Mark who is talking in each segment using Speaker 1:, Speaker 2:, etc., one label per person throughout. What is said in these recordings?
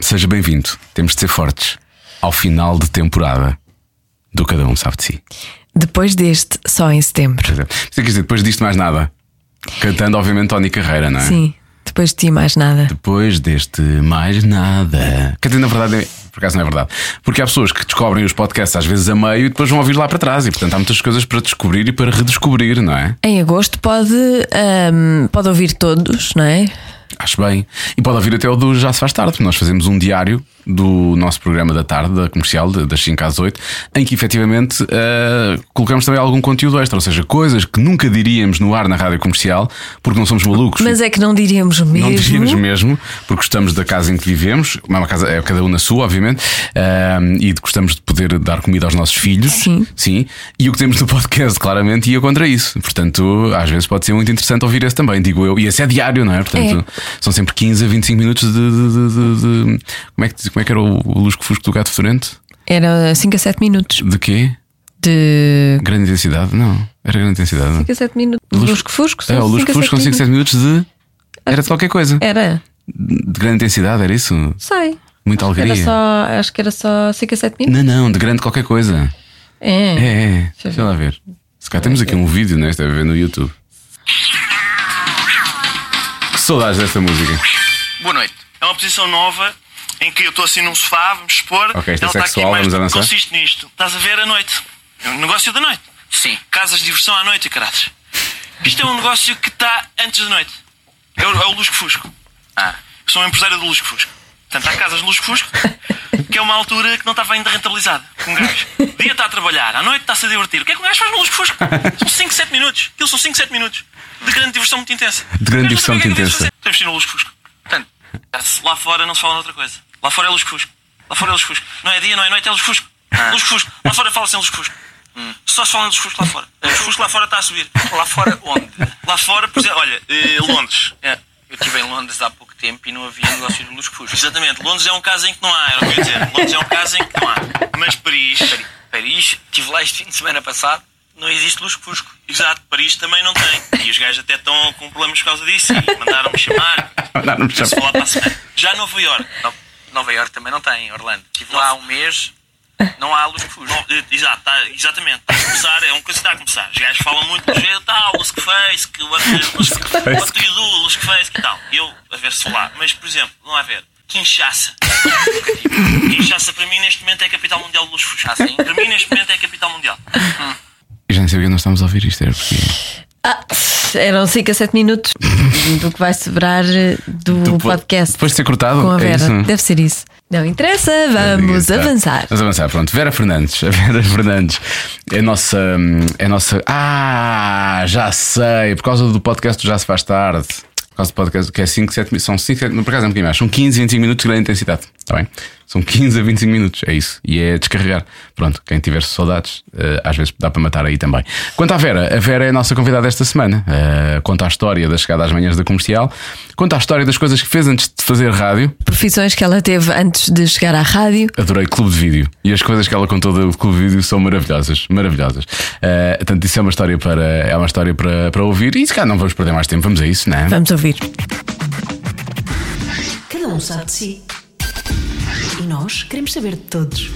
Speaker 1: Seja bem-vindo. Temos de ser fortes. Ao final de temporada do Cada Um Sabe de Si.
Speaker 2: Depois deste, só em setembro.
Speaker 1: Pois é. Você quer dizer, depois disto mais nada. Cantando, obviamente, Tony Carreira, não é?
Speaker 2: Sim, depois de ti mais nada.
Speaker 1: Depois deste mais nada. Quer dizer, na verdade, é- por acaso não é verdade. Porque há pessoas que descobrem os podcasts às vezes a meio e depois vão ouvir lá para trás. E portanto há muitas coisas para descobrir e para redescobrir, não é?
Speaker 2: Em agosto pode, ahm, pode ouvir todos, não é?
Speaker 1: Acho bem. E pode ouvir até o do Já Se Faz Tarde, porque nós fazemos um diário do nosso programa da tarde, da comercial, de- das 5 às 8, em que efetivamente eh, colocamos também algum conteúdo extra, ou seja, coisas que nunca diríamos no ar na rádio comercial, porque não somos malucos.
Speaker 2: Mas é que não diríamos mesmo.
Speaker 1: Não diríamos mesmo, porque gostamos da casa em que vivemos, é uma casa, é cada um na sua, obviamente, ahm, e de- gostamos de poder dar comida aos nossos filhos.
Speaker 2: Sim.
Speaker 1: Sim. E o que temos no podcast, claramente, ia contra isso. Portanto, às vezes pode ser muito interessante ouvir esse também, digo eu. E esse é diário, não é? Portanto, são sempre 15 a 25 minutos de. de- de- de- Como, é que, como é que era o, o lusco-fusco do gato fedorento?
Speaker 2: Era 5 a 7 minutos
Speaker 1: De quê?
Speaker 2: de.
Speaker 1: Grande intensidade? Não, era grande intensidade. Não.
Speaker 2: 5 a 7 minutos. de
Speaker 1: É,
Speaker 2: Lusco-fusco?
Speaker 1: o
Speaker 2: cinco a
Speaker 1: lusco-fusco com
Speaker 2: sete É.
Speaker 1: 5 a 7 minutos de. Era de qualquer coisa.
Speaker 2: minutos. Era?
Speaker 1: De grande intensidade, era isso?
Speaker 2: Sei.
Speaker 1: Muita alegria.
Speaker 2: Era só, acho que era só 5 a 7 minutos.
Speaker 1: Não, não, de grande qualquer coisa. É,
Speaker 2: É.
Speaker 1: é. é. Deixa lá ver. Se calhar temos aqui um vídeo, né? Deve ver no YouTube. Que saudades desta música.
Speaker 3: Boa noite.
Speaker 4: É uma posição nova em que eu estou assim num sofá, vamos expor.
Speaker 1: Ok, isto é
Speaker 4: ela está
Speaker 1: sexual,
Speaker 4: aqui mais
Speaker 1: vamos avançar?
Speaker 4: consiste nisto. Estás a ver à noite. É um negócio da noite.
Speaker 3: Sim.
Speaker 4: Casas de diversão à noite, caras. Isto é um negócio que está antes da noite. É o, é o Lusco Fusco.
Speaker 3: Ah.
Speaker 4: Eu sou um empresário do Lusco Fusco. Portanto, há casas de Lusco Fusco que é uma altura que não estava ainda rentabilizada. Um gajo. Dia está a trabalhar, à noite está-se a divertir. O que é que um gajo faz no Lusco Fusco? São 5, 7 minutos. Aquilo são 5, 7 minutos. De grande diversão muito intensa.
Speaker 1: De grande
Speaker 4: Eu não
Speaker 1: diversão
Speaker 4: sei o que é
Speaker 1: muito
Speaker 4: que eu devo
Speaker 1: intensa.
Speaker 4: fazer. Temos de ir no Lusco Fusco. Portanto, se lá fora não se fala noutra coisa. Lá fora é Lusco Fusco. Lá fora é Lusco Fusco. Não é dia, não é noite, é Lusco Fusco.
Speaker 1: Ah.
Speaker 4: Lusco Fusco. Lá fora fala-se em Lusco Fusco. Só se fala em Lusco Fusco lá fora. Lusco Fusco lá fora está a subir.
Speaker 3: Lá fora, onde?
Speaker 4: Lá fora, por exemplo, olha, eh, Londres.
Speaker 3: É, Eu estive em Londres há pouco tempo e não havia negócio de lusco-fusco.
Speaker 4: Exatamente, Londres é um caso em que não há, era o que eu ia dizer. Londres é um caso em que não há. Mas Paris.
Speaker 3: Pari- Paris, estive lá este fim de semana passado, não existe lusco-fusco.
Speaker 4: Exato, Paris também não tem. E os gajos até estão com problemas por causa disso e mandaram-me chamar.
Speaker 1: Mandaram-me chamar.
Speaker 4: Se falar para a semana. Já Nova Iorque.
Speaker 3: No- Nova Iorque também não tem, Orlando. Estive lá há um mês, não há lusco-fusco.
Speaker 4: Não, eh, Exato, tá, exatamente. Está a começar, é uma coisa que está a começar. Os gajos falam muito do jeito tal, o Skyface, que o What do you do, o Skyface, que tal. Eu, a ver se vou lá. Mas, por exemplo, não há a ver. Kinshasa. Kinshasa, para mim, neste momento é a capital mundial dos Fuscos.
Speaker 3: Ah, sim?
Speaker 4: Para mim, neste momento é a capital mundial.
Speaker 1: Eu já nem sei porque nós estamos a ouvir isto, era porque.
Speaker 2: Ah, eram 5 a 7 minutos do que vai sobrar eh, do,
Speaker 1: Do po-
Speaker 2: podcast.
Speaker 1: depois de ser cortado,
Speaker 2: Com a
Speaker 1: é
Speaker 2: Vera.
Speaker 1: isso, não é?
Speaker 2: Deve ser isso. Não interessa, vamos
Speaker 1: Tá.
Speaker 2: avançar.
Speaker 1: Vamos avançar, pronto. Vera Fernandes. A Vera Fernandes é a nossa. hum, É a nossa. Ah, já sei. Por causa do podcast do Já Se Faz Tarde. Por causa do podcast, que é 5, 7 São 5, 7 Por acaso é um bocadinho mais. São 15, 25 minutos de grande intensidade. Está bem? São 15 a 25 minutos. É isso. E é descarregar. Pronto, quem tiver saudades, eh, às vezes dá para matar aí também. Quanto à Vera, a Vera é a nossa convidada esta semana. Eh, conta a história da chegada às manhãs da comercial. Conta a história das coisas que fez antes de fazer rádio.
Speaker 2: Profissões que ela teve antes de chegar à rádio.
Speaker 1: Adorei Clube de Vídeo e as coisas que ela contou do Clube de Vídeo são maravilhosas, maravilhosas. Ah, portanto, isso é uma história para, é uma história para, para ouvir e se calhar não vamos perder mais tempo, vamos a isso, não é?
Speaker 2: Vamos ouvir.
Speaker 5: Cada um sabe de si. E nós queremos saber de todos.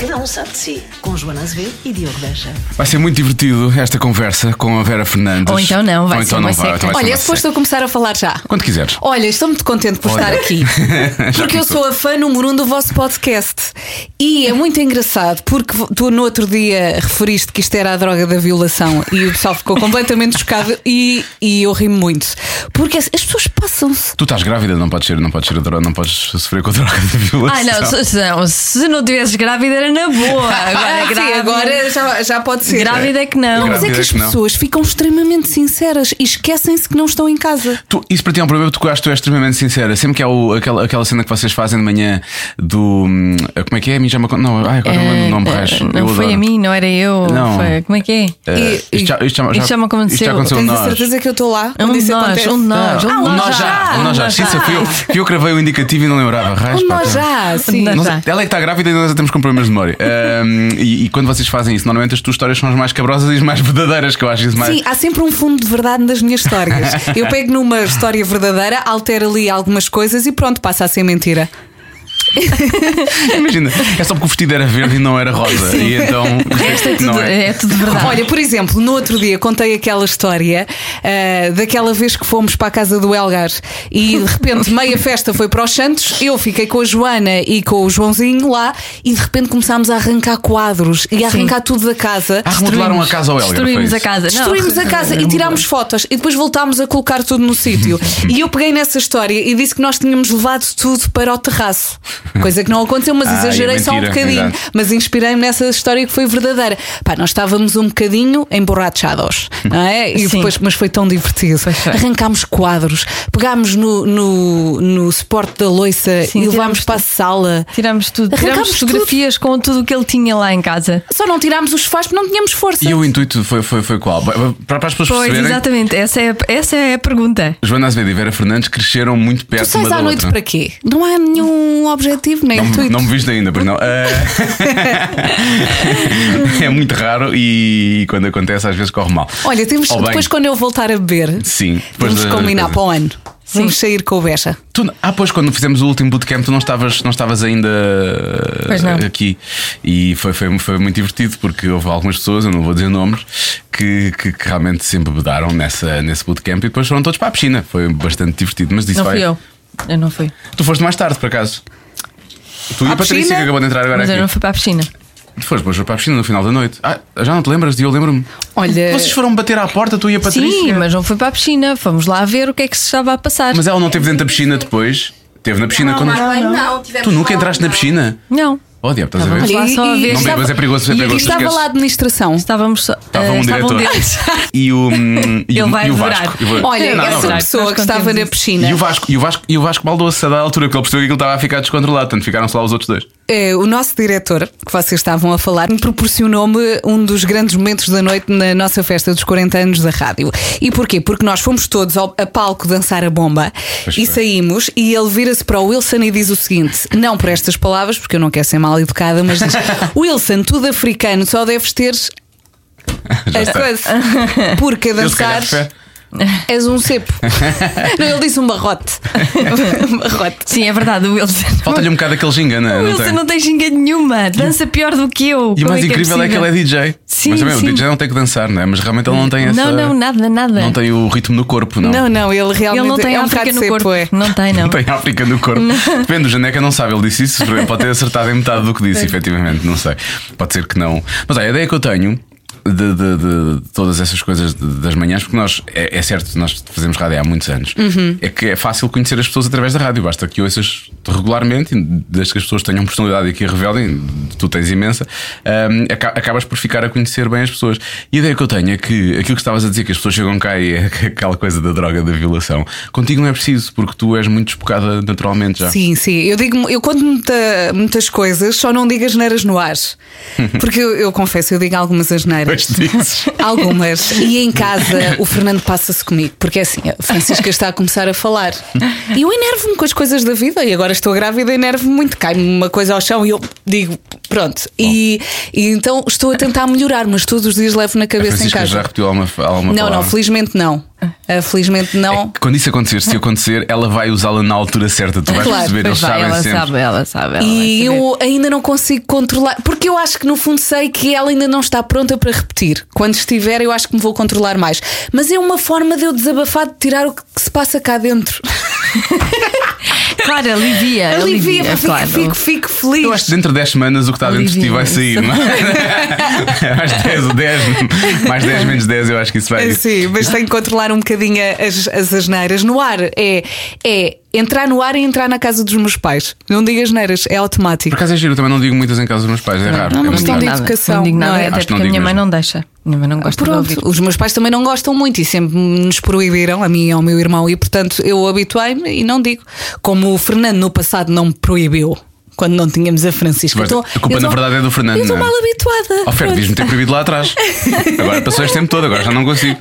Speaker 5: Cada um sabe de si. Com Joana Azevedo e Diogo Beja.
Speaker 1: Vai ser muito divertido esta conversa com a Vera Fernandes.
Speaker 2: Ou então não, vai
Speaker 1: Ou
Speaker 2: ser
Speaker 1: então
Speaker 2: uma
Speaker 1: não vai,
Speaker 2: seca.
Speaker 1: então vai ser
Speaker 6: Olha,
Speaker 1: uma
Speaker 6: eu depois
Speaker 1: seca.
Speaker 6: estou a começar a falar já.
Speaker 1: Quando quiseres.
Speaker 6: Olha, estou muito contente por
Speaker 1: Olha.
Speaker 6: estar aqui.
Speaker 1: Já
Speaker 6: Porque eu
Speaker 1: começou.
Speaker 6: sou a fã número um do vosso podcast. E é muito engraçado, porque vo- tu no outro dia referiste que isto era a droga da violação e o pessoal ficou completamente chocado e, e eu ri muito. Porque as as pessoas passam-se.
Speaker 1: Tu estás grávida, não podes ser, não podes ser a droga, não podes sofrer com a droga de violação.
Speaker 2: Ah, não, se, se não, se não tivesses grávida era na boa. Agora,
Speaker 6: Ah, sim,
Speaker 2: grávida,
Speaker 6: agora já, já pode ser.
Speaker 2: grávida é que não.
Speaker 6: Não, mas é que as
Speaker 1: Grávida é que não.
Speaker 6: pessoas ficam extremamente sinceras e esquecem-se que não estão em casa.
Speaker 1: Tu- isso para ti é um problema porque eu acho que tu és extremamente sincera. Sempre que há o- aquela, aquela cena que vocês fazem de manhã do. hum, Como é que é? A mim já me acon- Não, ai, agora não lembro o nome,
Speaker 2: Eh,
Speaker 1: resto.
Speaker 2: não
Speaker 1: Eu
Speaker 2: foi
Speaker 1: adoro.
Speaker 2: a mim, não era eu.
Speaker 1: Não.
Speaker 2: Foi- como é que é?
Speaker 1: Eh,
Speaker 6: E-
Speaker 1: isto já, isto já-
Speaker 2: isto já me aconteceu.
Speaker 1: Isto já aconteceu a
Speaker 6: Tens a
Speaker 1: Então nós.
Speaker 6: certeza que eu estou lá?
Speaker 2: Um
Speaker 6: quando
Speaker 2: de
Speaker 6: isso
Speaker 2: nós,
Speaker 6: acontece?
Speaker 2: um de nós, um
Speaker 6: Ah,
Speaker 2: de
Speaker 6: um
Speaker 1: Um
Speaker 2: nós.
Speaker 1: nós já, um nós já. Sim, isso fui eu que eu cravei o indicativo e não lembrava. Raios,
Speaker 6: Um
Speaker 1: pá,
Speaker 6: nós
Speaker 1: tá.
Speaker 6: já, sim.
Speaker 2: nós
Speaker 1: Nós-
Speaker 2: já.
Speaker 1: Ela é que está grávida e nós já temos com problemas de memória. Ahm, e, e quando vocês fazem isso, normalmente as tuas histórias são as mais cabrosas e as mais verdadeiras, que eu acho isso mais.
Speaker 6: Sim, há sempre um fundo de verdade nas minhas histórias. Eu pego numa história verdadeira, altero ali algumas coisas e pronto, passa a ser mentira.
Speaker 1: Imagina, é só porque o vestido era verde e não era rosa. E então.
Speaker 2: Esta é tudo,
Speaker 1: não
Speaker 2: é. tudo verdade.
Speaker 6: Olha, por exemplo, no outro dia contei aquela história ah, daquela vez que fomos para a casa do Elgar e de repente meia festa foi para os Santos, eu fiquei com a Joana e com o Joãozinho lá e de repente começámos a arrancar quadros e a
Speaker 2: Sim.
Speaker 6: arrancar tudo da casa.
Speaker 1: Ah, remodelaram a casa ao Helga.
Speaker 2: Destruímos a casa. Não,
Speaker 6: Destruímos a casa e tirámos fotos e depois voltámos a colocar tudo no sítio. E eu peguei nessa história e disse que nós tínhamos levado tudo para o terraço. Coisa que não aconteceu, mas
Speaker 1: Ah, é
Speaker 6: exagerei só um
Speaker 1: mentira,
Speaker 6: bocadinho.
Speaker 1: exato.
Speaker 6: Mas inspirei-me nessa história que foi verdadeira. Pá, nós estávamos um bocadinho emborrachados, não é? E
Speaker 2: Sim.
Speaker 6: depois, mas foi tão divertido. Arrancámos quadros, pegámos no, no, no suporte da loiça
Speaker 2: Sim,
Speaker 6: e
Speaker 2: tirámos
Speaker 6: levámos para a sala.
Speaker 2: Tirámos tudo. Tirámos
Speaker 6: Arrancámos
Speaker 2: fotografias com tudo o que ele tinha lá em casa.
Speaker 6: Só não tirámos os sofás porque não tínhamos força.
Speaker 1: E o intuito foi, foi, foi qual? Para, para as pessoas
Speaker 2: Pois,
Speaker 1: perceberem,
Speaker 2: exatamente. Essa é, essa é a pergunta.
Speaker 1: Joana Azevedo e Vera Fernandes cresceram muito
Speaker 6: Tu
Speaker 1: perto
Speaker 6: sais
Speaker 1: uma da
Speaker 6: à noite
Speaker 1: outra.
Speaker 6: para quê? É Não há nenhum objetivo nem
Speaker 1: Não,
Speaker 6: intuito.
Speaker 1: não me viste ainda, pois não. Eh, é muito raro e quando acontece, às vezes corre mal.
Speaker 6: Olha, temos
Speaker 1: Ou bem,
Speaker 6: depois quando eu voltar a beber,
Speaker 1: Sim, depois
Speaker 6: vamos
Speaker 1: da-
Speaker 6: combinar
Speaker 1: da-
Speaker 6: para o ano. Vamos sair com o Beja.
Speaker 1: Tu- ah, pois, quando fizemos o último bootcamp, tu não estavas, não estavas ainda eh,
Speaker 2: Pois não.
Speaker 1: aqui. E foi, foi, foi muito divertido, porque houve algumas pessoas, eu não vou dizer nomes, que, que, que realmente se embebedaram nessa, nesse bootcamp e depois foram todos para a piscina. Foi bastante divertido, mas disse
Speaker 2: Não
Speaker 1: vai.
Speaker 2: fui eu. Eu não fui.
Speaker 1: Tu foste mais tarde, por acaso. Tu e
Speaker 6: À
Speaker 1: a Patrícia,
Speaker 6: piscina?
Speaker 1: que acabou de entrar agora
Speaker 2: Mas eu
Speaker 1: aqui.
Speaker 2: não fui para a piscina.
Speaker 1: Tu foste depois para a piscina no final da noite. Ah, já não te lembras? E eu lembro-me.
Speaker 6: Olha-
Speaker 1: Vocês foram bater à porta, tu e a Patrícia.
Speaker 6: é-
Speaker 2: Sim, mas não fui para a piscina. Fomos lá ver o que é que se estava a passar.
Speaker 1: Mas ela não esteve dentro da piscina depois. Teve na piscina quando.
Speaker 7: não,
Speaker 1: Tu nunca entraste na piscina?
Speaker 2: Não.
Speaker 1: Oh, diabo, estás a
Speaker 2: Estávamos
Speaker 1: ver?
Speaker 2: lá só a
Speaker 6: e-
Speaker 2: ver.
Speaker 6: e
Speaker 1: Não bebas, é perigoso, é
Speaker 6: e-
Speaker 1: perigoso,
Speaker 6: E estava
Speaker 1: esquece.
Speaker 6: lá a administração.
Speaker 2: Estávamos só.
Speaker 1: Estava um
Speaker 2: eh, estava
Speaker 1: diretor.
Speaker 2: deles.
Speaker 1: E o. hum, E,
Speaker 2: Ele
Speaker 1: o-
Speaker 2: vai
Speaker 1: e o
Speaker 2: adorar.
Speaker 1: Vasco. E o-
Speaker 6: Olha,
Speaker 1: Não, não,
Speaker 6: essa
Speaker 1: não.
Speaker 6: pessoa
Speaker 2: Nós
Speaker 6: que estava
Speaker 2: contemos
Speaker 6: na
Speaker 2: isso.
Speaker 6: piscina,
Speaker 1: E o Vasco, e o Vasco, e o Vasco baldou-se a dada altura, porque ele percebeu que aquilo estava a ficar descontrolado, portanto ficaram-se lá os outros dois.
Speaker 6: eh, o nosso diretor, que vocês estavam a falar, me proporcionou-me um dos grandes momentos da noite na nossa festa dos 40 anos da rádio. E porquê? Porque nós fomos todos ao, a palco dançar a bomba
Speaker 1: Pois
Speaker 6: e
Speaker 1: foi.
Speaker 6: saímos e ele vira-se para o Wilson e diz o seguinte: não por estas palavras, porque eu não quero ser mal educada, mas diz: Wilson, tudo africano, só deves ter
Speaker 1: Já
Speaker 6: as
Speaker 1: está.
Speaker 6: coisas. Porque a
Speaker 1: Eu, se calhar,
Speaker 6: dançar és um cepo. não, ele disse um barrote. um barrote.
Speaker 2: Sim, é verdade. O Wilson.
Speaker 1: Falta-lhe um bocado aquele ginga, não,
Speaker 2: O
Speaker 1: não
Speaker 2: Wilson
Speaker 1: tem?
Speaker 2: não um tem ginga nenhuma. Dança pior do que eu.
Speaker 1: E o
Speaker 2: Como
Speaker 1: mais
Speaker 2: é que
Speaker 1: incrível é que ele é
Speaker 2: possível?
Speaker 1: DJ.
Speaker 2: Sim,
Speaker 1: Mas também
Speaker 2: sim.
Speaker 1: o DJ não tem que dançar, não é? Mas realmente ele não tem essa.
Speaker 2: Não, não, nada, nada.
Speaker 1: Não tem o ritmo no corpo, não.
Speaker 6: Não, não, ele realmente
Speaker 2: Ele não tem
Speaker 6: é um
Speaker 2: África
Speaker 6: bocado
Speaker 2: no
Speaker 6: cepo,
Speaker 2: corpo.
Speaker 6: é.
Speaker 2: Não tem, não.
Speaker 1: Não tem África no corpo. Depende, o Janeca não sabe, ele disse isso, pode ter acertado em metade do que disse, efetivamente, não sei. Pode ser que não. Mas olha, a ideia que eu tenho de, de- de todas essas coisas de- das manhãs, porque nós, é, é certo, nós fazemos rádio há muitos anos, é que é fácil conhecer as pessoas através da rádio, basta que ouças regularmente, e desde que as pessoas tenham personalidade e que a revelem, tu tens imensa, hum, aca- acabas por ficar a conhecer bem as pessoas. E a ideia que eu tenho é que aquilo que estavas a dizer, que as pessoas chegam cá e é aquela coisa da droga, da violação, contigo não é preciso, porque tu és muito despocada naturalmente já.
Speaker 6: Sim, sim. Eu, digo, eu conto muita- muitas coisas, só não digo asneiras no ar. Porque eu, eu confesso, eu digo algumas
Speaker 1: Mas
Speaker 6: asneiras.
Speaker 1: dizes.
Speaker 6: Algumas. E em casa o Fernando passa-se comigo, porque é assim, a Francisca está a começar a falar. E eu enervo-me com as coisas da vida, e agora estou grávida e enervo-me muito. Cai-me uma coisa ao chão e eu digo, pronto. E, e então estou a tentar melhorar, mas todos os dias levo na
Speaker 1: A
Speaker 6: cabeça em
Speaker 1: Francisca
Speaker 6: casa.
Speaker 1: já repetiu alguma, alguma
Speaker 6: Não, não,
Speaker 1: palavra. É
Speaker 6: felizmente não. Ah, Felizmente não.
Speaker 1: Quando isso acontecer, se acontecer, ela vai usá-la na altura certa, tu vais
Speaker 6: Claro,
Speaker 1: perceber,
Speaker 2: Pois
Speaker 1: eles
Speaker 2: vai,
Speaker 1: sabem
Speaker 2: ela
Speaker 1: sempre.
Speaker 2: sabe, ela
Speaker 1: Tá
Speaker 2: sabe. ela vai
Speaker 6: E
Speaker 2: saber.
Speaker 6: eu ainda não consigo controlar, porque eu acho que no fundo sei que ela ainda não está pronta para repetir. Quando estiver, eu acho que me vou controlar mais. Mas é uma forma de eu desabafar, de tirar o que se passa cá dentro.
Speaker 2: Claro,
Speaker 1: É,
Speaker 2: alivia.
Speaker 1: um
Speaker 6: Alivia,
Speaker 2: alivia
Speaker 6: fico,
Speaker 2: claro.
Speaker 6: fico, fico feliz.
Speaker 1: Eu acho que dentro de 10 semanas o que está dentro de ti vai sair, não é? Mais 10, 10, mais 10 menos 10, eu acho que isso vai.
Speaker 6: É, Sim, mas tenho que controlar um bocadinho as, as asneiras. No ar é, é entrar no ar e entrar na casa dos meus pais. Não diga asneiras, é
Speaker 1: Por
Speaker 6: automático.
Speaker 1: acaso é giro, eu também não digo muitas em casa dos meus pais, é raro.
Speaker 6: não,
Speaker 1: é
Speaker 6: mas
Speaker 1: muito
Speaker 6: não
Speaker 1: raro.
Speaker 6: digo. educação,
Speaker 2: Não digo nada,
Speaker 6: não é?
Speaker 2: até
Speaker 1: Acho que
Speaker 2: porque
Speaker 1: não
Speaker 2: a minha
Speaker 1: digo
Speaker 2: mãe
Speaker 1: mesmo.
Speaker 2: não deixa. Minha mãe não gosta de ouvir.
Speaker 6: Pronto, os meus pais também não gostam muito e sempre nos proibiram, a mim e ao meu irmão, e portanto eu habituei-me e não digo. Como o Fernando no passado não me proibiu quando não tínhamos a Francisca.
Speaker 1: Mas a culpa,
Speaker 6: eu
Speaker 1: na verdade, é do Fernando,
Speaker 6: então, Eu estou
Speaker 1: não é?
Speaker 6: mal habituada.
Speaker 1: Oh, Fer,
Speaker 6: Pronto.
Speaker 1: devias-me ter proibido lá atrás. Agora passou este tempo todo, agora já não consigo.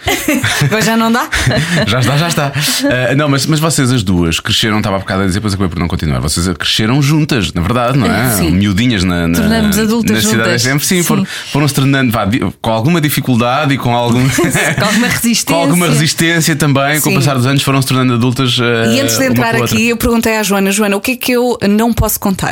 Speaker 6: Mas já não dá?
Speaker 1: já está, já está. Ah, não, mas, mas vocês as duas cresceram, estava há bocado a dizer, depois acabei por não continuar. Vocês cresceram juntas, na verdade, não é?
Speaker 6: Sim.
Speaker 1: Miudinhas na, na,
Speaker 2: Tornamos adultas
Speaker 1: na cidade
Speaker 2: juntas.
Speaker 1: sempre. Sim,
Speaker 2: Sim.
Speaker 1: Foram, foram se tornando vá, di- com alguma dificuldade e com algum.
Speaker 2: Com alguma resistência.
Speaker 1: Com alguma resistência também, com o
Speaker 6: Sim.
Speaker 1: passar dos anos foram se tornando adultas. ah,
Speaker 6: E antes de
Speaker 1: uma
Speaker 6: entrar
Speaker 1: com a outra.
Speaker 6: aqui, eu perguntei à Joana: Joana, o que é que eu não posso contar?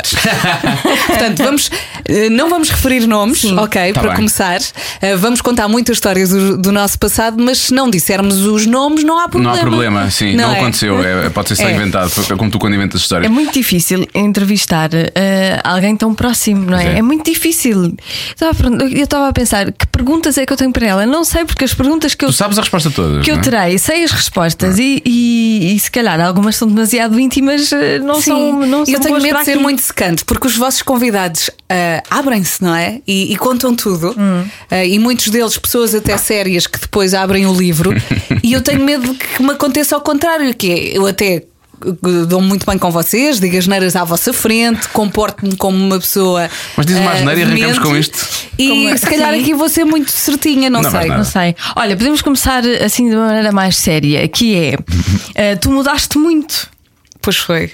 Speaker 6: Portanto, vamos, eh, não vamos referir nomes, ok?
Speaker 1: Tá
Speaker 6: para
Speaker 1: bem.
Speaker 6: começar, Eh, vamos contar muitas histórias do, do nosso passado, mas se não dissermos os nomes, não há
Speaker 1: Não
Speaker 6: problema.
Speaker 1: há problema, sim, não,
Speaker 6: é?
Speaker 1: aconteceu. é- pode ser só
Speaker 6: É.
Speaker 1: inventado, como tu quando inventas histórias.
Speaker 2: É muito difícil entrevistar eh, alguém tão próximo, não
Speaker 1: Pois
Speaker 2: é?
Speaker 1: é.
Speaker 2: É muito difícil. Estava a pergun- Eu estava a pensar que perguntas é que eu tenho para ela. Não sei, porque as perguntas que eu,
Speaker 1: Tu sabes É. a resposta toda. é?
Speaker 2: que eu terei, sei as respostas e, e- e se calhar algumas são demasiado íntimas, eh, não
Speaker 6: Sim,
Speaker 2: são. Não
Speaker 6: eu
Speaker 2: são
Speaker 6: tenho
Speaker 2: boas
Speaker 6: medo
Speaker 2: para
Speaker 6: de ser
Speaker 2: aqui.
Speaker 6: muito secante, porque os vossos convidados ah, abrem-se, não é? E, e contam tudo.
Speaker 2: Hum.
Speaker 6: Ah, e muitos deles, pessoas até sérias, que depois abrem o livro. e eu tenho medo que me aconteça ao contrário, que é, eu até. eh, Dou-me muito bem com vocês, digo as neiras à vossa frente, comporto-me como uma pessoa.
Speaker 1: Mas diz uma
Speaker 6: ah,
Speaker 1: asneira e arrancamos
Speaker 6: veemente.
Speaker 1: com isto.
Speaker 6: E
Speaker 2: Como- é?
Speaker 6: se calhar
Speaker 2: Sim.
Speaker 6: aqui vou ser muito certinha, não,
Speaker 1: Não vais
Speaker 6: sei.
Speaker 1: nada.
Speaker 2: Não sei. Olha, podemos começar assim de uma maneira mais séria, que é eh, tu mudaste muito.
Speaker 6: Pois foi.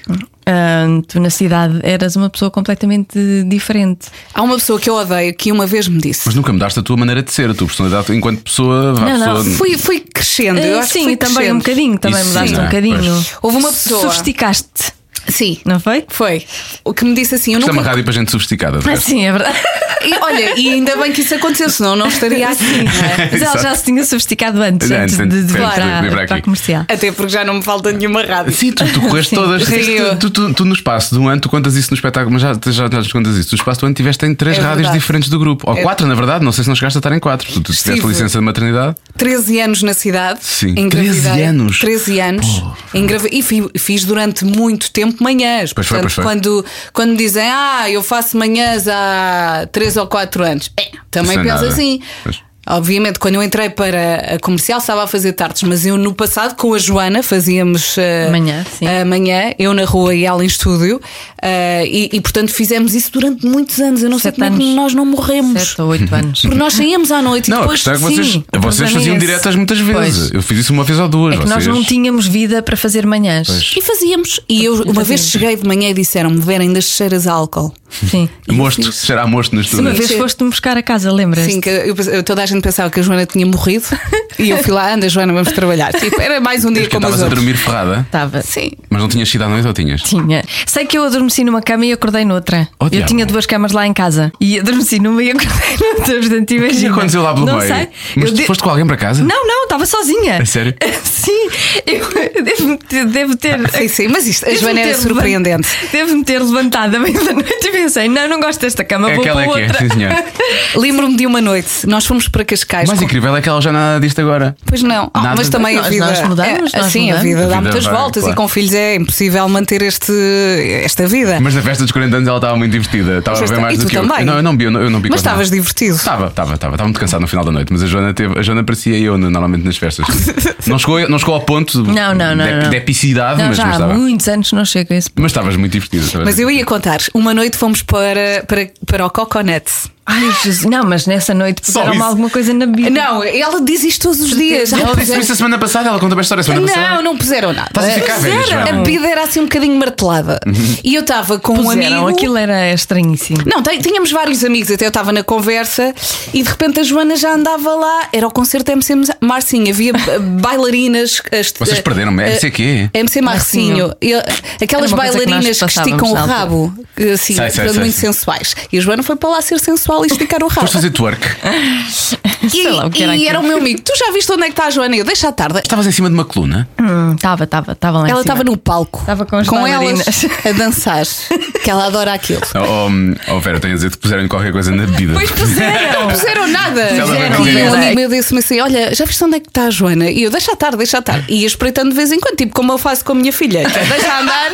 Speaker 2: Ah, tu na cidade eras uma pessoa completamente diferente.
Speaker 6: Há uma pessoa que eu odeio que uma vez me disse.
Speaker 1: Mas nunca mudaste a tua maneira de ser, a tua personalidade enquanto pessoa. vá,
Speaker 2: Não, não,
Speaker 1: pessoa-
Speaker 6: Fui, fui crescendo, eu
Speaker 2: Ah,
Speaker 6: acho que
Speaker 2: sim,
Speaker 6: fui
Speaker 2: e também um
Speaker 6: crescendo.
Speaker 2: bocadinho, também
Speaker 1: Isso sim,
Speaker 2: mudaste
Speaker 1: não
Speaker 2: um
Speaker 1: é?
Speaker 2: bocadinho.
Speaker 1: Pois.
Speaker 6: Houve uma pessoa-
Speaker 2: Sofisticaste,
Speaker 6: Sim.
Speaker 2: não foi?
Speaker 6: Foi. O que me disse assim, eu
Speaker 1: Isto é uma
Speaker 6: nunca.
Speaker 1: rádio para gente sofisticada. de
Speaker 2: Ah,
Speaker 1: resto.
Speaker 2: sim, é verdade.
Speaker 6: E, olha, e ainda bem que isso aconteceu, senão eu não estaria assim. não é?
Speaker 2: Mas ela já
Speaker 1: Exato.
Speaker 2: se tinha sofisticado antes,
Speaker 1: Antes,
Speaker 2: antes,
Speaker 1: antes,
Speaker 2: de, de vir
Speaker 1: antes de vir
Speaker 2: para,
Speaker 1: para
Speaker 2: para,
Speaker 1: aqui.
Speaker 2: a comercial.
Speaker 6: Até porque já não me falta nenhuma rádio.
Speaker 1: Sim, tu, tu correste todas.
Speaker 6: Rio.
Speaker 1: Tu, tu- tu no espaço de um ano, tu contas isso no espetáculo, mas já, já, já nos contas isso. No espaço de um ano tiveste em três
Speaker 6: É
Speaker 1: rádios
Speaker 6: verdade.
Speaker 1: diferentes do grupo. Ou quatro, na verdade, não sei se não chegaste a estar em quatro. Tu, tu tiveste
Speaker 6: Estive.
Speaker 1: licença de maternidade.
Speaker 6: 13 anos na cidade.
Speaker 1: Sim.
Speaker 6: engravidei.
Speaker 1: 13 anos?
Speaker 6: 13 anos. Engravi- E fi- fiz durante muito tempo manhãs.
Speaker 1: Pois foi, pois
Speaker 6: Portanto,
Speaker 1: foi.
Speaker 6: Quando, quando dizem, ah, eu faço manhãs há 3 ou 4 anos, é, também
Speaker 1: Isso é
Speaker 6: penso
Speaker 1: nada.
Speaker 6: assim.
Speaker 1: Pois.
Speaker 6: Obviamente, quando eu entrei para a comercial, estava a fazer tardes, mas eu no passado com a Joana fazíamos eh,
Speaker 2: Manhã, sim.
Speaker 6: a manhã, eu na rua e ela em estúdio, eh, e, e, portanto fizemos isso durante muitos anos. Eu não
Speaker 2: Sete
Speaker 6: sei como é que
Speaker 2: anos.
Speaker 6: nós não morremos.
Speaker 2: Sete ou oito anos.
Speaker 6: Porque nós saíamos à noite e
Speaker 1: Não, a
Speaker 6: depois
Speaker 1: questão é que vocês,
Speaker 6: sim,
Speaker 1: vocês
Speaker 2: o problema é
Speaker 1: faziam
Speaker 2: esse.
Speaker 1: diretas muitas vezes.
Speaker 2: Pois.
Speaker 1: Eu fiz isso uma vez ou duas.
Speaker 2: É que nós
Speaker 1: vocês-
Speaker 2: não tínhamos vida para fazer manhãs.
Speaker 6: E fazíamos. E eu, uma vez cheguei de manhã e disseram-me: verem das cheiras a álcool.
Speaker 2: Sim.
Speaker 1: Mosto, será mosto no
Speaker 2: Uma
Speaker 1: estúdio.
Speaker 2: vez
Speaker 6: Sim.
Speaker 2: foste-me buscar a casa, lembras?
Speaker 6: Sim, que eu, eu- toda a gente pensava que a Joana tinha morrido e eu fui lá, anda Joana, vamos trabalhar. Tipo, era mais um dia
Speaker 1: Que
Speaker 6: como os
Speaker 1: estavas a
Speaker 6: outros.
Speaker 1: dormir ferrada,
Speaker 2: Estava.
Speaker 6: Sim.
Speaker 1: mas não tinhas sido à noite ou tinhas?
Speaker 2: Tinha. Sei que eu adormeci numa cama e acordei noutra.
Speaker 1: Oh,
Speaker 2: eu
Speaker 1: diabo.
Speaker 2: tinha duas camas lá em casa. E adormeci numa e acordei noutra. Portanto, imagina.
Speaker 1: O que aconteceu lá pelo
Speaker 2: não
Speaker 1: meio?
Speaker 2: Sei.
Speaker 1: Mas
Speaker 2: Eu
Speaker 1: tu
Speaker 2: de-
Speaker 1: foste com alguém para casa?
Speaker 2: Não, não, estava sozinha.
Speaker 1: A É sério? Ah,
Speaker 2: Sim, eu devo ter. Devo ter
Speaker 6: Sim, sim, mas isto, a
Speaker 2: devo-me
Speaker 6: Joana era
Speaker 2: ter
Speaker 6: surpreendente.
Speaker 2: levan- Devo-me ter levantado à meia da noite e pensei: não, não gosto desta cama,
Speaker 1: É
Speaker 2: vou
Speaker 1: aquela
Speaker 2: para
Speaker 1: que é,
Speaker 2: outra.
Speaker 1: sim, senhor.
Speaker 6: Lembro-me de uma noite, nós fomos para
Speaker 1: O
Speaker 6: Cascais.
Speaker 1: mais
Speaker 6: com-
Speaker 1: incrível é que ela já nada disto agora.
Speaker 6: Pois não, Ah,
Speaker 1: Nada
Speaker 6: mas
Speaker 1: de-
Speaker 6: também
Speaker 2: Nós-
Speaker 6: a vida.
Speaker 2: nós mudamos,
Speaker 6: é,
Speaker 2: nós
Speaker 6: sim,
Speaker 2: mudamos.
Speaker 6: a vida
Speaker 1: A
Speaker 6: dá
Speaker 1: vida
Speaker 6: muitas
Speaker 1: vai,
Speaker 6: voltas
Speaker 1: claro.
Speaker 6: e com filhos é impossível manter este, esta vida.
Speaker 1: Mas na festa dos 40 anos ela estava muito divertida. Estava a
Speaker 6: Mas
Speaker 1: ver
Speaker 6: está-
Speaker 1: mais
Speaker 6: e
Speaker 1: do
Speaker 6: tu
Speaker 1: que eu.
Speaker 6: também?
Speaker 1: Não, eu não vi, eu não, eu não vi
Speaker 6: Mas
Speaker 1: quase nada.
Speaker 6: estavas divertido.
Speaker 1: Estava, estava, estava. Estava muito cansado no final da noite, mas a Joana, teve, a Joana parecia eu no- normalmente nas festas. não, chegou, não chegou ao ponto de,
Speaker 2: Não, não, não,
Speaker 1: de,
Speaker 2: não.
Speaker 1: de epicidade,
Speaker 2: Não,
Speaker 1: mas,
Speaker 2: já
Speaker 1: mas
Speaker 2: há
Speaker 1: estava.
Speaker 2: muitos anos não chego a esse.
Speaker 1: Mas estavas muito divertida. estavas
Speaker 6: Mas eu ia contar, uma noite fomos para, para, para o Coconut.
Speaker 2: Ai, Jesus. Não, mas nessa noite
Speaker 1: Só
Speaker 2: puseram-me
Speaker 1: isso.
Speaker 2: alguma coisa na Bíblia.
Speaker 6: Não, ela diz isto todos os dias.
Speaker 1: Ela
Speaker 6: Ai,
Speaker 1: disse
Speaker 6: puseram-
Speaker 1: isso a semana passada, ela contou a história a semana passada.
Speaker 6: Não, não puseram nada.
Speaker 1: Estás a ficar velha,
Speaker 6: Puseram.
Speaker 1: Joana.
Speaker 6: A bebida era assim um bocadinho martelada.
Speaker 1: Uhum.
Speaker 6: E eu estava com um
Speaker 2: Puseram,
Speaker 6: amigo.
Speaker 2: aquilo era estranhíssimo.
Speaker 6: Não, tem- tínhamos vários amigos, até eu estava na conversa e de repente a Joana já andava lá. Era o concerto da MC Marcinho, havia eh, bailarinas. as-
Speaker 1: Vocês
Speaker 6: eh,
Speaker 1: perderam-me.
Speaker 6: eh,
Speaker 1: MC quê?
Speaker 6: MC Marcinho. Eu- aquelas
Speaker 2: Era uma coisa que
Speaker 6: bailarinas
Speaker 2: nós
Speaker 6: que,
Speaker 2: passávamos
Speaker 6: esticam o
Speaker 2: na altura.
Speaker 6: rabo, que, assim,
Speaker 1: Sei, sei,
Speaker 6: eram
Speaker 1: sei,
Speaker 6: muito
Speaker 1: sei.
Speaker 6: sensuais. E a Joana foi para lá ser sensual e esticar o rabo.
Speaker 1: Foste fazer twerk.
Speaker 6: E,
Speaker 2: Sei lá o que era
Speaker 6: e era um- o
Speaker 2: aquilo.
Speaker 6: meu amigo. Tu já viste onde é que está a Joana? Eu deixa à tarde.
Speaker 1: Estavas em cima de uma coluna.
Speaker 2: Hum, Estava, estava, estava lá em
Speaker 6: Ela
Speaker 2: cima.
Speaker 6: estava no palco
Speaker 2: Estava com as
Speaker 6: elas
Speaker 2: bailarinas.
Speaker 6: a dançar, que ela adora aquilo.
Speaker 1: Oh, oh, Vera, tenho a dizer que puseram qualquer coisa na bebida.
Speaker 2: Pois puseram!
Speaker 6: Não puseram nada.
Speaker 1: Ela vai qualquer
Speaker 6: E um
Speaker 2: coisa.
Speaker 6: amigo meu disse-me assim: Olha, já viste onde é que está a Joana? E eu, deixa estar, deixa estar. E ia espreitando de vez em quando, tipo como eu faço com a minha filha: que é, Deixa andar,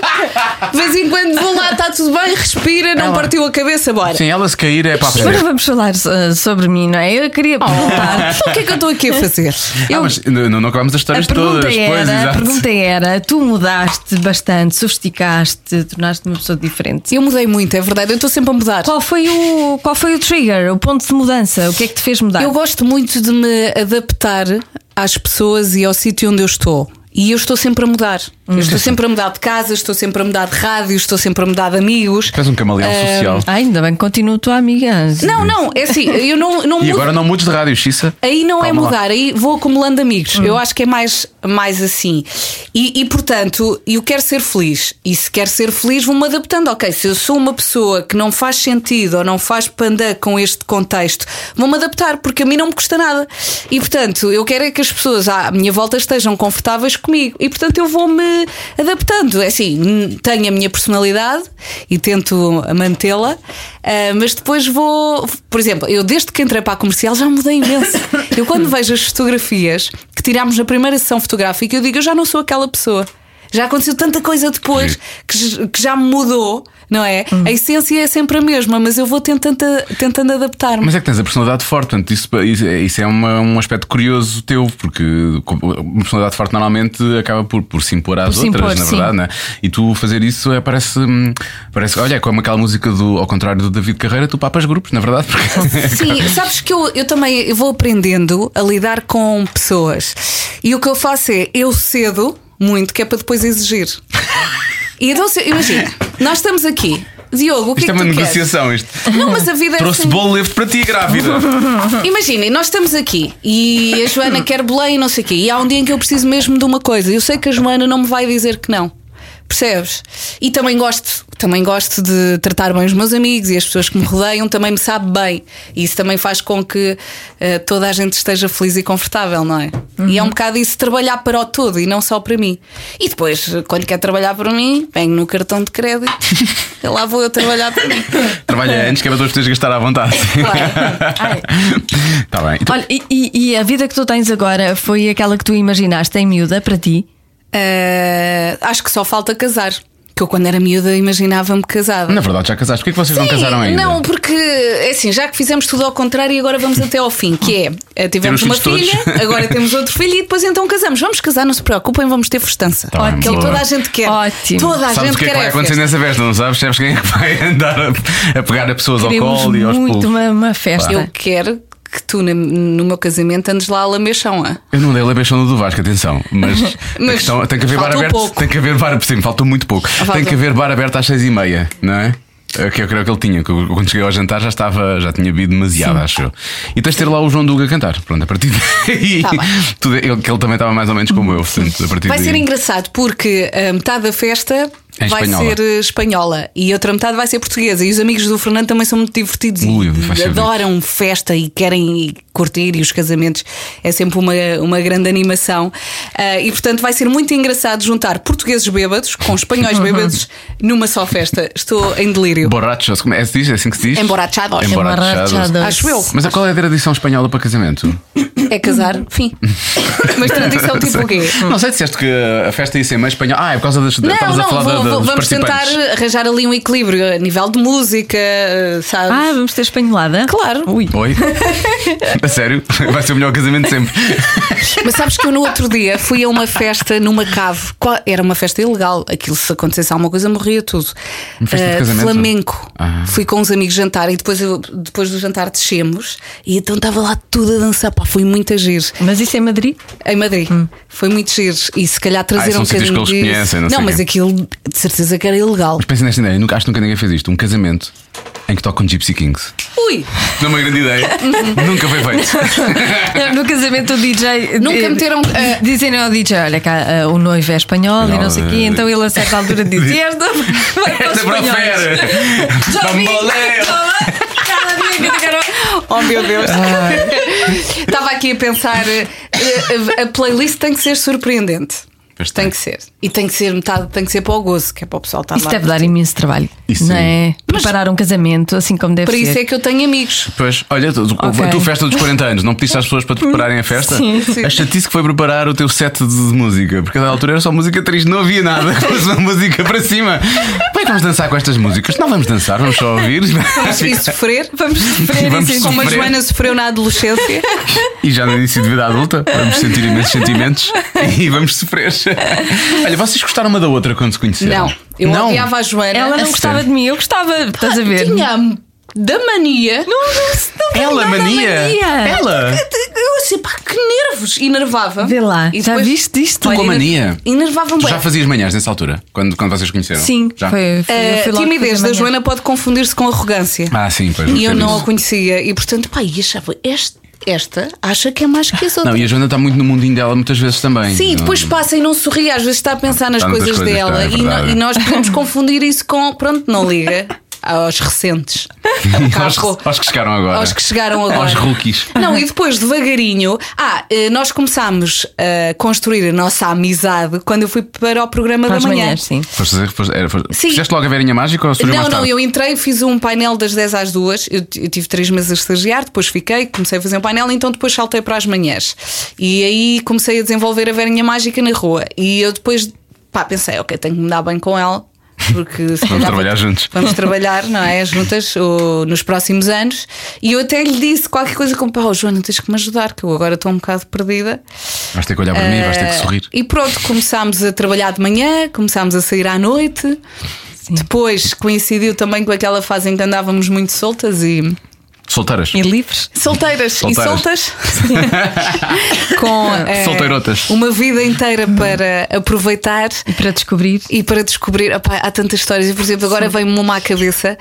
Speaker 6: de vez em quando vou lá, está tudo bem, respira, não
Speaker 1: Ela-
Speaker 6: partiu a cabeça, bora.
Speaker 1: Sim, ela se cair é para
Speaker 2: Agora
Speaker 1: aprender.
Speaker 2: vamos falar uh, sobre mim, não é? Eu queria perguntar.
Speaker 6: Então o que é que eu estou aqui a fazer?
Speaker 1: Ah, mas não, não acabamos as
Speaker 2: A
Speaker 1: histórias
Speaker 2: pergunta,
Speaker 1: todas.
Speaker 2: era,
Speaker 1: pois,
Speaker 2: a
Speaker 1: exato.
Speaker 2: pergunta era: tu mudaste bastante, sofisticaste, tornaste-te uma pessoa diferente. diferente.
Speaker 6: Eu mudei muito, é verdade. Eu estou sempre a mudar.
Speaker 2: Qual foi, o, qual foi o trigger, o ponto de mudança? O que é que te fez mudar?
Speaker 6: Eu gosto muito de me adaptar às pessoas e ao sítio onde eu estou. E eu estou sempre a mudar. Eu estou sempre a mudar de casa, estou sempre a mudar de rádio, estou sempre a mudar de amigos.
Speaker 1: És um camaleão social.
Speaker 2: Ah, ainda bem que continuo tua amiga.
Speaker 6: Não, não, é assim, eu não, não
Speaker 1: E
Speaker 6: mudo.
Speaker 1: agora não mudes de rádio, Xissa.
Speaker 6: Aí não é
Speaker 1: Calma lá. Hum.
Speaker 6: mudar, aí vou acumulando amigos. Eu acho que é mais, mais assim. E, e, portanto, eu quero ser feliz. E se quero ser feliz, vou-me adaptando. Ok, se eu sou uma pessoa que não faz sentido ou não faz panda com este contexto, vou-me adaptar, porque a mim não me custa nada. E portanto, eu quero é que as pessoas à minha volta estejam confortáveis comigo. E portanto, eu vou-me adaptando. É assim, n- tenho a minha personalidade e tento mantê-la. ah, mas depois vou, por exemplo, eu desde que entrei para a comercial já mudei imenso. Eu quando vejo as fotografias que tirámos na primeira sessão fotográfica, eu digo, eu já não sou aquela pessoa. Já aconteceu tanta coisa depois que, j- que já me mudou, não é? A essência é sempre a mesma, mas eu vou tentando, tentando adaptar-me.
Speaker 1: Mas é que tens a personalidade forte, portanto, isso, isso- isso é uma- um aspecto curioso teu, porque como- uma personalidade forte normalmente acaba por, por se impor às
Speaker 2: Por se
Speaker 1: outras,
Speaker 2: impor,
Speaker 1: na
Speaker 2: sim.
Speaker 1: verdade, né? E tu fazer isso é, parece, hum, parece. Olha, é como aquela música do, ao contrário do David Carreira, tu papas grupos, na verdade, porque.
Speaker 6: Sim, sabes que eu, eu também eu vou aprendendo a lidar com pessoas. E o que eu faço é eu cedo muito, que é para depois exigir. E então, se- imagina, nós estamos aqui. Diogo, o que
Speaker 1: Isto é
Speaker 6: é que
Speaker 1: uma
Speaker 6: tu
Speaker 1: negociação, isto.
Speaker 6: Queres? Não, mas a vida é
Speaker 1: Trouxe
Speaker 6: assim.
Speaker 1: bolo leve para ti, grávida.
Speaker 6: Imaginem, nós estamos aqui e a Joana quer Belém e não sei o quê. E há um dia em que eu preciso mesmo de uma coisa. Eu sei que a Joana não me vai dizer que não. Percebes? E também gosto, também gosto de tratar bem os meus amigos e as pessoas que me rodeiam também me sabe bem. E isso também faz com que eh, toda a gente esteja feliz e confortável, não é? E é um bocado isso trabalhar para o todo e não só para mim. E depois, quando quer trabalhar para mim, venho no cartão de crédito e lá vou eu trabalhar para mim.
Speaker 1: Trabalha antes, que é para tu poderes gastar à vontade.
Speaker 2: Ai.
Speaker 1: Está bem. Então,
Speaker 2: Olha, e, e- e a vida que tu tens agora foi aquela que tu imaginaste em miúda para ti?
Speaker 6: Ah, acho que só falta casar. Que eu, quando era miúda, imaginava-me casada.
Speaker 1: na verdade, já casaste. Porquê é que vocês não
Speaker 6: Sim,
Speaker 1: casaram ainda?
Speaker 6: Não, porque é assim, já que fizemos tudo ao contrário e agora vamos até ao fim, que é eh, tivemos
Speaker 1: Temos
Speaker 6: uma
Speaker 1: filhos
Speaker 6: filha,
Speaker 1: todos.
Speaker 6: agora temos outro filho e depois então casamos. Vamos casar, não se preocupem, vamos ter festança.
Speaker 1: Tá bem,
Speaker 6: que é o que
Speaker 1: boa.
Speaker 6: toda a gente quer.
Speaker 2: Ótimo.
Speaker 6: Toda a
Speaker 1: Sabes o
Speaker 6: gente
Speaker 1: que é
Speaker 6: quer
Speaker 1: que vai
Speaker 6: é a
Speaker 1: acontecer
Speaker 6: festa.
Speaker 1: nessa festa, não sabes? Sabes quem é que vai andar a, a pegar a pessoas ao
Speaker 2: Queremos
Speaker 1: colo e aos
Speaker 2: muito
Speaker 1: pulos?
Speaker 2: uma, uma festa.
Speaker 6: Eu quero que tu, na- no meu casamento, andes lá a lamechão, ah?
Speaker 1: Eu não dei a beijão do Vasco, atenção. Mas, a
Speaker 6: Mas
Speaker 1: questão- é, tem que haver bar
Speaker 6: faltou
Speaker 1: aberto.
Speaker 6: pouco. Ah,
Speaker 1: Tem que haver bar. Sim, faltou muito pouco. Tem que haver bar aberto às seis e meia, não é? É Que eu creio que ele tinha, que eu- quando cheguei ao jantar já estava, já tinha bebido demasiado, acho eu. E tens de ter lá o João Duga a cantar. Pronto, a partir daí.
Speaker 6: Tá bem.
Speaker 1: tudo é- ele, que ele também estava mais ou menos como eu, portanto, a partir
Speaker 6: Vai
Speaker 1: daí.
Speaker 6: ser engraçado porque a metade da festa
Speaker 1: É
Speaker 6: vai
Speaker 1: espanhola.
Speaker 6: ser eh, espanhola e outra metade vai ser portuguesa. E os amigos do Fernando também são muito divertidos
Speaker 1: Ui, vai
Speaker 6: e
Speaker 1: ser
Speaker 6: adoram festa e querem curtir. E os casamentos é sempre uma, uma grande animação. Ah, e portanto vai ser muito engraçado juntar portugueses bêbados com espanhóis bêbados numa só festa. Estou em delírio.
Speaker 1: Borrachos, como é, que se diz? é assim que se diz?
Speaker 6: Embarachados.
Speaker 1: Embarachados.
Speaker 2: Embarachados.
Speaker 6: Acho eu.
Speaker 1: Mas qual é a tradição espanhola para casamento?
Speaker 6: É casar, fim. Mas tradição tipo o quê?
Speaker 1: Não sei, disseste que a festa ia ser meio espanhola. Ah, é por causa das.
Speaker 6: Não,
Speaker 1: estavas a
Speaker 6: não,
Speaker 1: falar
Speaker 6: vou-
Speaker 1: da- da-
Speaker 6: vou-
Speaker 1: dos
Speaker 6: vamos tentar
Speaker 1: participantes.
Speaker 6: arranjar ali um equilíbrio a nível de música, eh, sabes?
Speaker 2: Ah, vamos ter espanholada?
Speaker 6: Claro.
Speaker 2: Ui.
Speaker 1: Oi? A sério? Vai ser o melhor casamento de sempre.
Speaker 6: Mas sabes que eu no outro dia fui a uma festa numa cave. Qual- Era uma festa ilegal. Aquilo, se acontecesse alguma coisa, morria tudo.
Speaker 1: Uma festa de
Speaker 6: Ah,
Speaker 1: casamento?
Speaker 6: flamenco.
Speaker 1: Ah.
Speaker 6: Fui com uns amigos jantar e depois, eu- depois do jantar descemos. E então estava lá tudo a dançar. Pá, foi muito a giro.
Speaker 2: Mas isso é Madrid?
Speaker 6: Em Madrid. Foi muito giro. E se calhar trazer
Speaker 1: Hum. Ah, são
Speaker 6: um
Speaker 1: sítios que
Speaker 6: bocadinho
Speaker 1: eles
Speaker 6: disso.
Speaker 1: conhecem, não sei
Speaker 6: mas
Speaker 1: quê.
Speaker 6: aquilo de certeza que era ilegal.
Speaker 1: Mas pensa nesta ideia, nunca, acho que nunca ninguém fez isto. Um casamento em que tocam Gypsy Kings.
Speaker 6: Ui!
Speaker 1: Não é uma grande ideia. nunca foi feito.
Speaker 2: No casamento do DJ
Speaker 6: Nunca
Speaker 2: eh,
Speaker 6: meteram, eh,
Speaker 2: Dizem ao DJ Olha cá, eh, o noivo é espanhol e não sei o quê
Speaker 1: eh,
Speaker 2: Então ele a certa altura diz
Speaker 1: diz-
Speaker 2: Esta vai para os
Speaker 1: Esta
Speaker 2: espanhóis
Speaker 1: profere! Bamboleo!
Speaker 2: Cada dia que eu quero-
Speaker 6: Oh meu Deus! Estava aqui a pensar. eh, eh, A playlist tem que ser surpreendente.
Speaker 1: Pois
Speaker 6: Tem
Speaker 1: tem.
Speaker 6: que ser. E tem que ser metade, tem que ser para o gozo, que é para o pessoal estar
Speaker 2: Isso
Speaker 6: lá.
Speaker 2: deve dar imenso trabalho
Speaker 1: Isso
Speaker 2: Não
Speaker 1: sim.
Speaker 2: é? Preparar um casamento assim como deve
Speaker 6: Para
Speaker 2: ser
Speaker 6: isso é que eu tenho amigos.
Speaker 1: Pois, olha, tu,
Speaker 2: Ok.
Speaker 1: a tua festa dos 40 anos, não pediste às pessoas para te prepararem a festa?
Speaker 2: Sim,
Speaker 6: sim.
Speaker 1: A chatice que foi preparar o teu set de música, porque na altura era só música triste, não havia nada, pôs uma música para cima. Como é que vamos dançar com estas músicas? Não vamos dançar, vamos só ouvir.
Speaker 6: E sofrer,
Speaker 2: Vamos sofrer
Speaker 1: Vamos
Speaker 2: isso.
Speaker 6: como a
Speaker 1: sofrer.
Speaker 6: Joana sofreu na adolescência.
Speaker 1: E já no início de vida adulta, vamos sentir imensos sentimentos e vamos sofrer. Olha, vocês gostaram uma da outra quando se conheceram?
Speaker 6: Não, eu odiava a Joana. Assim,
Speaker 2: Ela não gostava de mim, eu gostava, estás a ver?
Speaker 6: tinha da mania.
Speaker 2: Não, não, não,
Speaker 1: Ela,
Speaker 2: não, não,
Speaker 1: mania. Ela.
Speaker 6: Eu assim, pá, que nervos! E enervava.
Speaker 2: Vê lá, já
Speaker 6: depois-
Speaker 2: viste isto?
Speaker 1: Tu com a
Speaker 6: Olha,
Speaker 1: mania?
Speaker 6: Enervava-me
Speaker 1: Tu
Speaker 6: bem.
Speaker 1: já fazias manhãs nessa altura, quando, quando vocês conheceram?
Speaker 2: Sim,
Speaker 1: já.
Speaker 2: foi, foi, eu
Speaker 6: A
Speaker 2: fui logo
Speaker 6: Eh, timidez
Speaker 2: fazer
Speaker 6: da
Speaker 2: manhã.
Speaker 6: Joana pode confundir-se com arrogância.
Speaker 1: Ah, sim, pois.
Speaker 6: e eu
Speaker 1: percebo
Speaker 6: não a
Speaker 1: isso.
Speaker 6: conhecia. E portanto, pá, e achava, este- esta acha que é mais que as outras.
Speaker 1: Não, e a Joana está muito no mundinho dela muitas vezes também.
Speaker 6: Sim, e
Speaker 1: Não-
Speaker 6: depois passa e não sorri, às vezes está a pensar nas
Speaker 1: Está noutras
Speaker 6: coisas,
Speaker 1: coisas, está,
Speaker 6: dela
Speaker 1: é
Speaker 6: e, no-
Speaker 1: verdade.
Speaker 6: e nós podemos confundir isso com pronto, não liga aos recentes.
Speaker 1: aos,
Speaker 6: Carro.
Speaker 1: aos que chegaram agora.
Speaker 6: Aos que chegaram agora.
Speaker 1: Aos rookies.
Speaker 6: Não, e depois devagarinho. Ah, eh, nós começámos a construir a nossa amizade quando eu fui para o programa
Speaker 2: Para as
Speaker 6: da manhã.
Speaker 2: manhãs, sim.
Speaker 1: Foste fazer, foste, era, foste-
Speaker 6: Sim.
Speaker 1: Fizeste logo a verinha mágica ou surgiu
Speaker 6: Não,
Speaker 1: mais
Speaker 6: não,
Speaker 1: tarde?
Speaker 6: eu entrei, fiz um painel das 10 às 2. Eu, t- eu tive 3 meses a estagiar, depois fiquei, comecei a fazer um painel, então depois saltei para as manhãs. E aí comecei a desenvolver a verinha mágica na rua. E eu depois, pá, pensei, ok, tenho que me dar bem com ela. Porque se calhar vou-
Speaker 1: trabalhar juntos.
Speaker 6: Vamos trabalhar, não é? Juntas ou nos próximos anos. E eu até lhe disse qualquer coisa como: pá, oh, Joana, tens que me ajudar, que eu agora estou um bocado perdida.
Speaker 1: Vais ter que olhar para mim, vais ter que
Speaker 6: Eh,
Speaker 1: sorrir.
Speaker 6: E pronto, começámos a trabalhar de manhã, começámos a sair à noite. Depois coincidiu também com aquela fase em que andávamos muito soltas e.
Speaker 1: Solteiras.
Speaker 2: E livres?
Speaker 6: Solteiras,
Speaker 1: Solteiras.
Speaker 6: e soltas. com. eh,
Speaker 1: Solteirotas.
Speaker 6: Uma vida inteira para aproveitar.
Speaker 2: Para descobrir.
Speaker 6: E para descobrir, opá, há tantas histórias. E, por exemplo, agora veio-me uma à cabeça.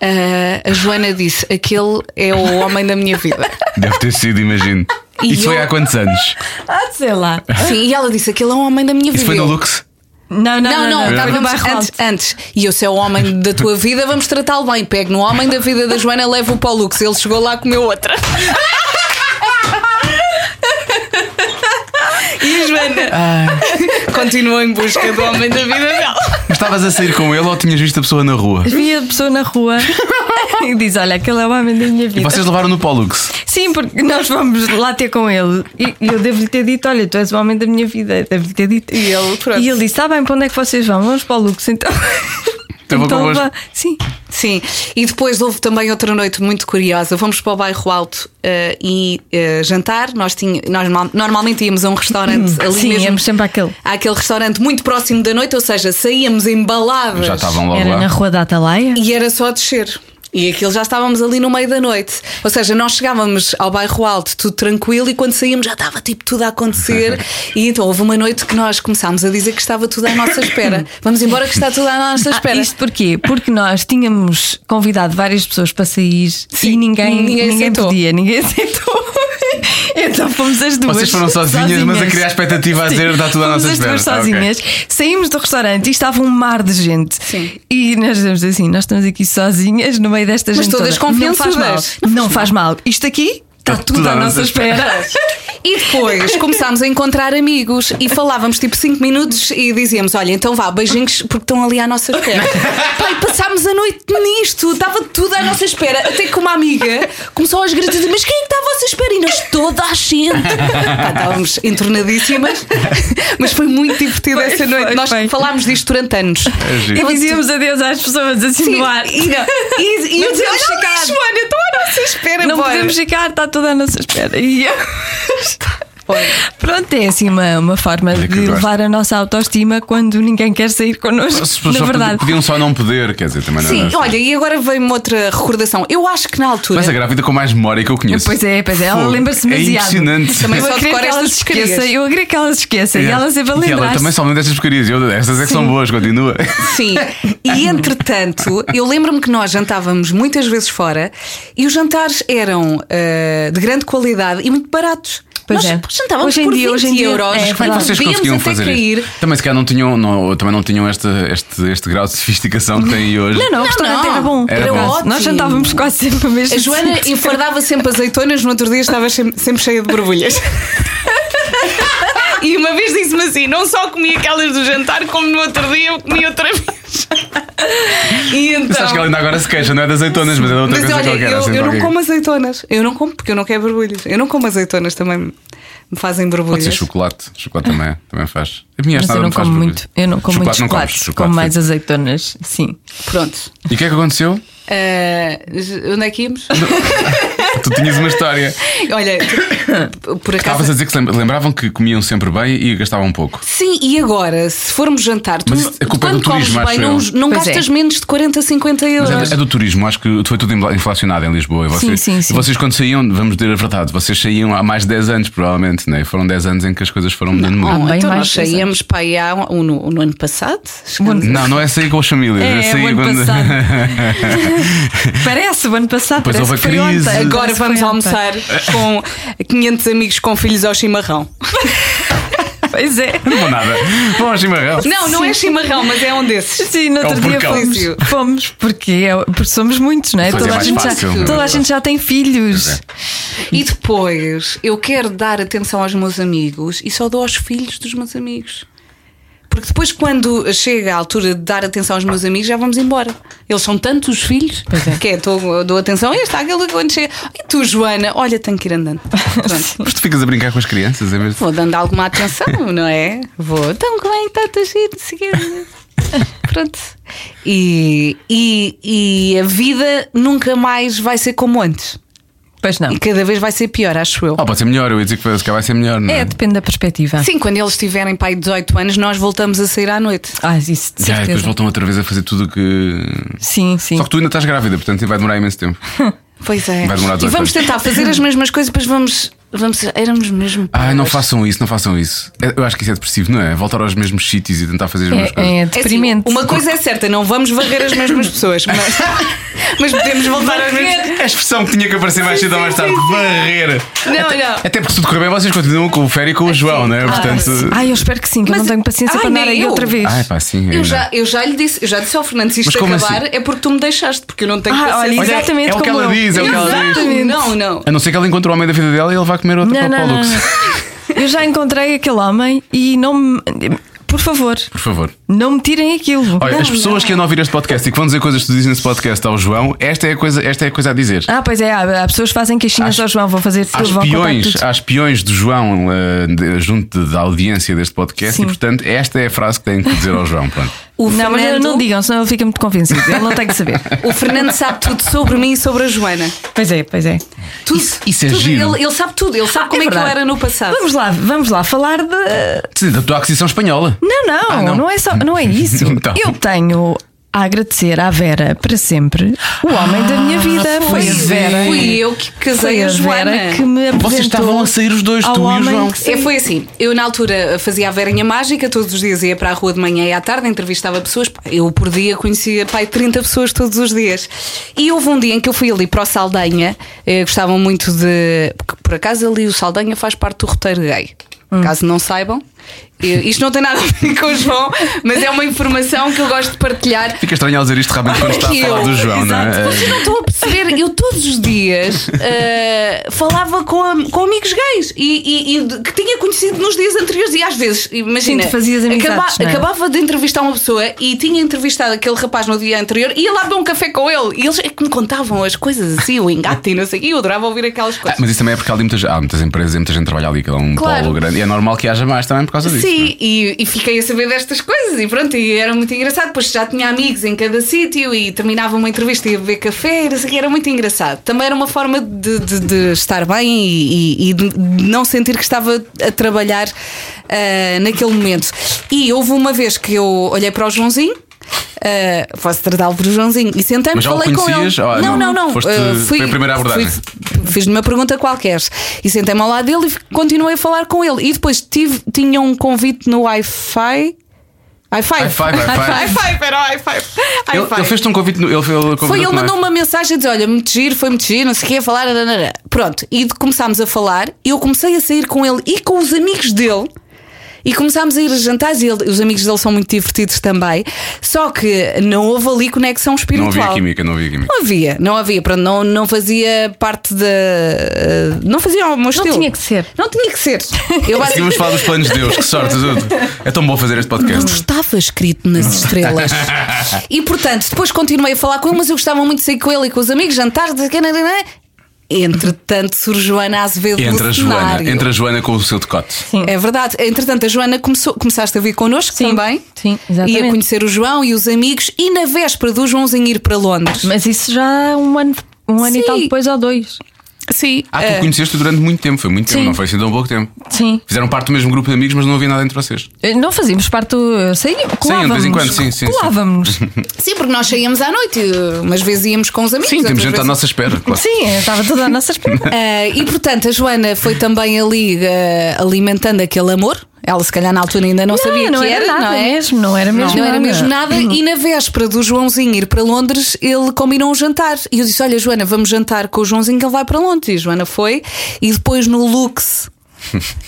Speaker 6: ah, a Joana disse: aquele é o homem da minha vida.
Speaker 1: Deve ter sido, imagino.
Speaker 6: E
Speaker 1: Isso foi
Speaker 6: eu-
Speaker 1: há quantos anos?
Speaker 2: Ah, sei lá.
Speaker 6: Sim, e ela disse: aquele é o homem da minha
Speaker 1: Isso
Speaker 6: vida.
Speaker 1: foi no
Speaker 6: Eu,
Speaker 1: Lux?
Speaker 2: Não, não,
Speaker 6: Não, Ah, não,
Speaker 2: não.
Speaker 6: estávamos
Speaker 2: estava bairro
Speaker 6: antes,
Speaker 2: alto.
Speaker 6: antes. E eu, se é o homem da tua vida, vamos tratá-lo bem. Pego no homem da vida da Joana, levo-o para o Lux. Ele chegou lá, comeu outra. E a Joana continua em busca do homem da vida dela.
Speaker 1: Mas estavas a sair com ele ou tinhas visto a pessoa na rua?
Speaker 2: Vi a pessoa na rua e diz: Olha, aquele é o homem da minha
Speaker 1: E
Speaker 2: vida.
Speaker 1: vocês levaram no Pollux.
Speaker 2: Sim, porque nós vamos lá ter com ele. E e eu devo-lhe ter dito: Olha, tu és o homem da minha vida. Devo-lhe ter dito.
Speaker 6: E ele, pronto.
Speaker 2: E ele disse: Está bem, para onde é que vocês vão? Vamos para o Lux, então.
Speaker 1: Então vou convosco.
Speaker 2: vá. Sim.
Speaker 6: Sim, e depois houve também outra noite muito curiosa. Fomos para o bairro Alto eh, e eh, jantar. Nós, tinha, nós mal- normalmente íamos a um restaurante ali
Speaker 2: Sim,
Speaker 6: mesmo.
Speaker 2: íamos sempre àquele.
Speaker 6: Àquele restaurante muito próximo da noite, ou seja, saíamos embaladas.
Speaker 1: Já estavam logo
Speaker 2: Era
Speaker 1: lá.
Speaker 2: na Rua da Atalaia.
Speaker 6: E era só descer. E aquilo já estávamos ali no meio da noite. Ou seja, nós chegávamos ao bairro alto, tudo tranquilo, e quando saímos já estava tipo tudo a acontecer. E então houve uma noite que nós começámos a dizer que estava tudo à nossa espera. Vamos embora que está tudo à nossa
Speaker 2: Ah,
Speaker 6: espera.
Speaker 2: isto porquê? Porque nós tínhamos convidado várias pessoas para sair e ninguém,
Speaker 6: ninguém
Speaker 2: ninguém,
Speaker 6: aceitou.
Speaker 2: podia, ninguém aceitou. Então fomos as duas.
Speaker 1: Vocês foram sozinhas, mas a criar expectativa a
Speaker 2: Sim.
Speaker 1: dizer, "Dá tudo à
Speaker 2: Fomos
Speaker 1: nossa
Speaker 2: as duas
Speaker 1: espera." Ah, ok.
Speaker 2: sozinhas, saímos do restaurante e estava um mar de gente.
Speaker 6: Sim.
Speaker 2: E nós dizemos assim: nós estamos aqui sozinhas no meio desta
Speaker 6: Mas
Speaker 2: gente.
Speaker 6: todas é?
Speaker 2: toda. Não faz mal.
Speaker 6: confiançudas.
Speaker 2: Não, faz mal. Isto aqui está
Speaker 1: Está
Speaker 2: tudo à nossa espera.
Speaker 6: E depois começámos a encontrar amigos e falávamos tipo 5 minutos e dizíamos: Olha, então vá, beijinhos, porque estão ali à nossa espera. Pai, passámos a noite nisto, estava tudo à nossa espera. Até que uma amiga começou aos gritos: Mas quem é que está à vossa espera? E nós, toda a gente. Pá, estávamos entornadíssimas, mas foi muito divertido
Speaker 2: Foi,
Speaker 6: essa noite.
Speaker 2: foi,
Speaker 6: nós
Speaker 2: foi.
Speaker 6: falámos disto durante anos.
Speaker 2: E
Speaker 1: É giro.
Speaker 2: dizíamos adeus às pessoas assim
Speaker 6: Sim,
Speaker 2: no ar.
Speaker 6: E, e, e,
Speaker 2: Não
Speaker 6: eu dizia,
Speaker 2: podemos
Speaker 6: "Olha ali,
Speaker 2: ficar."
Speaker 6: Joana, estão à nossa espera.
Speaker 2: Não
Speaker 6: bora."
Speaker 2: podemos ficar, está tudo à nossa espera. E eu- Pronto, é assim uma, uma forma
Speaker 1: Olha que
Speaker 2: de
Speaker 1: gosto.
Speaker 2: levar a nossa autoestima quando ninguém quer sair connosco.
Speaker 1: As pessoas
Speaker 2: Na
Speaker 1: só
Speaker 2: verdade.
Speaker 1: podiam só não poder, quer dizer, também não
Speaker 6: Sim,
Speaker 1: não-
Speaker 6: olha, e agora veio-me outra recordação. Eu acho que na altura.
Speaker 1: Mas a grávida com mais memória que eu conheço.
Speaker 2: Pois é, pois é, ela
Speaker 1: Fogo,
Speaker 2: lembra-se
Speaker 1: É
Speaker 2: demasiado.
Speaker 1: impressionante. É.
Speaker 6: Também
Speaker 2: eu
Speaker 6: só
Speaker 2: acredito
Speaker 6: decora
Speaker 2: que ela
Speaker 6: estas
Speaker 2: se esqueça,
Speaker 6: porcarias.
Speaker 2: eu acredito que ela se esqueça e ela sempre a
Speaker 1: E ela
Speaker 2: lembrar.
Speaker 1: também só me destas porcarias. Eu, estas é que são boas, continua.
Speaker 6: Sim. E entretanto, eu lembro-me que nós jantávamos muitas vezes fora e os jantares eram ah, de grande qualidade e muito baratos.
Speaker 2: Pois
Speaker 6: nós
Speaker 2: é.
Speaker 6: jantávamos
Speaker 2: Hoje em
Speaker 6: por
Speaker 2: dia-
Speaker 6: 20
Speaker 2: hoje em dia-
Speaker 6: euros.
Speaker 2: é,
Speaker 1: Como é que
Speaker 2: verdade.
Speaker 1: vocês
Speaker 6: Podíamos
Speaker 1: conseguiam
Speaker 6: até
Speaker 1: fazer
Speaker 6: cair.
Speaker 1: isto? Também se calhar não tinham, não, também não tinham este, este, este grau de sofisticação que têm hoje.
Speaker 2: Não, não, o restaurante
Speaker 6: não.
Speaker 2: era bom.
Speaker 1: Era
Speaker 2: por acaso.
Speaker 6: ótimo.
Speaker 2: Nós jantávamos quase sempre a mesma
Speaker 6: A Joana enfardava sempre azeitonas, no outro dia estava sem- sempre cheia de borbulhas. E uma vez disse-me assim: não só comi aquelas do jantar, como no outro dia eu comi outra vez. E então.
Speaker 1: Sabes que ela ainda agora se queixa, não é das azeitonas, mas é de outra
Speaker 6: Mas
Speaker 1: coisa
Speaker 6: olha,
Speaker 1: qualquer.
Speaker 6: eu,
Speaker 1: assim,
Speaker 6: eu não
Speaker 1: qualquer-
Speaker 6: como azeitonas. Eu não como porque eu não quero borbulhas. Eu não como azeitonas também. Me fazem
Speaker 1: Pode
Speaker 6: borbulhas.
Speaker 1: ser chocolate. Chocolate também, é, também faz. A minha
Speaker 2: Mas
Speaker 1: esta
Speaker 2: eu
Speaker 1: nada
Speaker 2: não
Speaker 1: me faz
Speaker 2: como
Speaker 1: barulho.
Speaker 2: muito, eu não como muito
Speaker 1: não comes,
Speaker 2: chocolate,
Speaker 1: chocolate
Speaker 2: como mais um.
Speaker 1: frito.
Speaker 2: azeitonas, sim.
Speaker 6: Pronto.
Speaker 1: E o que é que aconteceu?
Speaker 6: Eh, onde é que íamos?
Speaker 1: tu tinhas uma história.
Speaker 6: Olha, por acaso.
Speaker 1: Estavas a dizer que se lembra- lembravam que comiam sempre bem e gastavam um pouco.
Speaker 6: Sim, e agora, se formos jantar, tu,
Speaker 1: Mas isso- a culpa é
Speaker 6: quando
Speaker 1: do turismo,
Speaker 6: comes
Speaker 1: acho
Speaker 6: bem,
Speaker 1: eu.
Speaker 6: não, não
Speaker 2: Pois
Speaker 6: gastas
Speaker 2: é.
Speaker 6: menos de 40, 50 euros.
Speaker 1: Mas é, do turismo, acho que foi tudo inflacionado em Lisboa. E vocês,
Speaker 2: Sim, sim, sim.
Speaker 1: e vocês quando saíam, vamos dizer a verdade, vocês saíam há mais de 10 anos, provavelmente, né? foram 10 anos em que as coisas foram mudando
Speaker 6: Bom,
Speaker 1: muito.
Speaker 2: bem
Speaker 6: então
Speaker 2: mais
Speaker 6: nós
Speaker 2: coisa.
Speaker 6: saímos para aí há um- no, no ano passado. Chegamos-
Speaker 1: Não, não é sair com as famílias, é,
Speaker 6: É,
Speaker 1: sair
Speaker 6: o ano
Speaker 1: quando.
Speaker 6: passado.
Speaker 2: Parece, o ano passado,
Speaker 1: Depois
Speaker 2: parece
Speaker 1: houve
Speaker 2: que
Speaker 1: a
Speaker 2: foi
Speaker 1: crise.
Speaker 2: ontem. Parece
Speaker 6: Agora
Speaker 2: que
Speaker 6: vamos
Speaker 2: foi ontem.
Speaker 6: almoçar com 500 amigos com filhos ao chimarrão.
Speaker 2: Pois é.
Speaker 1: Não vou nada. Vão ao chimarrão.
Speaker 6: Não, não é chimarrão, mas é um desses.
Speaker 2: Sim, no
Speaker 1: É
Speaker 2: outro
Speaker 1: um
Speaker 2: dia
Speaker 1: porcão.
Speaker 2: fomos, fomos porque, é- porque somos muitos, não é?
Speaker 1: Pois é
Speaker 2: Toda, a,
Speaker 1: mais
Speaker 2: gente
Speaker 1: fácil, não
Speaker 2: já,
Speaker 1: é
Speaker 2: toda a
Speaker 1: verdade? é.
Speaker 2: gente já tem filhos.
Speaker 6: E depois eu quero dar atenção aos meus amigos e só dou aos filhos dos meus amigos. Porque depois, quando chega a altura de dar atenção aos meus amigos, já vamos embora. Eles são tantos os filhos que é, tô- dou atenção a este, àquele quando chega. E tu, Joana, olha, tenho que ir andando. Pronto.
Speaker 1: Mas tu ficas a brincar com as crianças, é mesmo?
Speaker 6: Vou dando alguma atenção, não é? Vou, tão como é que está a giro, não sei o quê. Pronto. E, e, e a vida nunca mais vai ser como antes.
Speaker 2: Pois não.
Speaker 6: E cada vez vai ser pior, acho eu.
Speaker 1: Oh, pode ser melhor, eu ia dizer que vai- que vai ser melhor, não é?
Speaker 2: É, depende da perspectiva.
Speaker 6: Sim, quando eles tiverem pai de 18 anos, nós voltamos a sair à noite.
Speaker 2: Ah, isso de
Speaker 1: Já, e depois
Speaker 2: certeza.
Speaker 1: voltam outra vez a fazer tudo o que.
Speaker 2: Sim, sim.
Speaker 1: Só que tu ainda estás grávida, portanto vai demorar imenso tempo.
Speaker 6: Pois é.
Speaker 1: Vai demorar 18
Speaker 6: e vamos
Speaker 1: anos.
Speaker 6: tentar fazer as mesmas coisas, depois vamos. vamos éramos mesmo.
Speaker 2: Ah,
Speaker 1: Ai, não
Speaker 6: pobres.
Speaker 1: façam isso, não façam isso. É- Eu acho que isso é depressivo, não é? Voltar aos mesmos sítios e tentar fazer as mesmas coisas.
Speaker 2: É, é
Speaker 6: É assim,
Speaker 2: deprimente.
Speaker 6: uma coisa é certa, não vamos varrer as mesmas pessoas, mas, mas podemos voltar às mesmas.
Speaker 1: É A expressão que tinha que aparecer mais cedo ou mais tarde, varrer.
Speaker 6: Não, não.
Speaker 1: Até porque se tudo correr bem, vocês continuam com o Fério e com o João, não é? Portanto.
Speaker 2: Ai, eu espero que sim, que eu
Speaker 6: Mas-
Speaker 2: não tenho paciência
Speaker 6: Ai,
Speaker 2: para andar
Speaker 6: nem
Speaker 2: aí
Speaker 6: eu.
Speaker 2: outra vez. Ah,
Speaker 1: Ai, pá, sim.
Speaker 6: Eu
Speaker 1: ainda.
Speaker 6: já, eu já lhe disse, eu já disse ao Fernando, se isto
Speaker 1: Mas como
Speaker 6: acabar
Speaker 1: assim?
Speaker 6: é porque tu me deixaste, porque eu não tenho
Speaker 2: Ah,
Speaker 6: paciência.
Speaker 2: olha, exatamente
Speaker 1: é o que
Speaker 2: como
Speaker 1: ela
Speaker 2: eu.
Speaker 1: diz, é o que ela diz.
Speaker 2: Exatamente.
Speaker 6: Não, não.
Speaker 1: A não ser que ela encontre o homem da vida dela e ele vai comer outra para
Speaker 2: Não, não,
Speaker 1: para o
Speaker 2: não.
Speaker 1: Lux.
Speaker 2: Eu já encontrei aquele homem e não me. Por favor,
Speaker 1: Por favor.
Speaker 2: não me tirem aquilo.
Speaker 1: Olha, as pessoas que andam a ouvir este podcast e que vão dizer coisas que tu dizes nesse podcast ao João, esta é a coisa, esta é a, coisa a dizer.
Speaker 2: Ah, pois é, há, há pessoas que fazem queixinhas
Speaker 1: Às-
Speaker 2: ao João, vão fazer tudo,
Speaker 1: Às
Speaker 2: vão contar
Speaker 1: peões,
Speaker 2: tudo.
Speaker 1: às peões do João eh, de- junto de- da audiência deste podcast
Speaker 2: Sim.
Speaker 1: e portanto esta é a frase que tenho que dizer ao João. Pronto.
Speaker 6: O
Speaker 2: Não, mas
Speaker 6: Fernando-
Speaker 2: não digam, senão ele fica muito convencido. Ele não tem que saber.
Speaker 6: O Fernando sabe tudo sobre mim e sobre a Joana.
Speaker 2: Pois é, pois é.
Speaker 6: Tudo,
Speaker 1: isso é
Speaker 6: tudo.
Speaker 1: giro.
Speaker 6: Ele, ele sabe tudo, ele sabe
Speaker 2: Ah,
Speaker 6: como é, que eu
Speaker 2: verdade.
Speaker 6: era no passado.
Speaker 2: Vamos lá, vamos lá falar de.
Speaker 1: Sim, da tua aquisição espanhola.
Speaker 2: Não, não,
Speaker 1: Ah, não.
Speaker 2: não. é só, não é isso.
Speaker 1: Então.
Speaker 2: Eu tenho a agradecer à Vera para sempre o homem da
Speaker 6: Ah,
Speaker 2: minha vida. Foi a
Speaker 1: pois é.
Speaker 2: Vera.
Speaker 6: Fui eu que casei
Speaker 2: Foi
Speaker 6: a,
Speaker 2: a
Speaker 6: Joana.
Speaker 2: Vera que me apresentou.
Speaker 1: Vocês estavam a sair os dois,
Speaker 2: ao
Speaker 1: tu e o
Speaker 2: homem
Speaker 1: João.
Speaker 2: que-
Speaker 6: É, foi assim, eu na altura fazia a verinha mágica, todos os dias ia para a rua de manhã e à tarde, entrevistava pessoas, Pá, eu por dia conhecia pai 30 pessoas todos os dias. E houve um dia em que eu fui ali para o Saldanha, eh, gostavam muito de. porque, Por acaso ali o Saldanha faz parte do roteiro gay,
Speaker 2: Hum.
Speaker 6: caso não saibam. Eu- Isto não tem nada a ver com o João, mas é uma informação que eu gosto de partilhar
Speaker 1: Fica estranho ao dizer isto realmente quando está a
Speaker 6: que
Speaker 1: falar
Speaker 6: eu.
Speaker 1: do João,
Speaker 6: Exato.
Speaker 1: não é?
Speaker 6: Vocês não estão a perceber. Eu todos os dias ah, falava com, am- com amigos gays e, e- e de- que tinha conhecido nos dias anteriores e às vezes, imagina,
Speaker 2: Sim, tu fazias amizades, não é?
Speaker 6: acabava de entrevistar uma pessoa e tinha entrevistado aquele rapaz no dia anterior e ia lá beber um café com ele e eles é que me contavam as coisas assim, o engate e não sei o quê. e Eu adorava ouvir aquelas
Speaker 1: Ah,
Speaker 6: coisas.
Speaker 1: mas isso também é porque há ali muitas, há muitas empresas e muita gente trabalha ali, que é um
Speaker 6: Claro.
Speaker 1: polo grande. E é normal que haja mais também por causa disso. não é?
Speaker 6: Sim, e, e fiquei a saber destas coisas e pronto, e era muito engraçado, pois já tinha amigos em cada sítio e terminava uma entrevista e ia beber café, e não sei o quê, era muito engraçado. Também era uma forma de, de- de estar bem e, e- e de não sentir que estava a trabalhar ah, naquele momento. E houve uma vez que eu olhei para o Joãozinho. ah, posso tratá-lo por Joãozinho e sentei-me
Speaker 1: Mas já o
Speaker 6: falei com ele.
Speaker 1: conhecias? Ah,
Speaker 6: não,
Speaker 1: não.
Speaker 6: não, não.
Speaker 1: Foste-
Speaker 6: Ah,
Speaker 1: foi a primeira abordagem.
Speaker 6: fui- fiz-lhe uma pergunta qualquer e sentei-me ao lado dele e f- continuei a falar com ele. E depois tive, tinha um convite no Wi-Fi.
Speaker 1: Hi-Fi,
Speaker 6: Wi-Fi.
Speaker 1: Hi-Fi.
Speaker 6: Hi-Fi, era Wi-Fi.
Speaker 1: Ele,
Speaker 6: Hi-Fi.
Speaker 1: ele fez-te um convite. no- Ele, ele,
Speaker 6: Foi,
Speaker 1: convidou-te,
Speaker 6: ele
Speaker 1: não é?
Speaker 6: mandou uma mensagem a dizer: Olha, muito giro, foi muito giro, não sei o quê, a falar. nananã. Pronto, e de- começámos a falar. E eu comecei a sair com ele e com os amigos dele. E começámos a ir a jantares. E ele- os amigos dele são muito divertidos também. Só que não houve ali conexão
Speaker 1: Não
Speaker 6: espiritual.
Speaker 1: havia química, não havia química.
Speaker 6: Não havia, não havia, pronto, não, não fazia parte da. eh, Não fazia ao meu estilo.
Speaker 2: tinha que ser.
Speaker 6: Não tinha que ser. Eu
Speaker 1: Assim vamos falar dos planos de Deus, que sorte. Azuto. É tão bom fazer este podcast.
Speaker 6: estava escrito nas estrelas. e portanto, depois continuei a falar com ele, mas eu gostava muito de sair com ele e com os amigos, jantar, de- entretanto surge Joana Azevedo
Speaker 1: Entra
Speaker 6: no
Speaker 1: a Joana,
Speaker 6: cenário.
Speaker 1: entra a Joana com o seu decote.
Speaker 6: É verdade. Entretanto, a Joana começou, começaste a vir connosco
Speaker 2: Sim,
Speaker 6: também.
Speaker 2: sim,
Speaker 6: E a
Speaker 2: exatamente.
Speaker 6: conhecer o João e os amigos. E na véspera do Joãozinho ir para Londres.
Speaker 2: Mas isso já é um ano, um ano
Speaker 6: Sim.
Speaker 2: e tal depois ou dois.
Speaker 6: Sim.
Speaker 1: Ah, tu
Speaker 6: eh,
Speaker 1: conheceste durante muito tempo, foi muito tempo,
Speaker 2: Sim.
Speaker 1: não foi assim tão pouco tempo.
Speaker 2: Sim. Eh,
Speaker 1: Fizeram parte do mesmo grupo de amigos, mas não havia nada entre vocês.
Speaker 2: Não fazíamos parte do. Saíamos,
Speaker 1: de vez em quando,
Speaker 2: colávamos.
Speaker 1: sim, sim, sim.
Speaker 2: Colávamos.
Speaker 6: Sim, porque nós saíamos à noite, eh, umas vezes íamos com os amigos.
Speaker 1: Sim, temos
Speaker 6: outras
Speaker 1: gente à
Speaker 6: vezes-
Speaker 1: nossa espera, claro.
Speaker 2: Sim, é, estava toda a nossa espera.
Speaker 6: Eh, e portanto, a Joana foi também ali eh, alimentando aquele amor. Ela, se calhar, na altura ainda não, sabia
Speaker 2: não
Speaker 6: que
Speaker 2: era,
Speaker 6: era,
Speaker 2: nada
Speaker 6: não é?
Speaker 2: mesmo, não era mesmo
Speaker 6: Não, era
Speaker 2: nada. Uhum.
Speaker 6: mesmo nada. E na véspera do Joãozinho ir para Londres, ele combinou um jantar. E eu disse: Olha, Joana, vamos jantar com o Joãozinho que ele vai para Londres. E a Joana foi. E depois no Lux.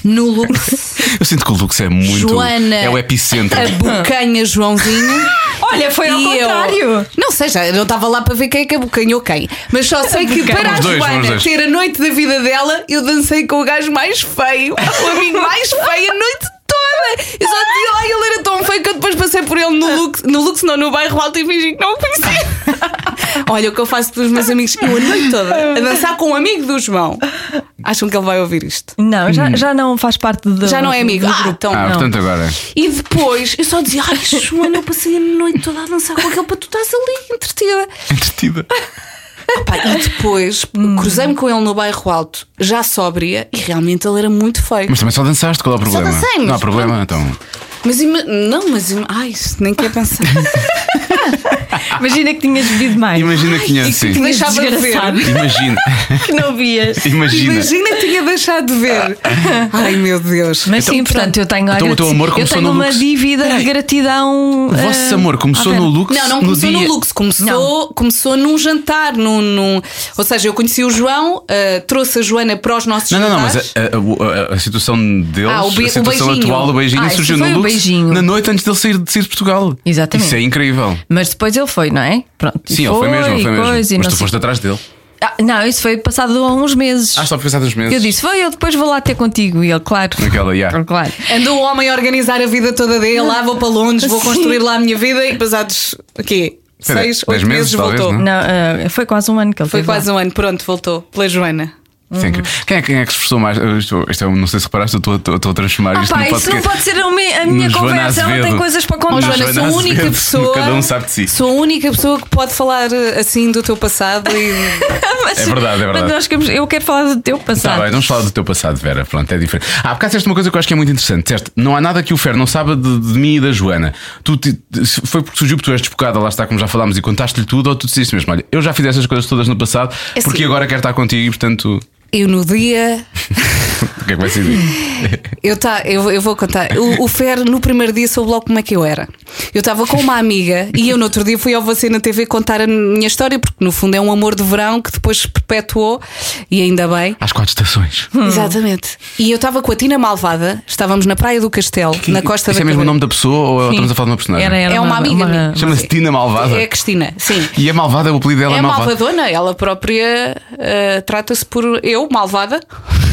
Speaker 6: No Lux.
Speaker 1: Eu sinto que o Lux é muito.
Speaker 6: Joana.
Speaker 1: É o epicentro.
Speaker 6: A bocanha Joãozinho.
Speaker 2: Olha, foi ao
Speaker 6: E eu-
Speaker 2: contrário.
Speaker 6: Não sei, já eu não estava lá para ver quem é que abocanhou quem. Mas só sei que para a
Speaker 1: Vamos dois, vamos
Speaker 6: Joana
Speaker 1: dois.
Speaker 6: ter a noite da vida dela, eu dancei com o gajo mais feio, o amigo mais feio a noite toda. Eu só dizia lá, ele era tão feio que eu depois passei por ele no Lux, no Lux não, no bairro alto e fingi que não o conhecia. Olha o que eu faço pelos meus amigos, eu a noite toda a dançar com um amigo do João. Acham que ele vai ouvir isto?
Speaker 2: Não,
Speaker 1: Hum.
Speaker 2: já, já não faz parte do.
Speaker 6: Já não é amigo.
Speaker 2: do
Speaker 6: Ah,
Speaker 2: grupo.
Speaker 6: então
Speaker 1: Ah,
Speaker 2: não.
Speaker 1: portanto agora.
Speaker 6: e depois eu só dizia: Ai, Joana, eu passei a noite toda a dançar com aquele para tu estás ali entretida.
Speaker 1: É Entretida.
Speaker 6: Pá, e depois cruzei-me com ele no bairro alto, já sóbria, e realmente ele era muito feio.
Speaker 1: Mas também só dançaste, qual é o problema?
Speaker 6: dancei, mas
Speaker 1: não há problema, então.
Speaker 6: Mas ima- não, mas ima- ai, isso nem quer pensar.
Speaker 2: Imagina que tinhas bebido mais.
Speaker 1: Imagina que tinha
Speaker 6: e que-
Speaker 1: assim.
Speaker 6: que deixava de ver.
Speaker 2: Desgraçado,
Speaker 1: Imagina.
Speaker 2: que não vias.
Speaker 1: Imagina.
Speaker 6: Imagina que tinha deixado de ver. Ai meu Deus.
Speaker 2: Mas sim, portanto, eu tenho
Speaker 1: Então o teu
Speaker 2: agradeci-
Speaker 1: amor
Speaker 2: Eu
Speaker 1: começou
Speaker 2: tenho
Speaker 1: no
Speaker 2: uma
Speaker 1: Lux.
Speaker 2: dívida de gratidão.
Speaker 1: O vosso
Speaker 2: ah,
Speaker 1: amor começou
Speaker 2: à
Speaker 1: no
Speaker 2: Vera.
Speaker 1: Lux.
Speaker 6: Não, não
Speaker 1: no
Speaker 6: começou no,
Speaker 1: dia...
Speaker 6: Lux, começou, começou num jantar. Num, num- Ou seja, eu conheci o João, ah, trouxe a Joana para os nossos
Speaker 1: Não, não, não, mas
Speaker 6: jantares.
Speaker 1: a, a- a- a situação deles,
Speaker 6: Ah, o be-
Speaker 1: a
Speaker 6: o
Speaker 1: situação
Speaker 6: beijinho.
Speaker 1: atual do beijinho
Speaker 2: Ah, isso
Speaker 1: surgiu no
Speaker 2: foi o
Speaker 1: Lux
Speaker 2: beijinho.
Speaker 1: na noite antes dele sair de, sair de Portugal.
Speaker 2: Exatamente.
Speaker 1: Isso é incrível.
Speaker 2: Mas depois ele foi, não é? Pronto. e
Speaker 1: Sim, ele foi mesmo, ele
Speaker 2: e
Speaker 1: foi
Speaker 2: coisa, e
Speaker 1: mesmo. Mas tu
Speaker 2: não sei-
Speaker 1: foste atrás dele.
Speaker 2: Ah, não, isso foi passado há uns meses.
Speaker 1: Ah, só por pensar dos meses.
Speaker 2: Eu disse, foi, eu depois vou lá ter contigo. E ele, claro.
Speaker 1: Naquela, yeah.
Speaker 2: Claro.
Speaker 6: Andou o homem a organizar a vida toda dele, lá vou para Londres, vou
Speaker 2: Sim.
Speaker 6: construir lá a minha vida e passados o quê?
Speaker 1: Espera,
Speaker 6: Seis,
Speaker 1: dez meses,
Speaker 6: oito meses,
Speaker 1: talvez,
Speaker 6: voltou.
Speaker 1: não?
Speaker 2: Não, ah, foi quase um ano que ele
Speaker 6: Foi
Speaker 2: teve lá.
Speaker 6: quase um ano, pronto, voltou. Pela Joana.
Speaker 1: Isso é
Speaker 2: Uhum.
Speaker 1: incrível. Quem, é, quem é que se esforçou mais? Eu estou- isto é um- não sei se reparaste, eu estou- estou estou a transformar
Speaker 2: Ah,
Speaker 1: isto
Speaker 2: pá,
Speaker 1: no
Speaker 2: isso não
Speaker 1: podcast.
Speaker 2: pode ser a, mi- a minha
Speaker 1: No Joana
Speaker 2: conversa. Ela tem
Speaker 1: Azevedo.
Speaker 2: coisas para
Speaker 1: Oh,
Speaker 2: contar.
Speaker 1: Joana,
Speaker 6: Joana, sou a
Speaker 1: Azevedo,
Speaker 6: única pessoa.
Speaker 1: cada um sabe de si.
Speaker 6: Sou a única pessoa que pode falar assim do teu passado e.
Speaker 2: Mas-
Speaker 1: É verdade, é verdade.
Speaker 2: mas nós queremos- eu quero falar do teu
Speaker 1: Tá
Speaker 2: passado.
Speaker 1: bem, vamos falar do teu passado, Vera. Pronto, é diferente. Ah, porque disseste uma coisa que eu acho que é muito interessante. Disseste, não há nada que o Fer não saiba de, de mim e da Joana. Tu te- te- se foi porque surgiu que tu és despocada, lá está, como já falámos, e contaste-lhe tudo, ou tu disseste mesmo: olha, eu já fiz essas coisas todas no passado,
Speaker 6: É
Speaker 1: porque
Speaker 6: sim.
Speaker 1: agora quero estar contigo e portanto.
Speaker 6: Eu no dia.
Speaker 1: O que é que vai ser dito?
Speaker 6: Eu, tá, eu, eu vou contar. O, o Fer, no primeiro dia, soube logo como é que eu era. Eu estava com uma amiga e eu, no outro dia, fui ao Você na TV contar a minha história, porque no fundo é um amor de verão que depois se perpetuou e ainda bem.
Speaker 1: Às quatro estações.
Speaker 6: Hum. Exatamente. E eu estava com a Tina Malvada, estávamos na Praia do Castelo, na Costa
Speaker 1: Isso
Speaker 6: da
Speaker 1: é mesmo o
Speaker 6: Cabana.
Speaker 1: nome da pessoa ou
Speaker 2: Sim.
Speaker 1: estamos a falar de uma personagem?
Speaker 2: Era ela,
Speaker 6: É uma amiga minha.
Speaker 1: Chama-se Tina Malvada.
Speaker 6: É a Cristina, sim.
Speaker 1: E a malvada, o apelido dela
Speaker 6: É
Speaker 1: é malvada.
Speaker 6: malvadona, ela própria eh, trata-se por eu, malvada.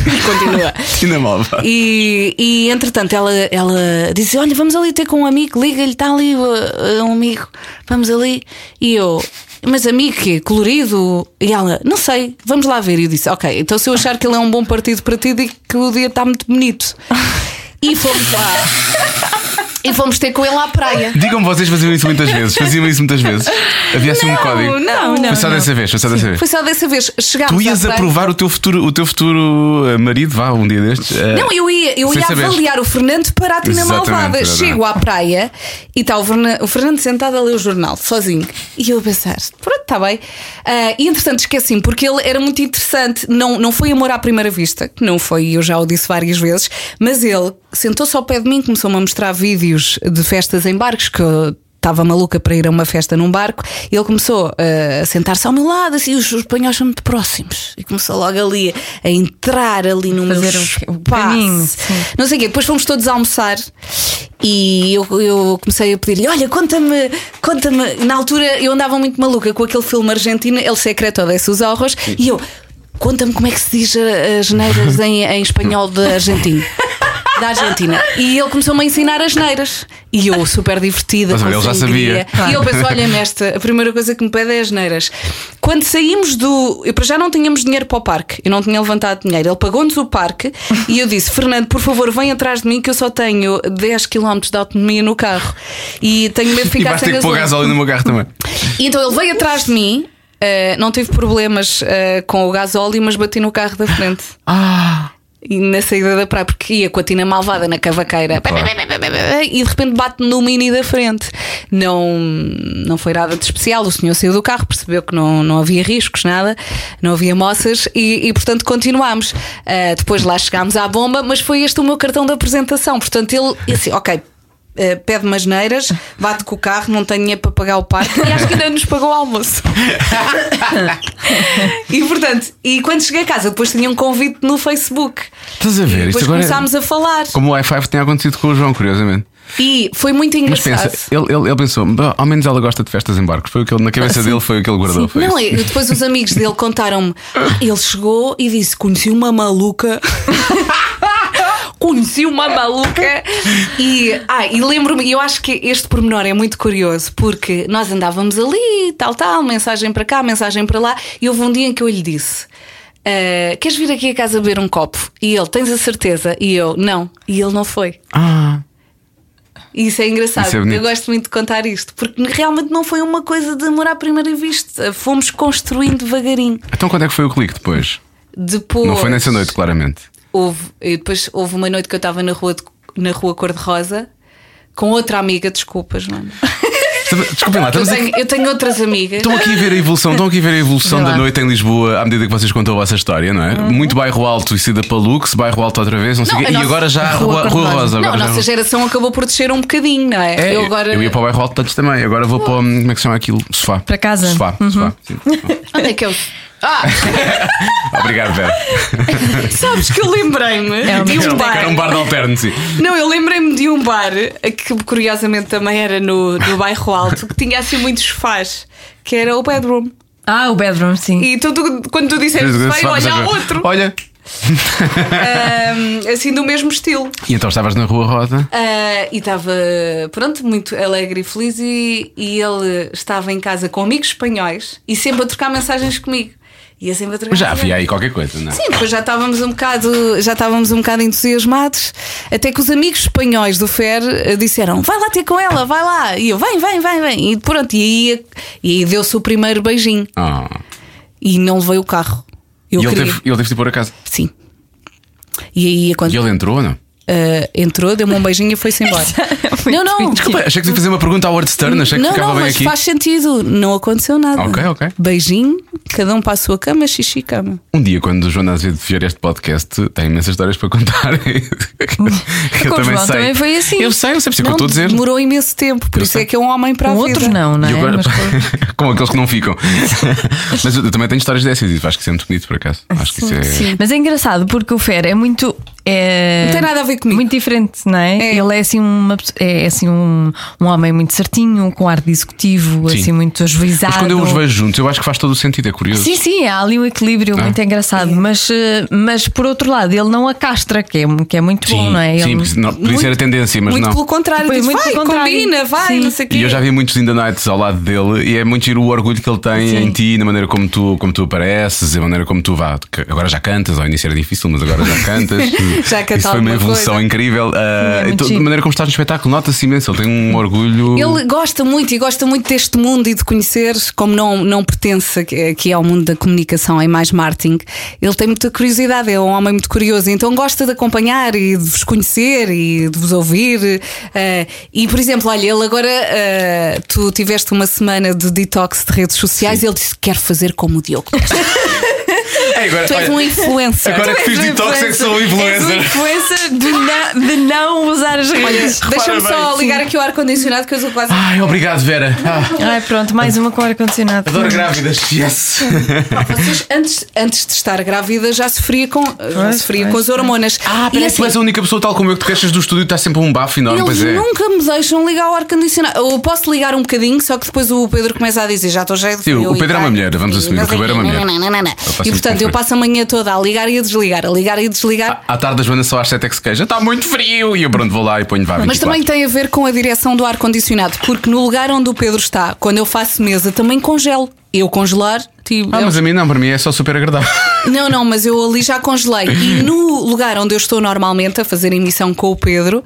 Speaker 6: E Continua.
Speaker 1: Tina é Malvada.
Speaker 6: E, e, entretanto ela, ela disse: Olha, vamos ali ter com um amigo, liga-lhe, está ali uh, um amigo, vamos ali. E eu, mas amigo que colorido? E ela, não sei, vamos lá ver. E eu disse: Ok, então se eu achar que ele é um bom partido para ti, digo que o dia está muito bonito. E fomos lá. E fomos ter com ele à praia.
Speaker 1: Digam-me vocês faziam isso muitas vezes. Faziam isso muitas vezes. Havia assim um código.
Speaker 6: não,
Speaker 1: Foi
Speaker 6: não,
Speaker 1: só
Speaker 2: não.
Speaker 1: dessa vez, foi só dessa vez.
Speaker 6: Foi só dessa vez. Chegámos
Speaker 1: Tu ias
Speaker 6: à praia.
Speaker 1: aprovar o teu futuro, o teu futuro eh, marido, vá, um dia destes. eh,
Speaker 6: Não, eu ia, eu
Speaker 1: sem
Speaker 6: ia
Speaker 1: saber.
Speaker 6: avaliar o Fernando para a Tina
Speaker 1: Exatamente,
Speaker 6: Malvada.
Speaker 1: verdade.
Speaker 6: Chego à praia e está o, Verna- o Fernando sentado a ler o jornal, sozinho. E eu a pensar, pronto, está bem. Ah, e entretanto esqueci-me, porque ele era muito interessante. Não, não foi amor à primeira vista, que não foi, eu já o disse várias vezes, mas ele sentou-se ao pé de mim, começou-me a mostrar vídeos de festas em barcos que eu estava maluca para ir a uma festa num barco e ele começou eh, a sentar-se ao meu lado assim, os os espanhóis são muito próximos e começou logo ali a entrar ali no meu
Speaker 2: Fazer o- o caminho,
Speaker 6: espaço
Speaker 2: sim.
Speaker 6: não sei o quê. Depois fomos todos a almoçar e eu, eu comecei a pedir-lhe: Olha, conta-me, conta-me. Na altura eu andava muito maluca com aquele filme argentino, El Secreto de Sus Horros, e eu: Conta-me como é que se diz a- as neiras em, em espanhol da Argentina. Da Argentina. E ele começou-me a ensinar as neiras. E eu, super divertida.
Speaker 1: Mas,
Speaker 6: com
Speaker 1: olha, ele já
Speaker 6: sangria.
Speaker 1: sabia.
Speaker 6: E ele pensou: olha, nesta, a primeira coisa que me pede é as neiras. Quando saímos do. Eu para já não tínhamos dinheiro para o parque. Eu não tinha levantado dinheiro. Ele pagou-nos o parque e eu disse: Fernando, por favor, vem atrás de mim que eu só tenho 10 km de autonomia no carro. E tenho medo de
Speaker 1: e
Speaker 6: ficar
Speaker 1: vais
Speaker 6: sem
Speaker 1: ter que pôr
Speaker 6: gasolina.
Speaker 1: gasóleo no meu carro também.
Speaker 6: E então ele veio atrás de mim. Uh, não tive problemas uh, com o gasóleo, mas bati no carro da frente.
Speaker 1: Ah!
Speaker 6: E na saída da praia, porque ia com a tina malvada na cavaqueira
Speaker 1: Claro.
Speaker 6: e de repente bate no mini da frente. Não, não foi nada de especial. O senhor saiu do carro, percebeu que não, não havia riscos, nada, não havia moças e, e, portanto continuámos. Ah, depois lá chegámos à bomba, mas foi este o meu cartão de apresentação. Portanto, ele assim, ok. ah, pede umas neiras, bate com o carro, não tem dinheiro para pagar o parque e acho que ainda nos pagou o almoço. e portanto, e quando cheguei a casa, depois tinha um convite no Facebook.
Speaker 1: Estás a ver?
Speaker 6: E
Speaker 1: Isto
Speaker 6: depois
Speaker 1: agora é-
Speaker 6: começámos a falar.
Speaker 1: Como o i5 tem acontecido com o João, curiosamente.
Speaker 6: E foi muito
Speaker 1: Mas
Speaker 6: engraçado.
Speaker 1: pensa, ele, ele, ele pensou, "Bah, ao menos ela gosta de festas em barcos. Foi o que ele, na cabeça dele foi o que ele guardou. Foi
Speaker 6: Ah, Não,
Speaker 1: isso.
Speaker 6: e depois os amigos dele contaram-me. "Ah, Ele chegou e disse: Conheci uma maluca. Conheci uma maluca e, ah, e lembro-me, eu acho que este pormenor é muito curioso porque nós andávamos ali, tal, tal, mensagem para cá, mensagem para lá, e houve um dia em que eu lhe disse: "Ah, Queres vir aqui a casa beber um copo? E ele: Tens a certeza? E eu: Não. E ele não foi.
Speaker 1: Ah,
Speaker 6: E Isso é engraçado.
Speaker 1: Isso é bonito.
Speaker 6: eu gosto muito de contar isto, porque realmente não foi uma coisa de amor à primeira vista. Fomos construindo devagarinho.
Speaker 1: então quando é que foi o clique depois?
Speaker 6: Depois
Speaker 1: Não foi nessa noite, claramente.
Speaker 6: Houve, e depois houve uma noite que eu estava na rua, de- na rua cor-de-rosa com outra amiga, desculpas, não. é?
Speaker 1: Desculpem lá,
Speaker 6: Eu
Speaker 1: Ah, estamos aqui.
Speaker 6: tenho, eu tenho outras amigas.
Speaker 1: Estão aqui a ver a evolução, estão aqui a ver a evolução
Speaker 2: Vê lá.
Speaker 1: da noite em Lisboa à medida que vocês contam a vossa história, não é? Muito bairro alto e saída para Lux, bairro alto outra vez, não sei
Speaker 6: Uhum. Não,
Speaker 1: o quê.
Speaker 6: a
Speaker 1: E
Speaker 6: nossa-
Speaker 1: agora já a
Speaker 2: Rua
Speaker 1: Rua, Rua
Speaker 2: Cor-de-Rosa.
Speaker 1: Rosa.
Speaker 6: não,
Speaker 1: agora
Speaker 6: a
Speaker 1: já
Speaker 6: nossa
Speaker 1: Rua-
Speaker 6: geração acabou por descer um bocadinho, não é?
Speaker 1: É,
Speaker 6: eu agora.
Speaker 1: eu ia para o bairro alto antes também, agora vou para. hum, Como é que se chama aquilo? Sofá.
Speaker 2: Para casa?
Speaker 1: Sofá.
Speaker 6: Uhum.
Speaker 1: sofá. Sim.
Speaker 6: Onde é que eu. Ah,
Speaker 1: Obrigado, Vera.
Speaker 6: sabes que eu lembrei-me
Speaker 2: É uma
Speaker 6: de
Speaker 1: Era
Speaker 6: um bar.
Speaker 1: era um bar de alterno, sim.
Speaker 6: Não, eu lembrei-me de um bar que curiosamente também era no, no bairro Alto, que tinha assim muitos faz, que era o bedroom.
Speaker 2: Ah, o bedroom, sim.
Speaker 6: E tu- tu- quando tu disseste vai
Speaker 1: Sofá,
Speaker 6: olhar
Speaker 1: mas-
Speaker 6: outro,
Speaker 1: Olha.
Speaker 6: ahm, assim do mesmo estilo.
Speaker 1: E então estavas na Rua Rosa.
Speaker 6: Ah, e estava, pronto, muito alegre e feliz. E, e ele estava em casa com amigos espanhóis e sempre a trocar mensagens comigo. Ia sempre a trocar
Speaker 1: Já
Speaker 6: mensagens.
Speaker 1: havia aí qualquer coisa, não é?
Speaker 6: Sim, pois já estávamos um bocado, já estávamos um bocado entusiasmados, até que os amigos espanhóis do Fer eh, disseram: "Vai lá ter com ela, vai lá". E eu: "Vem, vem, vem, vem". E pronto, e aí, e aí deu-se o primeiro beijinho
Speaker 1: Ah.
Speaker 6: e não levei o carro. Eu
Speaker 1: E ele
Speaker 6: queria.
Speaker 1: teve, ele teve de ir pôr a casa.
Speaker 6: Sim. E aí quando
Speaker 1: E ele entrou ou não?
Speaker 6: eh, entrou, deu-me um beijinho e foi-se embora.
Speaker 1: é
Speaker 6: não, não. tipo,
Speaker 1: Desculpa, achei que tu ia fazer uma pergunta ao Howard Stern, achei que
Speaker 6: Não,
Speaker 1: ficava
Speaker 6: não,
Speaker 1: bem
Speaker 6: mas
Speaker 1: aqui.
Speaker 6: faz sentido, não aconteceu nada.
Speaker 1: Ok, ok.
Speaker 6: Beijinho, cada um para a sua cama, xixi, cama.
Speaker 1: Um dia, quando o João Azevedo vier este podcast, tem imensas histórias para contar. eu
Speaker 2: Com o João também foi assim.
Speaker 1: Eu sei, eu sei, por isso é que eu
Speaker 6: Não,
Speaker 1: estou a dizer.
Speaker 6: Demorou imenso tempo, por
Speaker 1: Eu
Speaker 6: isso
Speaker 1: sei.
Speaker 6: é que é um homem para
Speaker 2: Com
Speaker 6: a vida.
Speaker 2: outros não, não
Speaker 1: E
Speaker 2: é?
Speaker 1: agora-
Speaker 2: Mas com-
Speaker 1: com aqueles que não ficam. Mas eu, eu também tenho histórias dessas e acho que isso é muito bonito, por acaso. Acho que isso é.
Speaker 2: Sim. Mas é engraçado porque o Fer é muito. é-
Speaker 6: Não tem nada a ver comigo.
Speaker 2: Muito diferente, não é?
Speaker 6: É.
Speaker 2: Ele é assim, uma, pessoa- é assim um, um homem muito certinho, com ar de executivo,
Speaker 1: Sim.
Speaker 2: assim muito ajuizado.
Speaker 1: Mas quando eu os vejo Ah. juntos, eu acho que faz todo o sentido, é curioso.
Speaker 2: Sim, sim, há ali um equilíbrio muito
Speaker 6: É.
Speaker 2: engraçado, mas, eh, mas por outro lado, ele não a castra, que é, que é muito bom,
Speaker 1: sim,
Speaker 2: não é? Ele-
Speaker 1: sim, porque não- podia ser a tendência, mas
Speaker 6: muito
Speaker 1: não.
Speaker 6: pelo contrário,
Speaker 2: Pois,
Speaker 6: diz,
Speaker 2: muito
Speaker 6: vai,
Speaker 2: pelo contrário.
Speaker 6: combina, vai,
Speaker 2: Sim.
Speaker 6: não sei o quê.
Speaker 1: E eu já vi muitos In the Nights ao lado dele e é muito giro o orgulho que ele tem em ti, na maneira como tu, como tu apareces, a maneira como tu vá. que Agora já cantas, ao início era difícil, mas agora já cantas.
Speaker 6: Já cantava
Speaker 1: Isso foi uma
Speaker 6: alguma
Speaker 1: evolução
Speaker 6: coisa.
Speaker 1: incrível. Ah,
Speaker 2: é muito
Speaker 1: e tu-
Speaker 2: giro.
Speaker 1: da maneira como estás no espetáculo, nota-se imenso, ele tem um orgulho.
Speaker 6: Ele gosta muito e gosta muito deste mundo e de conhecer, como não, não pertence aqui aqui é ao mundo da comunicação, é mais marketing. Ele tem muita curiosidade, é um homem muito curioso, então gosta de acompanhar e de vos conhecer e de vos ouvir. eh, e, por exemplo, olha, ele agora, eh, tu tiveste uma semana de detox de redes sociais e ele disse: Quero fazer como o Diogo.
Speaker 1: É, agora,
Speaker 6: Tu és
Speaker 1: olha,
Speaker 6: um influencer. um
Speaker 1: Agora que fiz detox é que sou influencer.
Speaker 2: És um influencer de, na- de não usar as
Speaker 6: Olha,
Speaker 2: redes.
Speaker 6: deixa-me só ligar aqui o ar-condicionado que eu sou quase.
Speaker 1: Ai, obrigado, Vera. Ah,
Speaker 2: Ai, pronto, mais uma com ar-condicionado.
Speaker 1: adoro grávidas. Yes.
Speaker 6: Pá, vocês, antes, antes de estar grávida, já sofria com, eh, já
Speaker 2: Pois,
Speaker 6: sofria
Speaker 2: pois,
Speaker 6: com as hormonas.
Speaker 1: Ah,
Speaker 6: e
Speaker 1: parece
Speaker 6: assim-
Speaker 1: que tu és a única pessoa tal como eu que te queixas do estúdio e está sempre um bafo enorme,
Speaker 6: eles
Speaker 1: pois é.
Speaker 6: nunca me deixam ligar o ar-condicionado. Eu posso ligar um bocadinho, só que depois o Pedro começa a dizer: Já estou cheio de
Speaker 1: Sim, o
Speaker 6: frio e
Speaker 1: Pedro é
Speaker 6: tal."
Speaker 1: uma mulher, vamos
Speaker 6: E
Speaker 1: assumir,
Speaker 6: não
Speaker 1: o
Speaker 6: sei
Speaker 1: Ribeiro é
Speaker 6: quê.
Speaker 1: uma mulher.
Speaker 6: Não, não, não, não.
Speaker 1: passa
Speaker 6: E
Speaker 1: muito
Speaker 6: portanto,
Speaker 1: com
Speaker 6: eu passo a manhã toda a ligar e a desligar, a ligar e a desligar.
Speaker 1: À tarde a Joana só às 7 é que se queixa, está muito frio e eu pronto vou lá e ponho vá 24.
Speaker 6: Mas também tem a ver com a direção do ar-condicionado, porque no lugar onde o Pedro está, quando eu faço mesa, também congelo. Eu congelar, tipo.
Speaker 1: Ah,
Speaker 6: é
Speaker 1: mas a mim não, para mim é só super agradável.
Speaker 6: Não, não, mas eu ali já congelei. E no lugar onde eu estou normalmente a fazer emissão com o Pedro,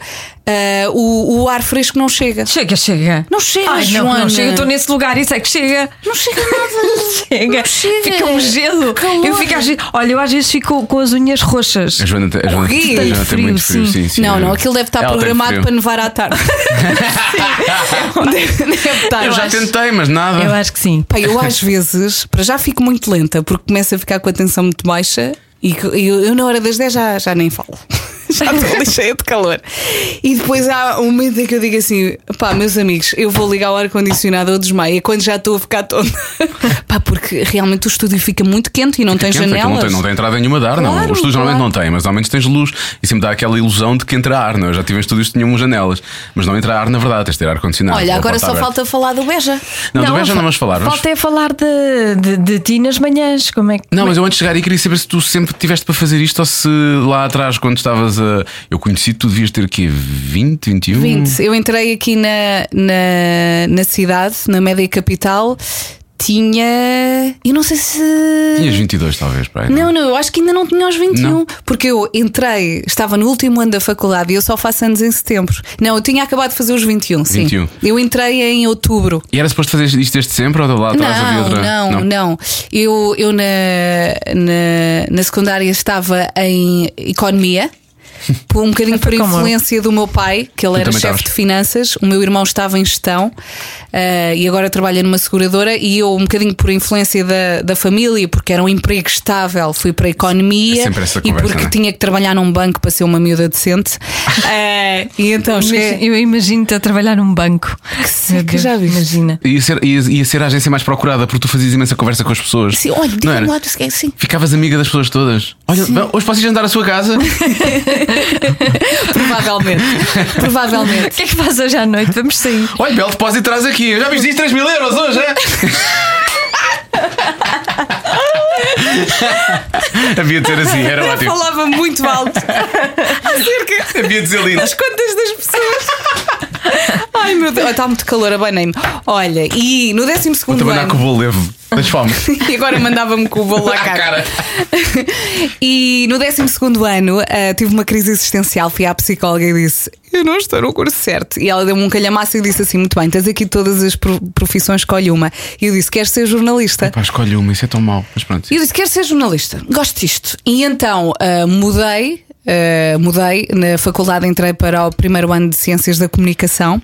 Speaker 6: ah, o, o ar fresco não chega.
Speaker 2: Chega, chega.
Speaker 6: Não chega,
Speaker 2: Ai, não,
Speaker 6: Joana.
Speaker 2: não chega. Eu estou nesse lugar, isso é que chega.
Speaker 6: Não chega nada.
Speaker 2: Chega.
Speaker 6: Não chega.
Speaker 2: Fica um gelo.
Speaker 6: Que calor.
Speaker 2: Eu fico às vezes, olha, eu às vezes fico com as unhas roxas.
Speaker 1: A Joana, tem- a Joana,
Speaker 6: Horrível.
Speaker 1: a Joana tem
Speaker 2: Frio,
Speaker 1: muito frio,
Speaker 2: sim.
Speaker 1: sim, sim.
Speaker 6: Não, não, aquilo deve estar
Speaker 1: Ela tem
Speaker 6: programado
Speaker 1: frio.
Speaker 6: para nevar à tarde. Deve- deve estar.
Speaker 1: Eu já
Speaker 2: acho-
Speaker 1: tentei, mas nada.
Speaker 2: Eu acho que sim.
Speaker 6: Pá, eu às vezes, para já fico muito lenta, porque começo a ficar com a tensão muito baixa e que- eu, eu na hora das 10 já, já nem falo. Já estou ali cheia de calor. E depois há um momento em que eu digo assim: pá, meus amigos, eu vou ligar o ar-condicionado ou desmaio, é quando já estou a ficar toda. pá, porque realmente o estúdio fica muito quente e não tem
Speaker 1: Quente, aquilo
Speaker 6: janelas.
Speaker 1: Não tem, não tem entrada nenhuma de ar, não.
Speaker 6: Claro,
Speaker 1: Os estúdios
Speaker 6: claro.
Speaker 1: normalmente não têm, mas ao menos tens luz e sempre dá aquela ilusão de que entra ar, não? é? Eu já tive em estúdios que tinham janelas, mas não entra ar na verdade, tens de ter ar-condicionado.
Speaker 6: Olha,
Speaker 1: ou
Speaker 6: agora
Speaker 1: porta
Speaker 6: só
Speaker 1: aberta.
Speaker 6: falta falar do Beja.
Speaker 1: Não, também já
Speaker 2: fa-
Speaker 1: não vamos falar. vamos-
Speaker 2: Falta é falar de, de, de ti nas manhãs. Como é que.
Speaker 1: Não, mas eu antes de chegar aí queria saber se tu sempre tiveste para fazer isto ou se lá atrás, quando estavas a. Eu conheci, tu devias ter aqui 20, 21?
Speaker 6: 20. Eu entrei aqui na, na, na cidade, na média capital, tinha. Eu não sei se.
Speaker 1: Tinhas 22, talvez, para aí.
Speaker 6: Não, não, eu acho que ainda não tinha aos 21.
Speaker 1: Não.
Speaker 6: Porque eu entrei, estava no último ano da faculdade e eu só faço anos em setembro. Não, eu tinha acabado de fazer os 21, sim.
Speaker 1: 21.
Speaker 6: Eu entrei em outubro.
Speaker 1: E era suposto fazer isto desde sempre ou lá atrás havia
Speaker 6: Não,
Speaker 1: outra?
Speaker 6: não, não, Eu, eu na, na, na secundária estava em economia. Por um bocadinho por
Speaker 2: Foi como eu.
Speaker 6: influência do meu pai, que ele
Speaker 1: Tu
Speaker 6: era
Speaker 1: também
Speaker 6: chefe
Speaker 1: estavas.
Speaker 6: de finanças, o meu irmão estava em gestão eh, e agora trabalha numa seguradora, e eu, um bocadinho por influência da, da família, porque era um emprego estável, fui para a economia
Speaker 1: É sempre essa
Speaker 6: e
Speaker 1: conversa,
Speaker 6: porque
Speaker 1: né?
Speaker 6: tinha que trabalhar num banco para ser uma miúda decente. Eh, e então cheguei-
Speaker 2: Imagina- Eu imagino-te a trabalhar num banco. Que
Speaker 6: seca, já viste?
Speaker 2: Imagina.
Speaker 1: Ia ser, ia, ia ser a agência mais procurada porque tu fazias imensa conversa com as pessoas.
Speaker 6: Sim, olha,
Speaker 1: não
Speaker 6: diga-me
Speaker 1: era?
Speaker 6: lá, é tu esquece- sim.
Speaker 1: Ficavas amiga das pessoas todas. Olha, vá- hoje posso ir jantar à sua casa?
Speaker 6: provavelmente. provavelmente.
Speaker 2: O que é que faz hoje à noite? Vamos sair.
Speaker 1: Olha, belo depósito traz aqui. Eu já viste isto 3 mil euros hoje, é? Havia de ser assim, era
Speaker 6: Eu
Speaker 1: ótimo.
Speaker 6: falava muito alto acerca
Speaker 1: Havia de ser lindo.
Speaker 6: das contas das pessoas. Ai meu Deus, está muito calor, abanei-me. Olha, e no 12
Speaker 1: Vou trabalhar com o
Speaker 6: ano.
Speaker 1: bolo levo. Tens fome.
Speaker 6: E agora mandava-me com o bolo à
Speaker 1: À
Speaker 6: cara.
Speaker 1: cara.
Speaker 6: E no 12 ano ah, tive uma crise existencial. Fui à psicóloga e disse: Eu não estou no curso certo. E ela deu-me um calhamaço e disse assim: Muito bem, tens aqui todas as pro- profissões, escolhe uma. E eu disse: Queres ser jornalista?
Speaker 1: Pá, escolhe uma, isso é tão mau. Mas pronto.
Speaker 6: E eu disse: quero ser jornalista, gosto disto. E então ah, mudei, ah, mudei, na faculdade entrei para o primeiro ano de Ciências da Comunicação.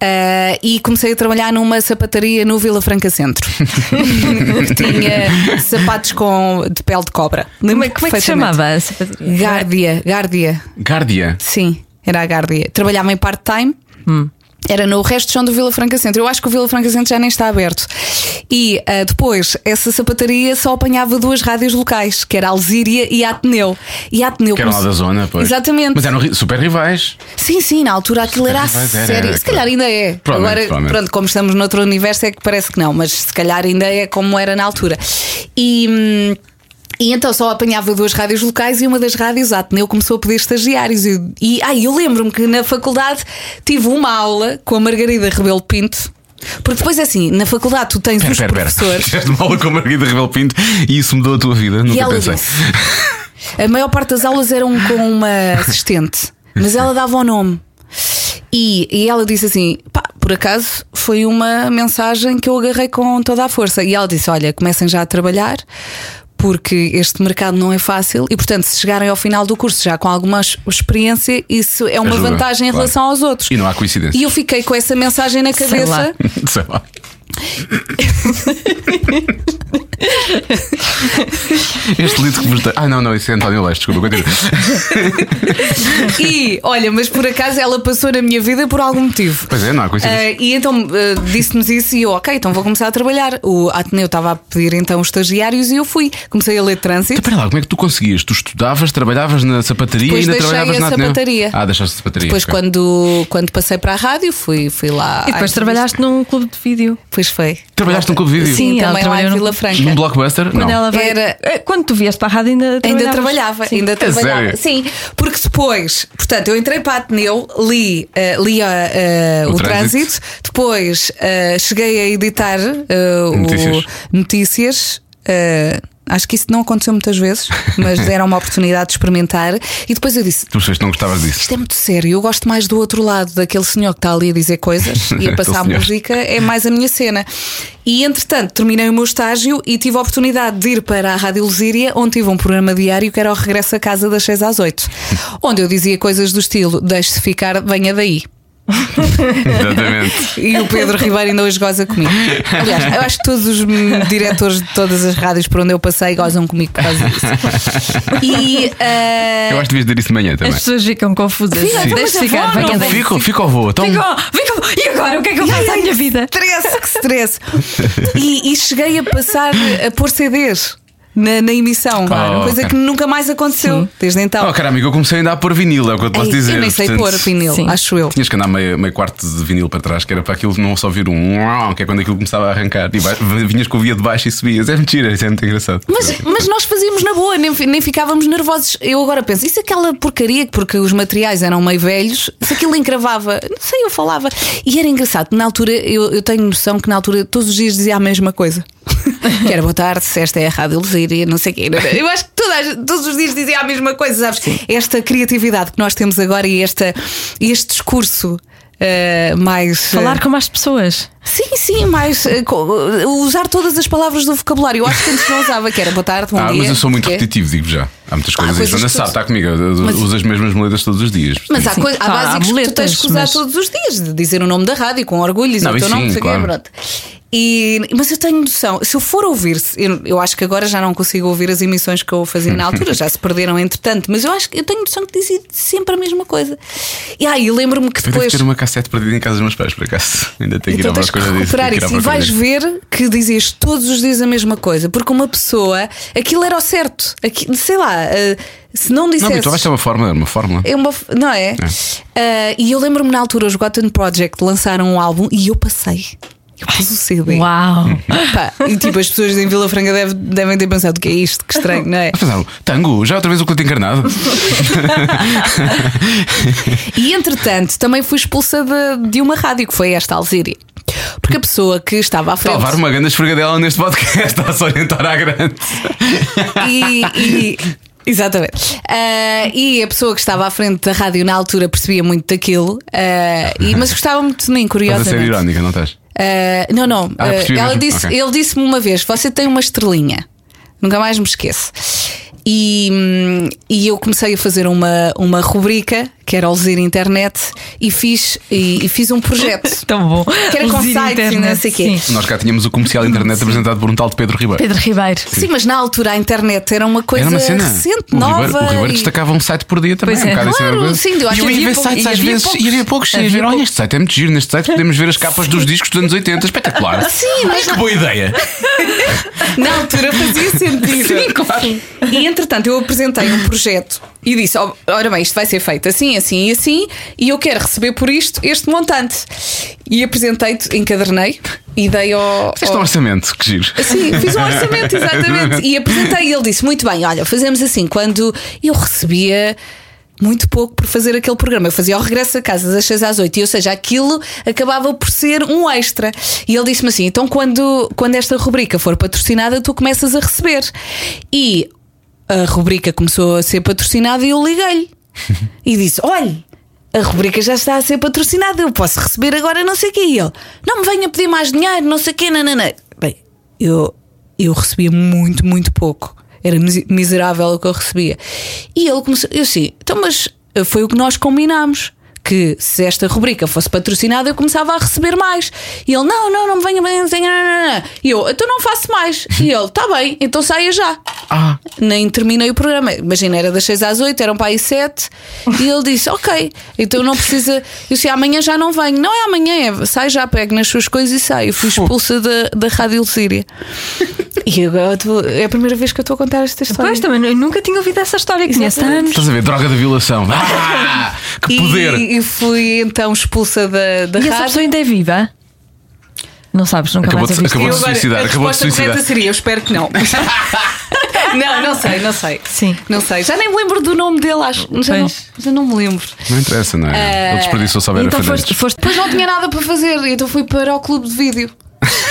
Speaker 6: ah, e comecei a trabalhar numa sapataria no Vila Franca Centro que tinha sapatos com, de pele de cobra.
Speaker 2: Como
Speaker 6: Lembro-me
Speaker 2: é, como é que se
Speaker 6: perfeitamente.
Speaker 2: chamava essa padaria?
Speaker 6: Gárdia, Gárdia,
Speaker 1: Guardia.
Speaker 6: sim, era a Gárdia. Trabalhava em part-time.
Speaker 1: Hum.
Speaker 6: Era no resto de chão do Vila Franca Centro. Eu acho que o Vila Franca Centro já nem está aberto. E ah, depois, essa sapataria só apanhava duas rádios locais, que era Alzíria e Ateneu. E Ateneu.
Speaker 1: Que eram lá
Speaker 6: comece-
Speaker 1: da zona, pois.
Speaker 6: Exatamente.
Speaker 1: Mas eram ri- super rivais.
Speaker 6: Sim, sim, na altura aquilo era a
Speaker 1: Mas era,
Speaker 6: sério.
Speaker 1: era,
Speaker 6: Se calhar
Speaker 1: claro.
Speaker 6: ainda é.
Speaker 1: Provavelmente,
Speaker 6: Agora,
Speaker 1: provavelmente.
Speaker 6: pronto, como estamos noutro universo, é que parece que não, mas se calhar ainda é como era na altura. E. hum, e então só apanhava duas rádios locais e uma das rádios, a Ateneu, começou a pedir estagiários. E, e ah, eu lembro-me que na faculdade tive uma aula com a Margarida Rebelo Pinto, porque depois é assim, na faculdade tu tens
Speaker 1: Pera,
Speaker 6: os
Speaker 1: pera, pera.
Speaker 6: professores.
Speaker 1: Fizeste uma aula com a Margarida Rebelo Pinto e isso mudou a tua vida. Nunca
Speaker 6: ela
Speaker 1: pensei.
Speaker 6: A maior parte das aulas eram com uma assistente, mas ela dava o nome. E, e ela disse assim: pá, por acaso foi uma mensagem que eu agarrei com toda a força. E ela disse: olha, comecem já a trabalhar. Porque este mercado não é fácil e, portanto, se chegarem ao final do curso já com alguma es- experiência, isso é uma
Speaker 1: Ajuda,
Speaker 6: vantagem em
Speaker 1: claro.
Speaker 6: relação aos outros.
Speaker 1: E não há coincidência.
Speaker 6: E eu fiquei com essa mensagem na
Speaker 2: Sei
Speaker 6: cabeça.
Speaker 2: lá.
Speaker 1: Sei lá. Este lido que vos dei- Ah, não, não, isso é António Leste, desculpa, continua.
Speaker 6: E olha, mas por acaso ela passou na minha vida por algum motivo.
Speaker 1: Pois é, não há coincidência.
Speaker 6: Ah, e então ah, disse-nos isso e eu, ok, então vou começar a trabalhar. O Ateneu estava a pedir então os estagiários e eu fui. Comecei a ler
Speaker 1: Então,
Speaker 6: trânsito.
Speaker 1: pera lá, como é que tu conseguias? Tu estudavas, trabalhavas na sapataria
Speaker 6: Depois
Speaker 1: e ainda
Speaker 6: deixei
Speaker 1: trabalhavas
Speaker 6: a
Speaker 1: na Ateneu?
Speaker 6: sapataria.
Speaker 1: Ah, deixaste a sapataria.
Speaker 6: Depois,
Speaker 1: ok.
Speaker 6: quando, quando passei para a rádio, fui, fui lá.
Speaker 2: E depois
Speaker 6: à
Speaker 2: trabalhaste num clube de vídeo.
Speaker 6: entrevista. Pois foi.
Speaker 1: Trabalhaste num clube de vídeo?
Speaker 6: Sim,
Speaker 2: Sim, ela
Speaker 6: também lá
Speaker 2: trabalhou
Speaker 6: em
Speaker 2: num-
Speaker 6: Vila Franca.
Speaker 1: Num blockbuster?
Speaker 2: Quando
Speaker 1: não.
Speaker 2: ela veio.
Speaker 6: Era-
Speaker 2: Eh, Quando tu vieste para a rádio, ainda trabalhavas.
Speaker 6: Ainda trabalhava,
Speaker 2: Sim.
Speaker 6: ainda trabalhava.
Speaker 1: sério?
Speaker 6: Sim, porque depois, portanto, eu entrei para a Ateneu, li, eh, li eh, eh, o,
Speaker 1: O
Speaker 6: trânsito,
Speaker 1: trânsito.
Speaker 6: depois eh, cheguei a editar eh,
Speaker 1: Notícias.
Speaker 6: o Notícias. eh, Acho que isso não aconteceu muitas vezes, mas era uma oportunidade de experimentar. E depois eu disse:
Speaker 1: Tu percebes que não gostavas disso.
Speaker 6: Isto é muito sério, eu gosto mais do outro lado, daquele senhor que está ali a dizer coisas e a
Speaker 1: Aquele
Speaker 6: passar a
Speaker 1: senhor.
Speaker 6: música, é mais a minha cena. E entretanto, terminei o meu estágio e tive a oportunidade de ir para a Rádio Lusíria, onde tive um programa diário que era o Regresso a Casa das 6 às 8, onde eu dizia coisas do estilo: Deixe-se ficar, venha daí.
Speaker 1: Exatamente.
Speaker 6: E o Pedro Ribeiro ainda hoje goza comigo. Aliás, eu acho que todos os hum, diretores de todas as rádios por onde eu passei gozam comigo por causa disso. E. ah,
Speaker 1: Eu acho que devias dizer isso de manhã
Speaker 2: As
Speaker 1: também.
Speaker 2: pessoas ficam confusas.
Speaker 6: Sim. Sim.
Speaker 2: Deixa
Speaker 6: Mas
Speaker 2: ficar,
Speaker 6: vá,
Speaker 2: venha
Speaker 6: não
Speaker 2: daí.
Speaker 1: Fico, fico ou vou? Então,
Speaker 2: Ficam, ficam. E agora? O que é que eu faço à minha vida?
Speaker 6: Stress, que stress. E, e cheguei a passar a pôr CDs na, na emissão.
Speaker 1: Claro.
Speaker 6: coisa
Speaker 1: Ok.
Speaker 6: que nunca mais aconteceu desde então.
Speaker 1: oh, cara amigo, eu comecei ainda a pôr vinil, é o que eu te posso
Speaker 6: Ei,
Speaker 1: dizer.
Speaker 6: eu nem sei
Speaker 1: portanto,
Speaker 6: pôr vinil,
Speaker 2: Sim.
Speaker 6: acho eu.
Speaker 1: Tinhas que andar meio, meio quarto de vinil para trás, que era para aquilo não só vir um uau, que é quando aquilo começava a arrancar. E vai- vinhas com o via de baixo e subias. É mentira, isso é muito engraçado.
Speaker 6: Mas, um mas nós fazíamos na boa, nem, fi- nem ficávamos nervosos. Eu agora penso, isso é aquela porcaria, que porque os materiais eram meio velhos, se aquilo encravava, não sei, eu falava. E era engraçado, na altura, eu, eu tenho noção que na altura todos os dias dizia a mesma coisa. Que era boa tarde, se esta é a Rádio Lusíria, não sei o quê. Eu acho que toda a gente- todos os dias dizia a mesma coisa, sabes? Esta criatividade que nós temos agora e esta, este discurso eh, mais. eh,
Speaker 2: Falar com mais pessoas.
Speaker 6: Sim, sim, mas eh, co- usar todas as palavras do vocabulário. Eu acho que antes não usava, que era boa tarde, bom
Speaker 1: ah,
Speaker 6: dia.
Speaker 1: mas eu sou muito
Speaker 6: que é.
Speaker 1: repetitivo, digo já. Há muitas coisas. e a
Speaker 6: coisas
Speaker 1: Joana
Speaker 6: que tu-
Speaker 1: sabe, está tá comigo. eu- eu Uso as mesmas moedas todos os dias.
Speaker 6: Mas há,
Speaker 2: Sim,
Speaker 6: coisa, há
Speaker 2: claro, há
Speaker 6: básicos que tu
Speaker 2: muletas,
Speaker 6: tens que usar
Speaker 2: mas-
Speaker 6: todos os dias, de dizer o nome da rádio com orgulho, dizer
Speaker 1: Não,
Speaker 6: o teu
Speaker 1: isso
Speaker 6: nome,
Speaker 1: sim,
Speaker 6: não sei o quê,
Speaker 1: claro.
Speaker 6: pronto. E, mas eu tenho noção, se eu for ouvir, se- eu, eu acho que agora já não consigo ouvir as emissões que eu fazia na altura, já se perderam entretanto, mas eu acho que eu tenho noção que dizia sempre a mesma coisa. E aí lembro-me que
Speaker 1: Eu devo
Speaker 6: depois.
Speaker 1: ter uma cassete perdida em casa dos meus pais, por acaso. Ainda tenho que ir
Speaker 6: Então
Speaker 1: à
Speaker 6: tens que
Speaker 1: procura disso.
Speaker 6: recuperar
Speaker 1: tenho que ir à
Speaker 6: isso e
Speaker 1: procura
Speaker 6: vais
Speaker 1: disso.
Speaker 6: ver que dizias todos os dias a mesma coisa, porque uma pessoa, aquilo era o certo, Aqui- sei lá, eh, se não
Speaker 1: Não, mas tu vais
Speaker 6: dissesse.
Speaker 1: ter uma fórmula, uma fórmula.
Speaker 6: é uma, f- não é? Eh, e eu lembro-me na altura, os Gotham Project lançaram um álbum e eu passei. Eu pus o CD.
Speaker 2: Uau!
Speaker 6: Pá, e tipo, as pessoas em Vila Franca deve- devem ter pensado: o que é isto? Que estranho, não é?
Speaker 1: Ah, pensaram, tango, já outra vez o clito encarnado.
Speaker 6: E entretanto, também fui expulsa de, de uma rádio, que foi esta Alzíria. Porque a pessoa que estava à frente.
Speaker 1: Está a levar uma grande esfregadela neste podcast, está-se a orientar à grande.
Speaker 6: e, e- Exatamente. Ah, e a pessoa que estava à frente da rádio na altura percebia muito daquilo, ah, e, mas gostava muito de mim,
Speaker 1: Estás a ser
Speaker 6: curiosamente.
Speaker 1: irónica, não estás?
Speaker 6: Ah, não, não.
Speaker 1: Ah,
Speaker 6: ah,
Speaker 1: percebi
Speaker 6: ela
Speaker 1: mesmo.
Speaker 6: disse,
Speaker 1: Ok.
Speaker 6: Ele disse-me uma vez: Você tem uma estrelinha. Nunca mais me esqueço. E, hum, e eu comecei a fazer uma, uma rubrica que era o Zir Internet e fiz, e, e fiz um projeto.
Speaker 2: Tão bom.
Speaker 6: Que era com
Speaker 2: Usir
Speaker 6: sites e
Speaker 2: internet,
Speaker 6: não sei quê.
Speaker 2: sim.
Speaker 1: Nós cá tínhamos o comercial internet apresentado por um tal de Pedro Ribeiro.
Speaker 2: Pedro Ribeiro.
Speaker 6: Sim, mas na altura a internet era uma coisa
Speaker 1: Era uma cena.
Speaker 6: é, recente,
Speaker 1: o
Speaker 6: nova.
Speaker 1: Ribeiro, o Ribeiro
Speaker 6: e-
Speaker 1: destacava um site por dia também.
Speaker 2: Pois
Speaker 1: um
Speaker 2: é.
Speaker 1: bocado isso era
Speaker 6: Claro,
Speaker 1: coisa.
Speaker 6: sim,
Speaker 1: e
Speaker 6: eu acho
Speaker 1: eu
Speaker 6: que
Speaker 1: ia
Speaker 6: havia
Speaker 1: ver
Speaker 6: pouco-
Speaker 1: sites
Speaker 6: e
Speaker 1: às
Speaker 6: havia
Speaker 1: vezes.
Speaker 6: poucos.
Speaker 1: E havia poucos, sim.
Speaker 2: Havia
Speaker 1: a ver, Olha,
Speaker 2: poucos.
Speaker 1: este site é muito giro. Neste site podemos ver as capas dos discos dos anos 80. Espetacular.
Speaker 6: Sim, mas
Speaker 1: Ai, que boa ideia.
Speaker 6: Na altura fazia sentido.
Speaker 2: Sim, claro.
Speaker 6: E entretanto eu apresentei um projeto e disse: "Oh, Ora bem, isto vai ser feito assim, assim e assim, e eu quero receber por isto este montante. E apresentei-te, encadernei e dei ao.
Speaker 1: Fizeste um
Speaker 6: ao-
Speaker 1: orçamento, que giro.
Speaker 6: Sim, fiz um orçamento, exatamente. E apresentei e ele disse: Muito bem, olha, fazemos assim. Quando eu recebia. Muito pouco por fazer aquele programa. Eu fazia o regresso a casa das 6 às 8 e, ou seja, aquilo acabava por ser um extra. E ele disse-me assim: então, quando, quando esta rubrica for patrocinada, tu começas a receber. E a rubrica começou a ser patrocinada e eu liguei-lhe e disse: olhe. A rubrica já está a ser patrocinada, eu posso receber agora não sei o quê. E ele, não me venha pedir mais dinheiro, não sei o quê, nananã. Bem, eu, eu recebia muito, muito pouco. Era mis- miserável o que eu recebia. E ele começou, eu assim, então, mas eh, foi o que nós combinámos. Que se esta rubrica fosse patrocinada eu começava a receber mais. E ele, não, não, não me venha, venha, venha, nananã." E eu, então não faço mais. E ele, tá bem, então saia já
Speaker 1: Ah,
Speaker 6: nem terminei o programa. Imagina, era das 6 às 8, eram para aí 7. E ele disse: Ok, então não precisa. Eu disse: Amanhã já não venho. Não é amanhã, é, sai já, pego nas suas coisas e sai. Eu fui expulsa da, da Rádio Lucíria. E agora eu tô- é a primeira vez que eu estou a contar esta história.
Speaker 2: Pois também, eu nunca tinha ouvido essa história
Speaker 6: é
Speaker 2: que conheço há anos.
Speaker 1: estás a ver? Droga da violação. Ah, que poder.
Speaker 6: E, e fui então expulsa da, da
Speaker 2: E essa
Speaker 6: rádio.
Speaker 2: pessoa ainda é viva? Não sabes, nunca
Speaker 1: Acabou
Speaker 2: mais
Speaker 1: de-
Speaker 2: ouviste.
Speaker 1: acabou
Speaker 6: Eu
Speaker 1: de se suicidar,
Speaker 6: a
Speaker 1: acabou de se
Speaker 6: resposta correta
Speaker 1: suicidar.
Speaker 6: seria, eu espero que não. não, não sei, não sei.
Speaker 2: Sim.
Speaker 6: Não sei. Já nem me lembro do nome dele, acho. Já, não,
Speaker 2: Pois.
Speaker 6: já não me lembro.
Speaker 1: Não
Speaker 6: Ah,
Speaker 1: interessa, não é? Ele desperdiçou só a Vera
Speaker 2: Então
Speaker 1: Fernandes.
Speaker 2: foste, foste
Speaker 6: Depois não tinha nada para fazer, então fui para o clube de vídeo.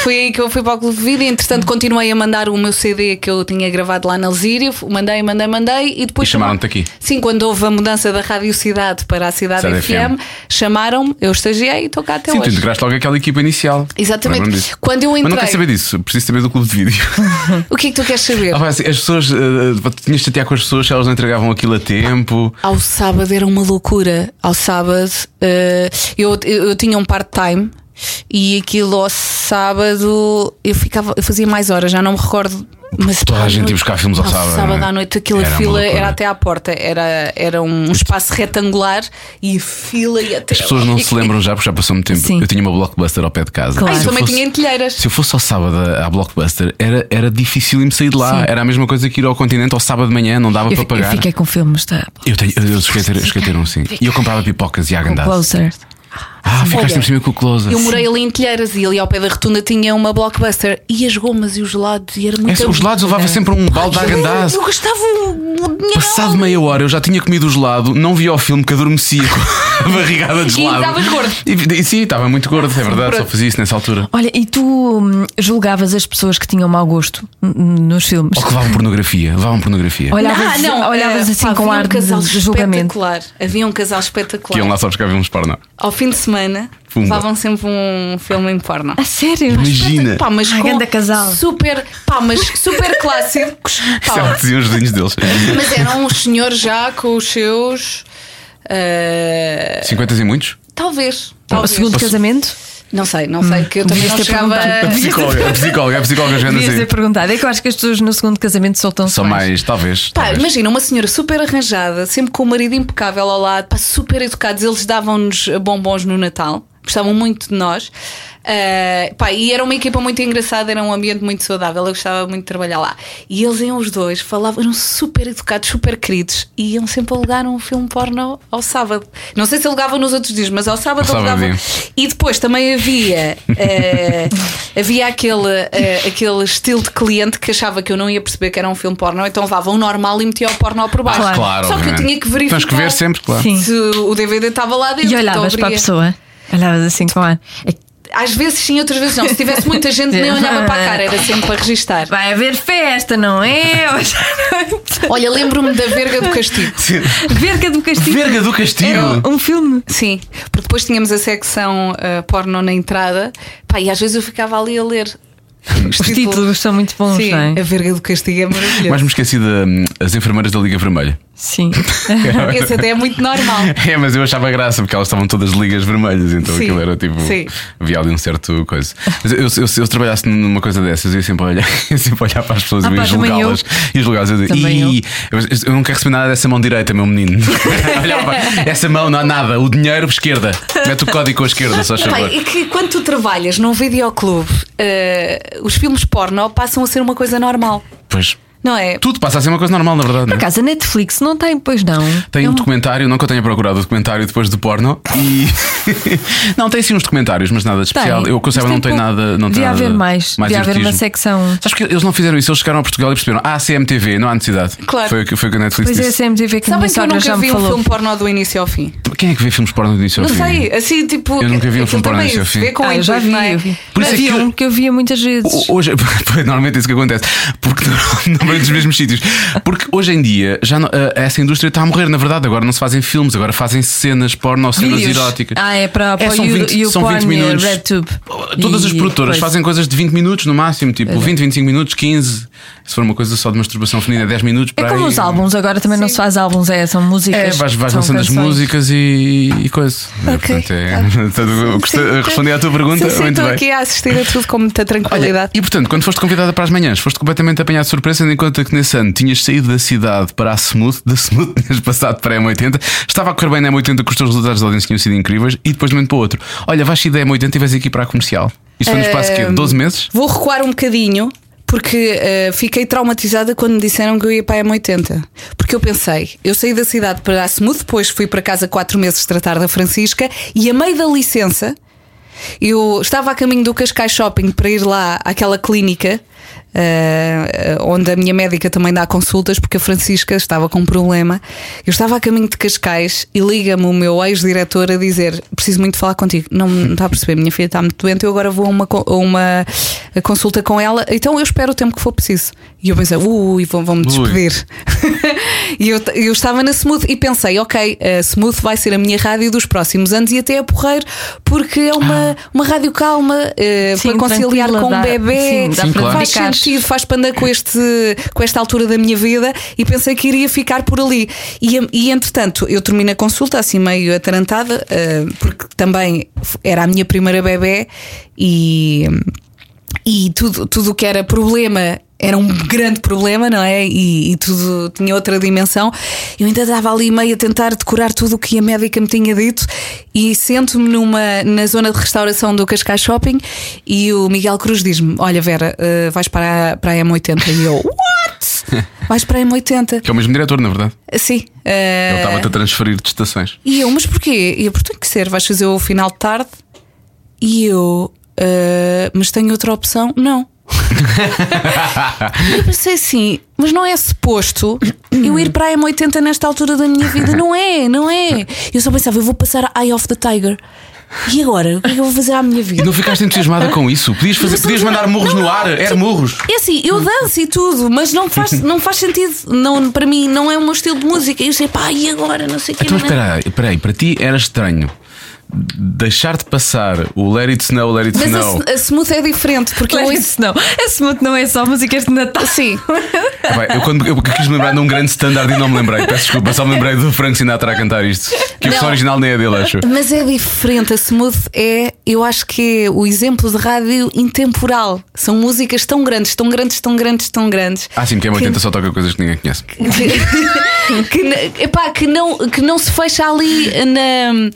Speaker 6: Foi aí que eu fui para o Clube de Vida e, entretanto, continuei a mandar o meu CD que eu tinha gravado lá na Lesíria. Mandei, mandei, mandei e depois.
Speaker 1: E chamaram-te
Speaker 6: chamar-
Speaker 1: aqui?
Speaker 6: Sim, quando houve a mudança da Rádio Cidade para a Cidade
Speaker 1: Cidade
Speaker 6: FM,
Speaker 1: FM.
Speaker 6: chamaram-me, eu estagiei e estou cá até
Speaker 1: Sim, tu
Speaker 6: hoje.
Speaker 1: integraste logo aquela equipa inicial.
Speaker 6: Exatamente.
Speaker 1: Lembro-me disso.
Speaker 6: Quando eu
Speaker 1: Mas não quero
Speaker 6: entrei-
Speaker 1: saber disso, preciso saber do clube de vídeo.
Speaker 6: O que é que tu queres saber?
Speaker 1: Ah, pá, assim, as pessoas. eh, tu tinhas de chatear com as pessoas se elas não entregavam aquilo a tempo.
Speaker 6: Ao sábado era uma loucura. Ao sábado eh, eu, eu, eu tinha um part-time e aquilo ao sábado eu ficava, eu fazia mais horas, já não me recordo. Mas
Speaker 1: Toda a
Speaker 6: à
Speaker 1: gente ia
Speaker 6: noite-
Speaker 1: buscar filmes ao sábado, não é?
Speaker 6: à noite aquilo
Speaker 1: Era
Speaker 6: a
Speaker 1: uma
Speaker 6: fila
Speaker 1: loucura.
Speaker 6: era até à porta, era, era um espaço retangular e a fila e até.
Speaker 1: As pessoas não se lembram já, porque já passou muito tempo.
Speaker 2: Sim.
Speaker 1: Eu tinha uma blockbuster ao pé de casa.
Speaker 2: Claro.
Speaker 1: Se eu
Speaker 6: Ah, também
Speaker 1: fosse-
Speaker 6: tinha entilheiras.
Speaker 1: Se eu fosse ao sábado à à blockbuster, era, era difícil me sair de lá. Era a mesma coisa que ir ao continente ao sábado de manhã, não dava
Speaker 2: Eu,
Speaker 1: para
Speaker 2: fi- eu
Speaker 1: pagar.
Speaker 2: fiquei com filmes da
Speaker 1: Eu, tenho, eu, eu cheguei a ter- eu cheguei a ter um sim. E eu comprava pipocas e
Speaker 2: com
Speaker 1: agandadas.
Speaker 2: Closer.
Speaker 1: Ah, ficaste
Speaker 6: Olha,
Speaker 1: por cima com o closer.
Speaker 6: Eu morei ali em Telheiras e ali ao pé da retunda tinha uma blockbuster e as gomas e os gelados e era muito.
Speaker 1: Essa- É, os lados levava sempre um balde de agandaz.
Speaker 6: Eu gastava um um dinheiro.
Speaker 1: Passado meia hora eu já tinha comido o gelado, não via o filme que adormecia com a barrigada de
Speaker 6: E
Speaker 1: gelado.
Speaker 6: estavas gordo.
Speaker 1: E- e sim, estava muito gordo, é verdade, só fazia isso nessa altura.
Speaker 2: Olha, e tu hum, julgavas as pessoas que tinham mau gosto hum, hum, nos filmes?
Speaker 1: Ou Oh, que levavam pornografia, levavam pornografia.
Speaker 2: Olhavas, olhavas
Speaker 6: Ah, eh,
Speaker 2: assim
Speaker 6: pá,
Speaker 2: com
Speaker 6: havia
Speaker 2: ar
Speaker 6: um casal
Speaker 2: de julgamento.
Speaker 6: espetacular. Havia um casal
Speaker 1: Que iam
Speaker 6: espetacular.
Speaker 1: lá só buscar filmes porno.
Speaker 6: Ao fim de semana
Speaker 1: Pumba.
Speaker 6: levavam sempre um filme em porno.
Speaker 2: A Ah, sério?
Speaker 1: Imagina.
Speaker 6: Pá, mas
Speaker 2: Ah,
Speaker 6: com
Speaker 2: ganda casal.
Speaker 6: Super, pá, mas super clássicos.
Speaker 1: Isso é um- o
Speaker 6: Pá,
Speaker 1: que diziam os vizinhos deles.
Speaker 6: mas eram os senhores já com os seus. eh,
Speaker 1: 50 e muitos?
Speaker 6: talvez.
Speaker 2: O
Speaker 6: talvez.
Speaker 2: segundo casamento?
Speaker 6: Não sei, não sei, que eu também
Speaker 2: Devias
Speaker 6: não
Speaker 2: ter
Speaker 6: chegava.
Speaker 2: perguntado.
Speaker 1: A psicóloga, a psicóloga, a psicóloga já anda
Speaker 2: Devias ter
Speaker 1: assim.
Speaker 2: perguntado. É que eu acho que as pessoas no segundo casamento soltam-se.
Speaker 1: São mais, talvez.
Speaker 6: Pá,
Speaker 1: talvez.
Speaker 6: Tá, imagina, uma senhora super arranjada, sempre com o marido impecável ao lado, pá, super educados, eles davam-nos bombons no Natal, gostavam muito de nós. Ah, pá, e era uma equipa muito engraçada, era um ambiente muito saudável, eu gostava muito de trabalhar lá. E eles iam os dois, falavam, eram super educados, super queridos, e iam sempre alugar um filme porno ao sábado. Não sei se alugavam nos outros dias, mas ao sábado
Speaker 1: Ao sábado
Speaker 6: alugavam.
Speaker 1: iam.
Speaker 6: E depois também havia eh, havia aquele, eh, aquele estilo de cliente que achava que eu não ia perceber que era um filme porno, então levava um normal e metia o porno por baixo.
Speaker 2: Claro.
Speaker 1: Ah, Claro,
Speaker 6: Só que eu
Speaker 1: obviamente.
Speaker 6: tinha que verificar.
Speaker 1: Tens que ver sempre, claro.
Speaker 2: Sim.
Speaker 6: Se o DVD estava lá dentro,
Speaker 2: E olhavas
Speaker 6: então
Speaker 2: para a
Speaker 6: abria.
Speaker 2: pessoa. Olhavas assim com ar. É que
Speaker 6: Às vezes sim, outras vezes não. Se tivesse muita gente, nem olhava para a cara, era sempre para registar.
Speaker 2: Vai haver festa, não é? Hoje à noite.
Speaker 6: Olha, lembro-me da verga do castigo.
Speaker 2: Verga do Castigo.
Speaker 1: Verga do Castigo.
Speaker 2: Era um filme.
Speaker 6: Sim, porque depois tínhamos a secção eh, porno na entrada, pá, e às vezes eu ficava ali a ler os,
Speaker 2: Os títulos são muito bons,
Speaker 6: Sim,
Speaker 2: não é?
Speaker 6: a verga do castigo é maravilhoso.
Speaker 1: Mas me esqueci das enfermeiras da Liga Vermelha.
Speaker 2: Sim.
Speaker 6: Esse até é muito normal.
Speaker 1: É, mas eu achava graça porque elas estavam todas de ligas vermelhas, então
Speaker 6: Sim,
Speaker 1: aquilo era tipo.
Speaker 6: sim.
Speaker 1: Havia ali um certo coisa. Mas eu, eu, eu, se eu trabalhasse numa coisa dessas, eu ia sempre olhar, eu ia sempre olhar para as pessoas
Speaker 2: Ah,
Speaker 1: e
Speaker 2: pá,
Speaker 1: ia
Speaker 2: também
Speaker 1: julgá-las. Ia julgá-las. Eu, dizia,
Speaker 2: Também
Speaker 1: "Ih, eu. eu não quero receber nada dessa mão direita, meu menino. Olha, pá, essa mão não há nada. O dinheiro, esquerda. Mete o código com a esquerda, só
Speaker 6: Pá,
Speaker 1: favor.
Speaker 6: é que quando tu trabalhas num videoclube, eh, os filmes porno passam a ser uma coisa normal,
Speaker 1: Pois.
Speaker 6: não é?
Speaker 1: Tudo passa a ser uma coisa normal, na verdade. não
Speaker 2: Por
Speaker 1: é?
Speaker 2: acaso, a Netflix não tem, pois não.
Speaker 1: Tem
Speaker 2: É
Speaker 1: um
Speaker 2: uma-
Speaker 1: documentário, não que eu tenha procurado o documentário depois do porno e. não, tem sim uns documentários, mas nada de
Speaker 2: Tem.
Speaker 1: especial. Eu que eu saiba,
Speaker 2: Mas
Speaker 1: não
Speaker 2: tem
Speaker 1: tem
Speaker 2: pouco.
Speaker 1: nada. Não tem
Speaker 2: Devia
Speaker 1: nada
Speaker 2: haver mais.
Speaker 1: mais
Speaker 2: Devia haver uma
Speaker 1: erotismo.
Speaker 2: secção.
Speaker 1: Sabes que eles não fizeram isso, eles chegaram a Portugal e perceberam: ah, CMTV, não há necessidade.
Speaker 6: Claro.
Speaker 1: Foi o que, foi o que a Netflix
Speaker 2: Pois é, a
Speaker 1: disse.
Speaker 2: CMTV que a minha
Speaker 6: Sabem que
Speaker 2: sogra
Speaker 6: eu
Speaker 2: já
Speaker 6: nunca
Speaker 2: me
Speaker 6: vi um
Speaker 2: falou.
Speaker 6: filme porno do início ao fim.
Speaker 1: Quem é que vê filmes porno do início
Speaker 6: Não
Speaker 1: ao fim?
Speaker 6: sei, assim tipo.
Speaker 1: Eu nunca vi um
Speaker 6: aquilo
Speaker 1: filme porno do
Speaker 6: também
Speaker 1: início ao
Speaker 6: se
Speaker 1: fim.
Speaker 6: vê com
Speaker 2: Ah, eu
Speaker 6: intuito,
Speaker 2: já vi,
Speaker 6: não é?
Speaker 2: eu vi.
Speaker 1: Por isso é
Speaker 2: Havia
Speaker 1: que eu-
Speaker 2: um que eu via muitas vezes.
Speaker 1: O- Hoje, foi normalmente isso que acontece, porque normalmente nos mesmos sítios. Porque hoje em dia já não- eh, essa indústria está a morrer, na verdade. Agora não se fazem filmes, agora fazem cenas porno ou cenas
Speaker 2: Vídeos.
Speaker 1: eróticas.
Speaker 2: Ah, é para, para
Speaker 1: são
Speaker 2: o,
Speaker 1: 20
Speaker 2: e o
Speaker 1: são 20
Speaker 2: porn e a
Speaker 1: minutos.
Speaker 2: RedTube.
Speaker 1: Todas as
Speaker 2: E é.
Speaker 1: produtoras
Speaker 2: coisa.
Speaker 1: fazem coisas de 20 minutos no máximo, tipo 20, 25 minutos, 15. Se for uma coisa só de masturbação feminina, 10 minutos
Speaker 2: É
Speaker 1: para
Speaker 2: como
Speaker 1: aí.
Speaker 2: os álbuns, agora também não se faz álbuns, é, são músicas.
Speaker 1: né? É, vais, vais
Speaker 2: são
Speaker 1: lançando as
Speaker 2: canções.
Speaker 1: músicas e, e coisa. Portanto, é- Portanto, custa- Respondi à tua pergunta,
Speaker 6: Sim, sim,
Speaker 1: muito
Speaker 6: estou
Speaker 1: bem.
Speaker 6: aqui a assistir a tudo com muita
Speaker 1: Olha,
Speaker 6: tranquilidade.
Speaker 1: e portanto, quando foste convidada para as manhãs, foste completamente apanhado de surpresa, tendo em conta que nesse ano tinhas saído da cidade para a Smooth, da Smooth tinhas passado para a M80, estava a correr bem na M80 que os teus resultados de audiência tinham sido incríveis e depois de um momento para o outro, olha, vais sair da M80 e vais aqui para a comercial. Isto foi no espaço de
Speaker 6: Ehm,
Speaker 1: quê? 12 meses?
Speaker 6: Vou recuar um bocadinho porque eh, fiquei traumatizada quando me disseram que eu ia para a M80. Porque eu pensei, eu saí da cidade para a Smooth, depois fui para casa quatro meses tratar da Francisca e a meio da licença eu estava a caminho do Cascais Shopping para ir lá àquela clínica eh, onde a minha médica também dá consultas, porque a Francisca estava com um problema. Eu estava a caminho de Cascais e liga-me o meu ex-diretor a dizer: Preciso muito falar contigo. Não, não está a perceber, minha filha está muito doente, eu agora vou a uma, co- a uma consulta com ela, então eu espero o tempo que for preciso. E eu pensei: Ui, vão- vão-me despedir. e eu, t- eu estava na Smooth e pensei: Ok, a Smooth vai ser a minha rádio dos próximos anos e até a Porreiro, porque é uma, uma rádio calma eh,
Speaker 2: Ah. Sim,
Speaker 6: para conciliar
Speaker 2: tranquila,
Speaker 6: com o
Speaker 2: dá-
Speaker 6: bebê.
Speaker 2: sim, dá
Speaker 1: Sim, para claro.
Speaker 6: Faz
Speaker 2: dedicar.
Speaker 6: sentido, faz para andar com, este, com esta altura da minha vida e pensei que iria ficar por ali. E, e, entretanto, eu termino a consulta assim meio atarantada, eh, porque também f- era a minha primeira bebê e, e tudo, tudo o que era problema. Era um grande problema, não é? E, e tudo tinha outra dimensão. Eu ainda estava ali meio a tentar decorar tudo o que a médica me tinha dito e sento-me numa, na zona de restauração do Cascais Shopping e o Miguel Cruz diz-me: Olha, Vera, eh, vais para a, para a M80. E eu, What? Vais para a M80.
Speaker 1: Que é o mesmo diretor, na verdade.
Speaker 6: Sim. eh,
Speaker 1: Ele tá estava-te a transferir de estações.
Speaker 6: e eu, mas porquê? E eu, porque tem que ser, vais fazer o final de tarde? E eu, "Ah, mas tenho outra opção? Não. eu pensei assim, mas não é suposto eu ir para a M80 nesta altura da minha vida? Não é, não é. Eu só pensava, eu vou passar a Eye of the Tiger. E agora? O que é que eu vou fazer à minha vida?
Speaker 1: E não ficaste entusiasmada com isso? Podias, fazer,
Speaker 6: Mas
Speaker 1: podias
Speaker 6: não-
Speaker 1: mandar murros no
Speaker 6: não, não,
Speaker 1: ar? Era murros.
Speaker 6: É assim, eu danço e tudo, mas não faz, não faz sentido. Não, para mim, não é o meu estilo de música. Eu sei, pá, e agora? Não é sei o que.
Speaker 1: Então, mas espera aí, espera aí, para ti era estranho deixar-te passar o Let It Snow, Let It
Speaker 6: mas
Speaker 1: Snow.
Speaker 6: a, a smooth é diferente, porque eu
Speaker 2: Claro
Speaker 6: ouço
Speaker 2: isso não. A smooth não é só músicas de Natal. é
Speaker 6: Sim.
Speaker 1: Ah, bem, eu quando eu quis me lembrar de um grande standard e não me lembrei. Peço desculpa, só me lembrei do Frank Sinatra a cantar isto. Que a versão
Speaker 6: Não.
Speaker 1: original nem é dele, acho.
Speaker 6: Mas é diferente. A Smooth é, eu acho que é o exemplo de rádio intemporal. São músicas tão grandes, tão grandes, tão grandes, tão grandes.
Speaker 1: Ah, sim, porque é 80 só toca coisas que ninguém conhece.
Speaker 6: Que, que, n- epá, que não, que não se fecha ali na.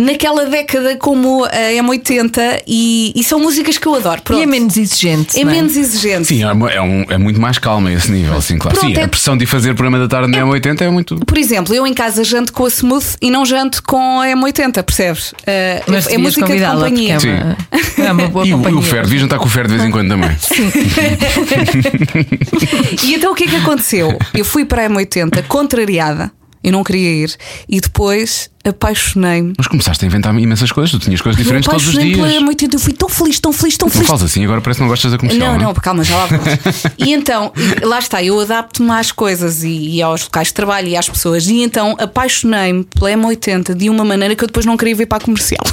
Speaker 6: Naquela década como a M80 e, e são músicas que eu adoro. Pronto.
Speaker 2: E é menos exigente.
Speaker 6: É
Speaker 2: não
Speaker 6: menos exigente.
Speaker 1: Sim, é, uma- é um- é muito mais calma esse nível, sim, claro.
Speaker 6: Pronto,
Speaker 1: sim,
Speaker 6: é-
Speaker 1: a pressão de fazer programa da tarde na M80 é muito.
Speaker 6: Por exemplo, eu em casa janto com a Smooth e não janto com a M80, percebes? Ah,
Speaker 2: Mas
Speaker 6: é
Speaker 2: devias
Speaker 6: música de
Speaker 2: convidá-la,
Speaker 6: companhia.
Speaker 2: porque É uma, é uma boa
Speaker 1: E o, e
Speaker 2: companhia.
Speaker 1: o Fer, devias juntar com o Fer de vez em quando também.
Speaker 6: E então o que é que aconteceu? Eu fui para a M80 contrariada, eu não queria ir, e depois apaixonei-me.
Speaker 1: Mas começaste a inventar imensas coisas, tu tinhas coisas
Speaker 6: Eu
Speaker 1: diferentes todos os
Speaker 6: apaixonei-me
Speaker 1: dias.
Speaker 6: pela M80, eu fui tão feliz, tão feliz, tão
Speaker 1: Não
Speaker 6: feliz.
Speaker 1: falas assim, agora parece que não gostas da comercial.
Speaker 6: Não,
Speaker 1: é?
Speaker 6: não, calma, já lá vamos. E então, lá está, eu adapto-me às coisas e, e aos locais de trabalho e às pessoas. E então apaixonei-me pela M80 de uma maneira que eu depois não queria ver para a comercial.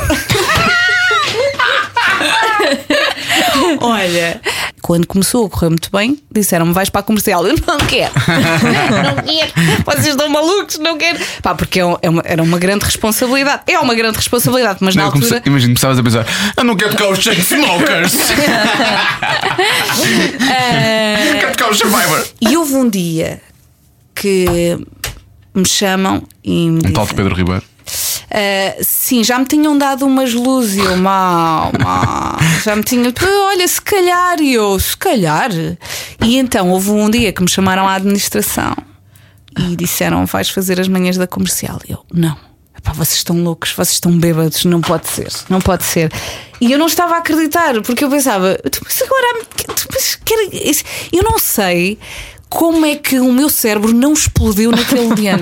Speaker 6: Olha, quando começou a correr muito bem, disseram-me: vais para a comercial. Eu não quero, não quero, vocês estão malucos, não quero. Pá, porque é um- é uma- era uma grande responsabilidade. É uma grande responsabilidade, mas na
Speaker 1: Não, eu comecei-
Speaker 6: altura.
Speaker 1: Imagino, começavas a pensar, eu não quero tocar os Chain Smokers, eu quero tocar os Survivor.
Speaker 6: E houve um dia que me chamam e me
Speaker 1: Um tal
Speaker 6: dizem,
Speaker 1: de Pedro Ribeiro.
Speaker 6: "Ah, Sim, já me tinham dado umas luzes e eu mal, mal. Já me tinham. "Pô, Olha, se calhar, e eu, se calhar. E então houve um dia que me chamaram à administração e disseram: Vais fazer as manhãs da comercial. E eu, não. Epá, vocês estão loucos, vocês estão bêbados, não pode ser, não pode ser. E eu não estava a acreditar, porque eu pensava, "Tu, mas agora há- tu, mas quer- isso- eu não sei como é que o meu cérebro não explodiu naquele dia.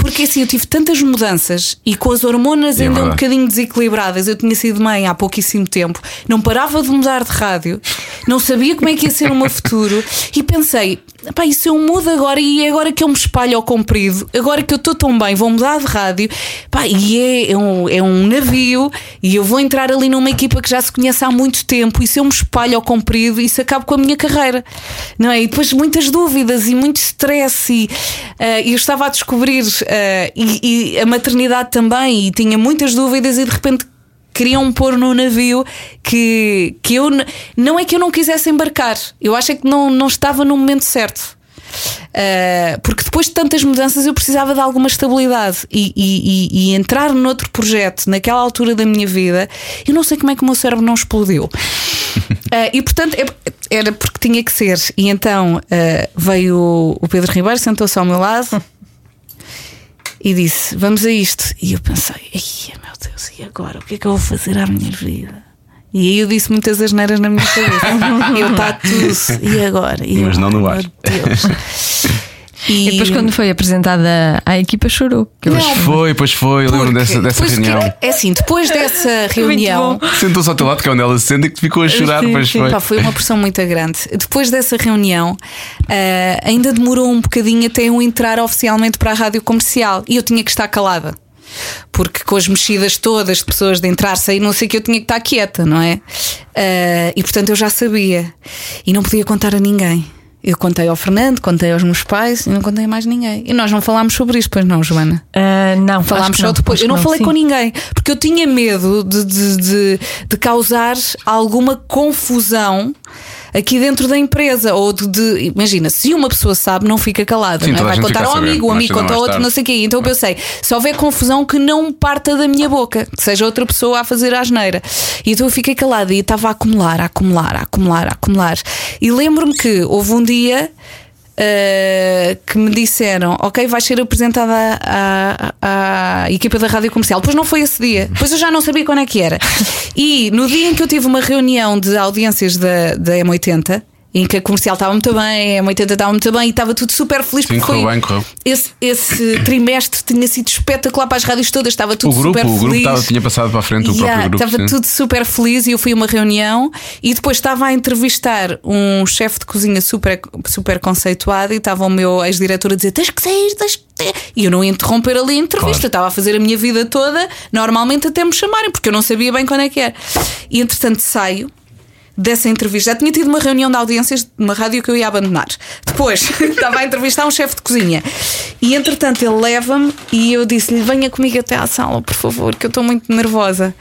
Speaker 6: Porque assim, eu tive tantas mudanças e com as hormonas
Speaker 1: É
Speaker 6: ainda um
Speaker 1: verdade.
Speaker 6: bocadinho desequilibradas. Eu tinha sido mãe há pouquíssimo tempo, não parava de mudar de rádio, não sabia como é que ia ser o meu futuro e pensei: pá, e se eu mudo agora e é agora que eu me espalho ao comprido, agora que eu estou tão bem, vou mudar de rádio, pá, e é, é um, é um navio e eu vou entrar ali numa equipa que já se conhece há muito tempo e se eu me espalho ao comprido, isso acaba com a minha carreira, não é? E depois muitas dúvidas e muito stress e ah, eu estava a descobrir ah, e- e a maternidade também e tinha muitas dúvidas e de repente queriam pôr no navio que, que eu n- não é que eu não quisesse embarcar, eu acho é que não, não estava no momento certo. Ah, porque depois de tantas mudanças eu precisava de alguma estabilidade e, e- e- e entrar noutro projeto naquela altura da minha vida, eu não sei como é que o meu cérebro não explodiu. Ah, e portanto é- era porque tinha que ser. E então ah, veio o- o Pedro Ribeiro, sentou-se ao meu lado e disse: Vamos a isto. E eu pensei: Ai, meu Deus, e agora? O que é que eu vou fazer à minha vida? E aí eu disse muitas asneiras na minha cabeça. eu tá tudo. E agora? E
Speaker 1: Mas
Speaker 6: eu,
Speaker 1: não no ar.
Speaker 6: meu Deus.
Speaker 2: E depois, quando foi apresentada à equipa, chorou. Que eu
Speaker 1: Pois
Speaker 2: acho-
Speaker 1: foi, pois foi, eu lembro
Speaker 6: Porque
Speaker 1: dessa, dessa
Speaker 6: depois o que é
Speaker 1: reunião.
Speaker 6: que- é assim, depois dessa reunião.
Speaker 1: Sentou-se ao teu lado, que é onde ela se sente, e que ficou a chorar,
Speaker 2: Sim,
Speaker 1: pois
Speaker 2: sim.
Speaker 1: foi.
Speaker 6: Pá, foi uma pressão muito grande. Depois dessa reunião, ah, ainda demorou um bocadinho até eu entrar oficialmente para a rádio comercial e eu tinha que estar calada. Porque com as mexidas todas de pessoas de entrar, sair, não sei o que, eu tinha que estar quieta, não é? Ah, e portanto eu já sabia. E não podia contar a ninguém. Eu contei ao Fernando, contei aos meus pais e não contei a mais ninguém. E nós não falámos sobre isto, pois não, Joana?
Speaker 2: Ah, não,
Speaker 6: Falámos
Speaker 2: acho que
Speaker 6: só
Speaker 2: não,
Speaker 6: depois.
Speaker 2: acho
Speaker 6: Eu não,
Speaker 2: que
Speaker 6: falei
Speaker 2: sim.
Speaker 6: com ninguém, porque eu tinha medo de, de, de- de causar alguma confusão aqui dentro da empresa. Ou de, de- imagina, se uma pessoa sabe, não fica calada.
Speaker 1: Sim,
Speaker 6: não é?
Speaker 1: toda a
Speaker 6: Vai
Speaker 1: gente
Speaker 6: contar
Speaker 1: fica a
Speaker 6: ao
Speaker 1: saber,
Speaker 6: amigo, o
Speaker 1: mais
Speaker 6: amigo
Speaker 1: cedo ou
Speaker 6: conta
Speaker 1: mais
Speaker 6: ao outro,
Speaker 1: tarde.
Speaker 6: não sei o quê. Então eu pensei, se houver confusão, que não parta da minha boca, que seja outra pessoa a fazer a asneira. E então eu fiquei calada e estava a acumular, a acumular, a acumular, a acumular. E lembro-me que houve um dia. Uh, que me disseram, ok, vais ser apresentada à, à- à equipa da rádio comercial. Depois não foi esse dia, depois eu já não sabia quando é que era. E no dia em que eu tive uma reunião de audiências da, da M80, em que a comercial estava muito bem, a M80 estava muito bem e estava tudo super feliz
Speaker 1: Sim,
Speaker 6: porque
Speaker 1: correu
Speaker 6: foi-
Speaker 1: bem, correu.
Speaker 6: Esse, esse trimestre tinha sido espetacular para as rádios todas, estava tudo
Speaker 1: O grupo,
Speaker 6: super
Speaker 1: o
Speaker 6: feliz.
Speaker 1: grupo estava- tinha passado para a frente, o
Speaker 6: Yeah,
Speaker 1: próprio grupo.
Speaker 6: Estava
Speaker 1: sim.
Speaker 6: tudo super feliz e eu fui a uma reunião e depois estava a entrevistar um chefe de cozinha super, super conceituado e estava o meu ex-diretor a dizer: tens que sair, tens que. sair." E eu não ia interromper ali a entrevista,
Speaker 1: Claro.
Speaker 6: eu estava a fazer a minha vida toda, normalmente até me chamarem, porque eu não sabia bem quando é que era. E entretanto saio. Dessa entrevista, já tinha tido uma reunião de audiências de uma rádio que eu ia abandonar. Depois estava a entrevistar um chefe de cozinha e entretanto ele leva-me e eu disse-lhe: Venha comigo até à sala, por favor, que eu estou muito nervosa.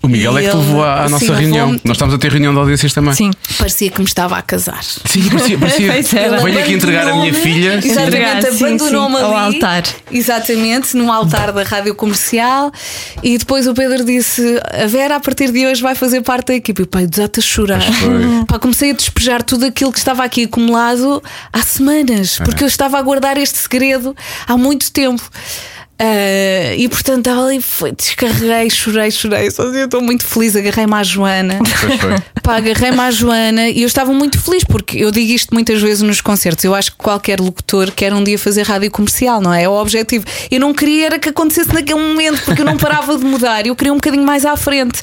Speaker 1: O Miguel
Speaker 6: E
Speaker 1: é que te
Speaker 6: ele- assim,
Speaker 1: levou à, à
Speaker 6: Sim,
Speaker 1: nossa
Speaker 6: levou-me.
Speaker 1: reunião. Nós estávamos a ter reunião de audiências também.
Speaker 2: Sim,
Speaker 6: Parecia que me estava a casar.
Speaker 1: Sim, parecia.
Speaker 2: Pois
Speaker 1: parecia.
Speaker 2: era.
Speaker 1: Venho aqui entregar a minha filha.
Speaker 2: Sim.
Speaker 6: Exatamente,
Speaker 2: Entregar, sim,
Speaker 6: abandonou-me
Speaker 2: sim,
Speaker 6: ali.
Speaker 2: ao altar.
Speaker 6: Exatamente, num altar da rádio comercial. E depois o Pedro disse: A Vera, a partir de hoje, vai fazer parte da equipe. E o pai desata a chorar.
Speaker 1: Pois foi.
Speaker 6: Pá, comecei a despejar tudo aquilo que estava aqui acumulado há semanas,
Speaker 1: É.
Speaker 6: porque eu estava a guardar este segredo há muito tempo. Ah, e portanto estava ali, foi, descarreguei, chorei, chorei. Só dizia, eu estou muito feliz, agarrei-me à Joana.
Speaker 1: Pois foi.
Speaker 6: Pá, agarrei-me à Joana e eu estava muito feliz porque eu digo isto muitas vezes nos concertos. Eu acho que qualquer locutor quer um dia fazer rádio comercial, não é? É o objetivo. Eu não queria era que acontecesse naquele momento porque eu não parava de mudar. Eu queria um bocadinho mais à frente.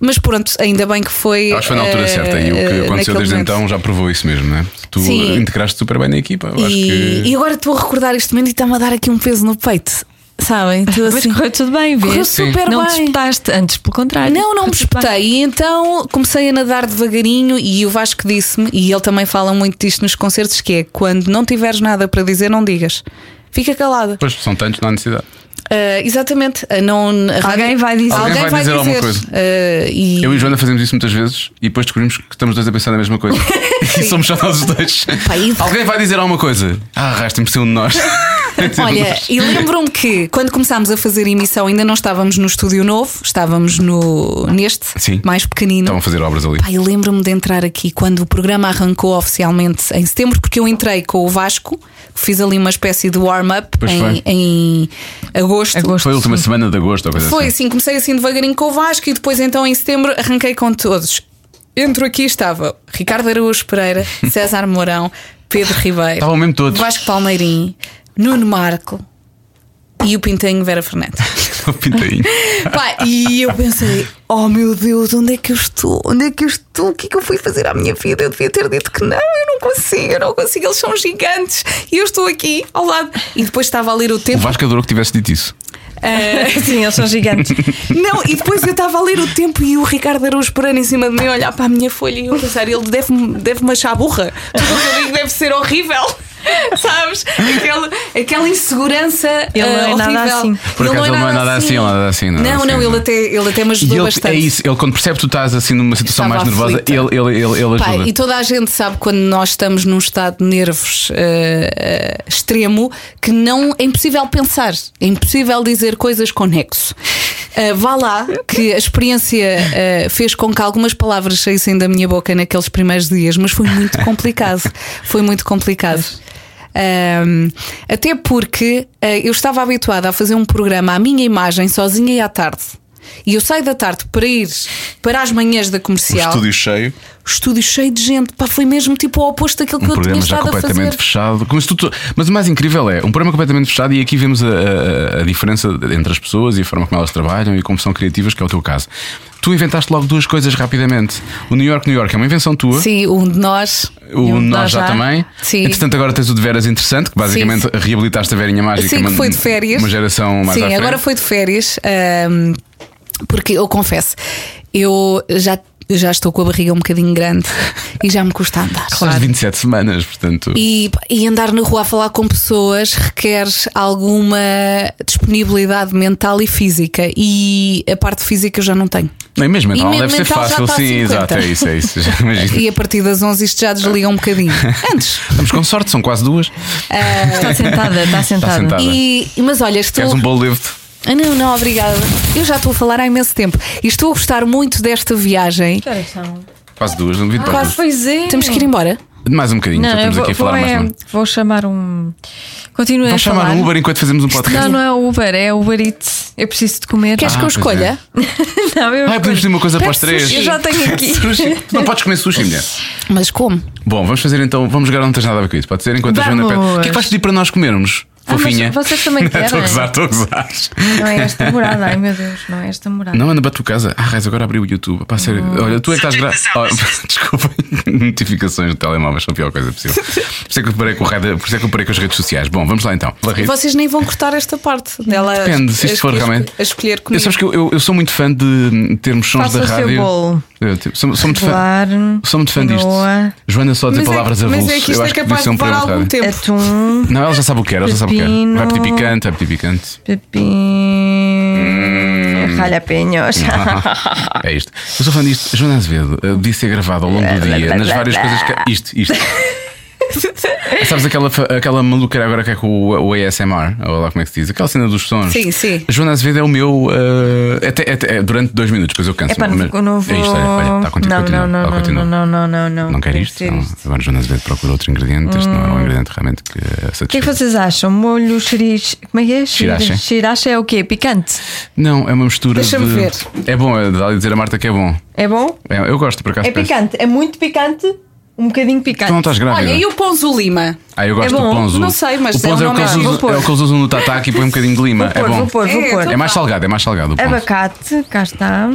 Speaker 6: Mas pronto, ainda bem que foi.
Speaker 1: Eu Acho que foi na altura
Speaker 6: eh,
Speaker 1: certa e o que aconteceu
Speaker 6: naquele
Speaker 1: desde
Speaker 6: momento.
Speaker 1: então já provou isso mesmo, não é? Tu
Speaker 6: Sim.
Speaker 1: integraste super bem na equipa. Eu
Speaker 6: E,
Speaker 1: acho que.
Speaker 6: e agora estou a recordar este momento e está-me a dar aqui um peso no peito. Sabem? Estou
Speaker 2: mas
Speaker 6: assim.
Speaker 2: correu tudo bem, vês?
Speaker 6: Correu super
Speaker 2: não
Speaker 6: bem.
Speaker 2: te espetaste, antes, pelo contrário.
Speaker 6: Não, não me
Speaker 2: Correu tudo bem.
Speaker 6: espetei. E então comecei a nadar devagarinho e o Vasco disse-me, e ele também fala muito disto nos concertos, que é quando não tiveres nada para dizer, não digas. Fica calada.
Speaker 1: Pois são tantos, não há necessidade.
Speaker 6: Ah, exatamente. Ah, não,
Speaker 2: Alguém vai dizer.
Speaker 1: Alguém vai dizer alguma coisa.
Speaker 6: Ah, e-
Speaker 1: Eu e a Joana fazemos isso muitas vezes e depois descobrimos que estamos dois a pensar na mesma coisa. e somos só nós os dois.
Speaker 6: e-
Speaker 1: Alguém vai dizer alguma coisa. Ah, arrasta-me ser um de nós.
Speaker 6: Olha, e lembram-me que quando começámos a fazer emissão ainda não estávamos no estúdio novo, estávamos no neste,
Speaker 1: Sim.
Speaker 6: mais pequenino.
Speaker 1: Estavam a fazer obras ali.
Speaker 6: Pá, eu lembro-me de entrar aqui quando o programa arrancou oficialmente em setembro, porque eu entrei com o Vasco, fiz ali uma espécie de warm-up
Speaker 1: Pois
Speaker 6: em,
Speaker 1: foi.
Speaker 6: em agosto.
Speaker 2: Agosto.
Speaker 1: Foi a última semana de agosto ou coisa
Speaker 6: Foi
Speaker 1: assim.
Speaker 6: assim, comecei assim devagarinho com o Vasco e depois então em setembro arranquei com todos. Entro aqui estava Ricardo Araújo Pereira, César Mourão, Pedro Ribeiro,
Speaker 1: Estavam mesmo todos.
Speaker 6: Vasco Palmeirim, Nuno Marco e o Pintinho Vera Fernandes.
Speaker 1: Pintei.
Speaker 6: Pá, e eu pensei, oh meu Deus, onde é que eu estou? Onde é que eu estou? O que é que eu fui fazer à minha vida? Eu devia ter dito que não, eu não consigo, eu não consigo, eles são gigantes e eu estou aqui ao lado. E depois estava a ler o
Speaker 1: O
Speaker 6: tempo.
Speaker 1: Vasco adorou que tivesse dito isso.
Speaker 2: Sim, eles são gigantes.
Speaker 6: Não, e depois eu estava a ler o tempo e o Ricardo Araújo Pereira em cima de mim a olhar para a minha folha e eu pensar, ele deve-me deve achar burra. Tudo o que eu digo deve ser horrível. Sabes? Aquela, aquela insegurança
Speaker 2: Ele não
Speaker 6: ah,
Speaker 2: é nada
Speaker 6: horrível.
Speaker 2: assim.
Speaker 1: Por acaso ele não é nada assim, ele não é nada assim, não é
Speaker 6: Não,
Speaker 1: assim,
Speaker 6: não, ele
Speaker 1: não.
Speaker 6: até, ele até me
Speaker 1: E
Speaker 6: ajudou
Speaker 1: ele,
Speaker 6: bastante.
Speaker 1: é isso, ele quando percebe que tu estás assim numa situação
Speaker 6: Estava
Speaker 1: mais nervosa,
Speaker 6: aflita.
Speaker 1: ele, ele, ele, ele
Speaker 6: Pá,
Speaker 1: ajuda.
Speaker 6: e toda a gente sabe quando nós estamos num estado de nervos eh, eh, extremo que não é impossível pensar, é impossível dizer coisas com nexo. Eh, vá lá, que a experiência eh, fez com que algumas palavras saíssem da minha boca naqueles primeiros dias, mas foi muito complicado. Foi muito complicado. Ahm, até porque eh, eu estava habituada a fazer um programa à minha imagem sozinha e à tarde. E eu saio da tarde para ir para as manhãs da
Speaker 1: O
Speaker 6: comercial.
Speaker 1: estúdio cheio,
Speaker 6: O estúdio cheio de gente. Pá, foi mesmo tipo o oposto daquilo que
Speaker 1: um
Speaker 6: eu tinha
Speaker 1: programa já
Speaker 6: estado a
Speaker 1: completamente
Speaker 6: fazer.
Speaker 1: fechado. Como se tudo- Mas o mais incrível é um programa completamente fechado, e aqui vemos a, a- a diferença entre as pessoas e a forma como elas trabalham e como são criativas, que é o teu caso. Tu inventaste logo duas coisas rapidamente. O New York, New York é uma invenção tua.
Speaker 6: Sim, um de nós.
Speaker 1: O
Speaker 2: E um
Speaker 1: Nós
Speaker 2: Nós
Speaker 1: já,
Speaker 2: Já.
Speaker 1: também.
Speaker 6: Sim.
Speaker 1: Entretanto, agora tens o de Veras Interessante, que basicamente
Speaker 6: Sim,
Speaker 1: reabilitaste a Verinha Mágica.
Speaker 6: Sim, que
Speaker 1: uma-
Speaker 6: foi de férias.
Speaker 1: Uma geração mais à
Speaker 6: Sim,
Speaker 1: frente.
Speaker 6: agora foi de férias. ahm, porque eu confesso, eu já, já estou com a barriga um bocadinho grande e já me custa andar.
Speaker 1: Estás de 27 semanas, portanto.
Speaker 6: E, e andar na rua a falar com pessoas requer alguma disponibilidade mental e física. E a parte física eu já não tenho.
Speaker 1: Nem mesmo
Speaker 6: e
Speaker 1: mental,
Speaker 6: mesmo
Speaker 1: deve ser
Speaker 6: mental
Speaker 1: fácil.
Speaker 6: já está a
Speaker 1: Sim,
Speaker 6: 50.
Speaker 1: exato, é isso, é isso. Já imagino.
Speaker 6: E a partir das 11 isto já desliga um bocadinho. Antes.
Speaker 1: Estamos com sorte, são quase duas.
Speaker 2: Está sentada, está sentada.
Speaker 1: sentada.
Speaker 6: E, mas olha, estou.
Speaker 1: Tá Queres um bolo livre?
Speaker 6: Ah, Não, não, obrigada. Eu já estou a falar há imenso tempo. E estou a gostar muito desta viagem.
Speaker 1: Quase duas, um vídeo para
Speaker 6: Ah,
Speaker 1: duas.
Speaker 2: pois é.
Speaker 6: Temos que ir embora.
Speaker 1: Mais um bocadinho,
Speaker 2: Não,
Speaker 1: já
Speaker 2: não, eu
Speaker 1: estamos
Speaker 2: vou,
Speaker 1: aqui a falar
Speaker 2: vou,
Speaker 1: mais
Speaker 2: é-
Speaker 1: um.
Speaker 2: vou chamar um. Continuem
Speaker 1: Vamos
Speaker 2: a falar.
Speaker 1: chamar um Uber enquanto fazemos um podcast.
Speaker 2: Não, não é o Uber, é o Uber Eats. Eu preciso de comer.
Speaker 6: Queres
Speaker 1: Ah,
Speaker 6: que eu
Speaker 1: pois
Speaker 6: escolha?
Speaker 2: não, eu
Speaker 1: Ai, Ah, podemos pedir uma coisa para os
Speaker 2: Pede
Speaker 1: três.
Speaker 2: sushi, Eu já tenho aqui.
Speaker 1: Sushi. Tu Não podes comer sushi, mulher.
Speaker 6: Mas como?
Speaker 1: Bom, vamos fazer então, vamos jogar, não tens nada a ver com isso. Pode ser enquanto a Joana pede.
Speaker 2: Vamos.
Speaker 1: O que é que vais pedir para nós comermos?
Speaker 2: Ah, mas
Speaker 1: Fofinha.
Speaker 2: vocês também
Speaker 1: Estou a
Speaker 2: querem.
Speaker 1: gozar, estou a gozar.
Speaker 2: Não é esta morada, ai meu Deus, não é esta morada.
Speaker 1: Não, anda para a tua casa. Ah, Raiz, agora abri o YouTube. Pá, sério.
Speaker 2: Ah.
Speaker 1: Olha, tu é que estás gra... oh, Desculpa, notificações do telemóvel são a pior coisa possível. Por isso é que eu parei com, o Raid- por isso é que eu parei com as redes sociais. Bom, vamos lá então. Raiz.
Speaker 6: Vocês nem vão cortar esta parte dela. a-
Speaker 1: Depende, se
Speaker 6: a
Speaker 1: isto for
Speaker 6: escolher-
Speaker 1: realmente.
Speaker 6: A escolher
Speaker 1: Eu,
Speaker 6: comigo.
Speaker 1: sabes que eu, eu, eu sou muito fã de hum, termos sons
Speaker 2: Faça
Speaker 1: da
Speaker 2: o seu
Speaker 1: rádio.
Speaker 2: bolo.
Speaker 1: Eu, tipo, sou, sou muito
Speaker 2: Claro.
Speaker 1: fã. Sou muito fã disto.
Speaker 2: Quinoa.
Speaker 1: Joana só dizer
Speaker 6: mas,
Speaker 1: palavras
Speaker 6: é,
Speaker 1: avulsas.
Speaker 6: mas é que
Speaker 1: eu
Speaker 6: isto
Speaker 1: acho
Speaker 6: é
Speaker 1: que devia ser
Speaker 6: capaz de
Speaker 1: um
Speaker 6: levar
Speaker 1: programa de
Speaker 6: algum
Speaker 1: rádio.
Speaker 6: tempo.
Speaker 2: Atum,
Speaker 1: Não, ela já sabe o que quer, ela já sabe o que quer. Vai pedir
Speaker 2: Pepino.
Speaker 1: picante, vai pedir picante. Hum.
Speaker 2: pepino, jalapeños.
Speaker 1: Ah, é isto. Eu sou fã disto. Joana Azevedo eh, podia ser gravado ao longo do dia nas várias coisas que. Isto, isto. Sabes aquela, fa- aquela maluqueira agora que é com o, o ASMR? Ou lá como é que se diz? Aquela cena dos sons.
Speaker 6: Sim, sim.
Speaker 1: A Joana Azevedo é o meu. eh, até, até- é durante dois minutos, depois eu canso.
Speaker 2: Epá, não,
Speaker 1: mas-
Speaker 2: vou- não
Speaker 1: É
Speaker 2: vou.
Speaker 1: isto, olha, olha, está a continuar.
Speaker 2: não,
Speaker 1: continua,
Speaker 2: não, não,
Speaker 1: ela
Speaker 2: não,
Speaker 1: continua.
Speaker 2: não, não, não, não, não.
Speaker 1: Não quer
Speaker 2: Tem
Speaker 1: isto?
Speaker 2: que ser
Speaker 1: Não.
Speaker 2: isto. Hum.
Speaker 1: Agora Jonas Azevedo procura outro ingrediente. Este não era um ingrediente realmente que eh,
Speaker 2: O que é que
Speaker 1: satisfez.
Speaker 2: vocês acham? Molho xerix. Como é que é? Shir-
Speaker 1: Shiracha.
Speaker 2: Shiracha é o quê? Picante?
Speaker 1: Não, é uma mistura
Speaker 6: Deixa-me
Speaker 1: de.
Speaker 6: ver.
Speaker 1: É bom, é, dá-lhe a dizer a Marta que é bom.
Speaker 2: É bom?
Speaker 1: É, eu gosto, por acaso.
Speaker 2: É
Speaker 1: parece-
Speaker 2: picante, é muito picante, um bocadinho
Speaker 1: Tu não
Speaker 2: picante.
Speaker 1: estás grávida.
Speaker 6: Olha, e o Ponzo Lima?
Speaker 1: Ah, eu gosto
Speaker 2: É bom,
Speaker 1: do ponzo.
Speaker 6: não sei, mas
Speaker 1: o ponzo
Speaker 6: é
Speaker 1: é,
Speaker 6: um
Speaker 1: o que
Speaker 6: nome
Speaker 1: eles
Speaker 2: giro.
Speaker 1: usam,
Speaker 2: Vou
Speaker 1: é
Speaker 2: pôr.
Speaker 1: o que eles usam no tataki e põe um bocadinho de lima. é
Speaker 2: Vou pôr,
Speaker 1: bom.
Speaker 2: vou pôr, vou
Speaker 6: É,
Speaker 2: pôr.
Speaker 6: então
Speaker 1: É mais salgado, é mais salgado o ponzo.
Speaker 2: Abacate, cá está.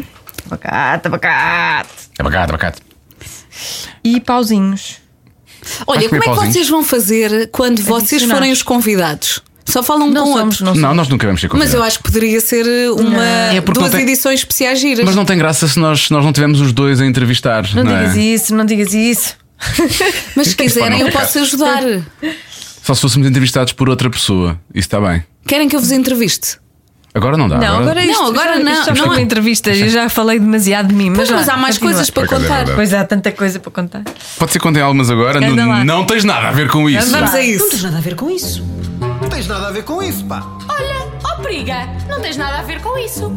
Speaker 2: Abacate, abacate.
Speaker 1: É abacate, abacate.
Speaker 2: E pauzinhos.
Speaker 1: Vais
Speaker 6: Olha, como é que
Speaker 1: comer pauzinhos?
Speaker 6: vocês vão fazer quando vocês
Speaker 2: Adicionar.
Speaker 6: forem os convidados? Só falam
Speaker 2: Não
Speaker 6: com
Speaker 2: somos,
Speaker 6: outro.
Speaker 2: não
Speaker 1: É Não,
Speaker 2: somos.
Speaker 1: nós nunca vamos ser
Speaker 6: Mas eu
Speaker 1: convidados.
Speaker 6: acho que poderia ser uma
Speaker 1: É porque
Speaker 6: duas
Speaker 1: não tem-
Speaker 6: edições especiais giras.
Speaker 1: Mas não tem graça se nós, se nós não tivermos os dois a entrevistar.
Speaker 2: Não,
Speaker 1: Não, é?
Speaker 2: digas isso, não digas isso.
Speaker 6: Mas se
Speaker 1: Isto para não
Speaker 6: quiserem, eu
Speaker 1: ficar.
Speaker 6: posso ajudar.
Speaker 1: Só se fôssemos entrevistados por outra pessoa. Isso está bem.
Speaker 6: Querem que eu vos entreviste?
Speaker 1: Agora não dá.
Speaker 2: Não, agora isto,
Speaker 6: Não, agora
Speaker 2: isto
Speaker 6: não,
Speaker 2: só
Speaker 6: não
Speaker 2: foi uma
Speaker 6: é-
Speaker 2: entrevista, eu já falei demasiado de mim.
Speaker 6: Mas,
Speaker 2: Mas,
Speaker 6: mas
Speaker 2: vá,
Speaker 6: há mais
Speaker 2: continua.
Speaker 6: coisas para
Speaker 1: Pois é,
Speaker 6: contar.
Speaker 1: verdade.
Speaker 2: Pois há tanta coisa para contar.
Speaker 1: Pode ser que contem algumas agora.
Speaker 2: é- Anda
Speaker 1: Não,
Speaker 2: lá.
Speaker 1: não tens nada a ver com isso.
Speaker 2: Anda
Speaker 6: Vamos
Speaker 2: lá.
Speaker 6: a
Speaker 5: Não
Speaker 6: isso.
Speaker 5: tens nada a ver com isso.
Speaker 7: Não tens nada a ver com isso, pá.
Speaker 8: Olha, ó periga, não tens nada a ver com isso.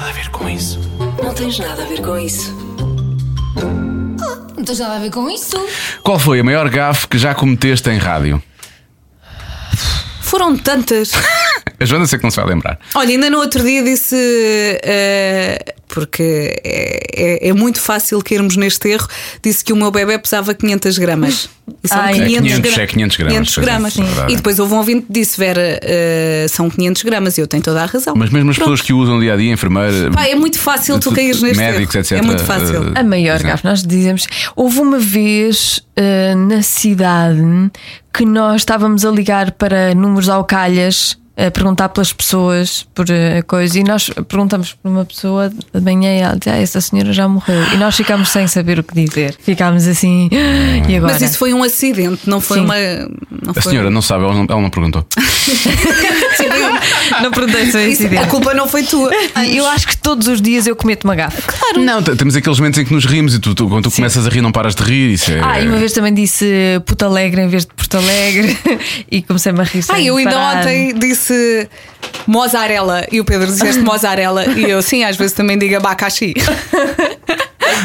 Speaker 5: Não tens nada a ver com isso.
Speaker 8: Não tens nada a ver com isso.
Speaker 1: Qual foi a maior gafe que já cometeste em rádio?
Speaker 6: Foram tantas.
Speaker 1: A Joana sei que não se vai lembrar.
Speaker 6: Olha, ainda no outro dia disse. eh, porque é, é- é muito fácil cairmos neste erro. Disse que o meu bebê pesava 500 gramas. E são
Speaker 2: Ai. É
Speaker 1: 500,
Speaker 6: gra-
Speaker 1: é 500 gramas,
Speaker 6: 500
Speaker 1: pois é,
Speaker 6: gramas.
Speaker 1: é verdade.
Speaker 6: E depois houve um ouvinte que disse: Vera, eh, são 500 gramas. E eu tenho toda a razão.
Speaker 1: Mas mesmo as
Speaker 6: Pronto.
Speaker 1: pessoas que o usam dia a dia, enfermeira.
Speaker 6: Pá, é muito fácil tu caíres neste
Speaker 1: médicos,
Speaker 6: erro.
Speaker 1: etc.
Speaker 6: É muito fácil.
Speaker 1: eh,
Speaker 2: A maior
Speaker 1: Exato.
Speaker 2: gafe, nós dizemos. Houve uma vez eh, na cidade que nós estávamos a ligar para números ao calhas, a perguntar pelas pessoas, por eh, coisa, e nós perguntamos por uma pessoa de manhã e ela diz, ah, essa senhora já morreu. E nós ficámos sem saber o que dizer. Ficámos assim, "Ah, e agora?
Speaker 6: Mas isso foi um acidente, não foi
Speaker 2: Sim.
Speaker 6: uma. Não
Speaker 1: A
Speaker 6: foi-
Speaker 1: senhora não sabe, ela não, ela não perguntou.
Speaker 2: Não perguntei se é
Speaker 6: Isso- a
Speaker 2: incidente.
Speaker 6: culpa não foi tua.
Speaker 2: Eu acho que todos os dias eu cometo uma gafe.
Speaker 1: Não, t- temos aqueles momentos em que nos rimos e tu, tu- quando tu começas a rir, não paras de rir. Isso é...
Speaker 2: Ah, e uma vez também disse Puta Alegre em vez de Porto Alegre e comecei-me a rir.
Speaker 6: Ah,
Speaker 2: sem
Speaker 6: eu ainda
Speaker 2: parar.
Speaker 6: ontem disse mozarela e o Pedro disseste mozarela e eu sim, às vezes também digo abacaxi.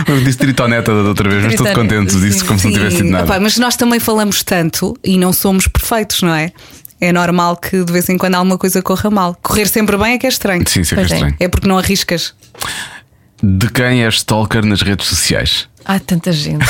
Speaker 1: Eu disse tritoneta da outra vez, mas estou
Speaker 2: Tritoneta,
Speaker 1: contente disso,
Speaker 2: sim.
Speaker 1: como se não tivesse sido
Speaker 6: Sim,
Speaker 1: nada.
Speaker 6: opá, mas nós também falamos tanto e não somos perfeitos, não é? É normal que de vez em quando alguma coisa corra mal. Correr sempre bem é que é estranho.
Speaker 1: Sim, sim, que é
Speaker 2: Pois é.
Speaker 1: estranho.
Speaker 6: É porque não arriscas.
Speaker 1: De quem é stalker nas redes sociais?
Speaker 2: Há tanta gente.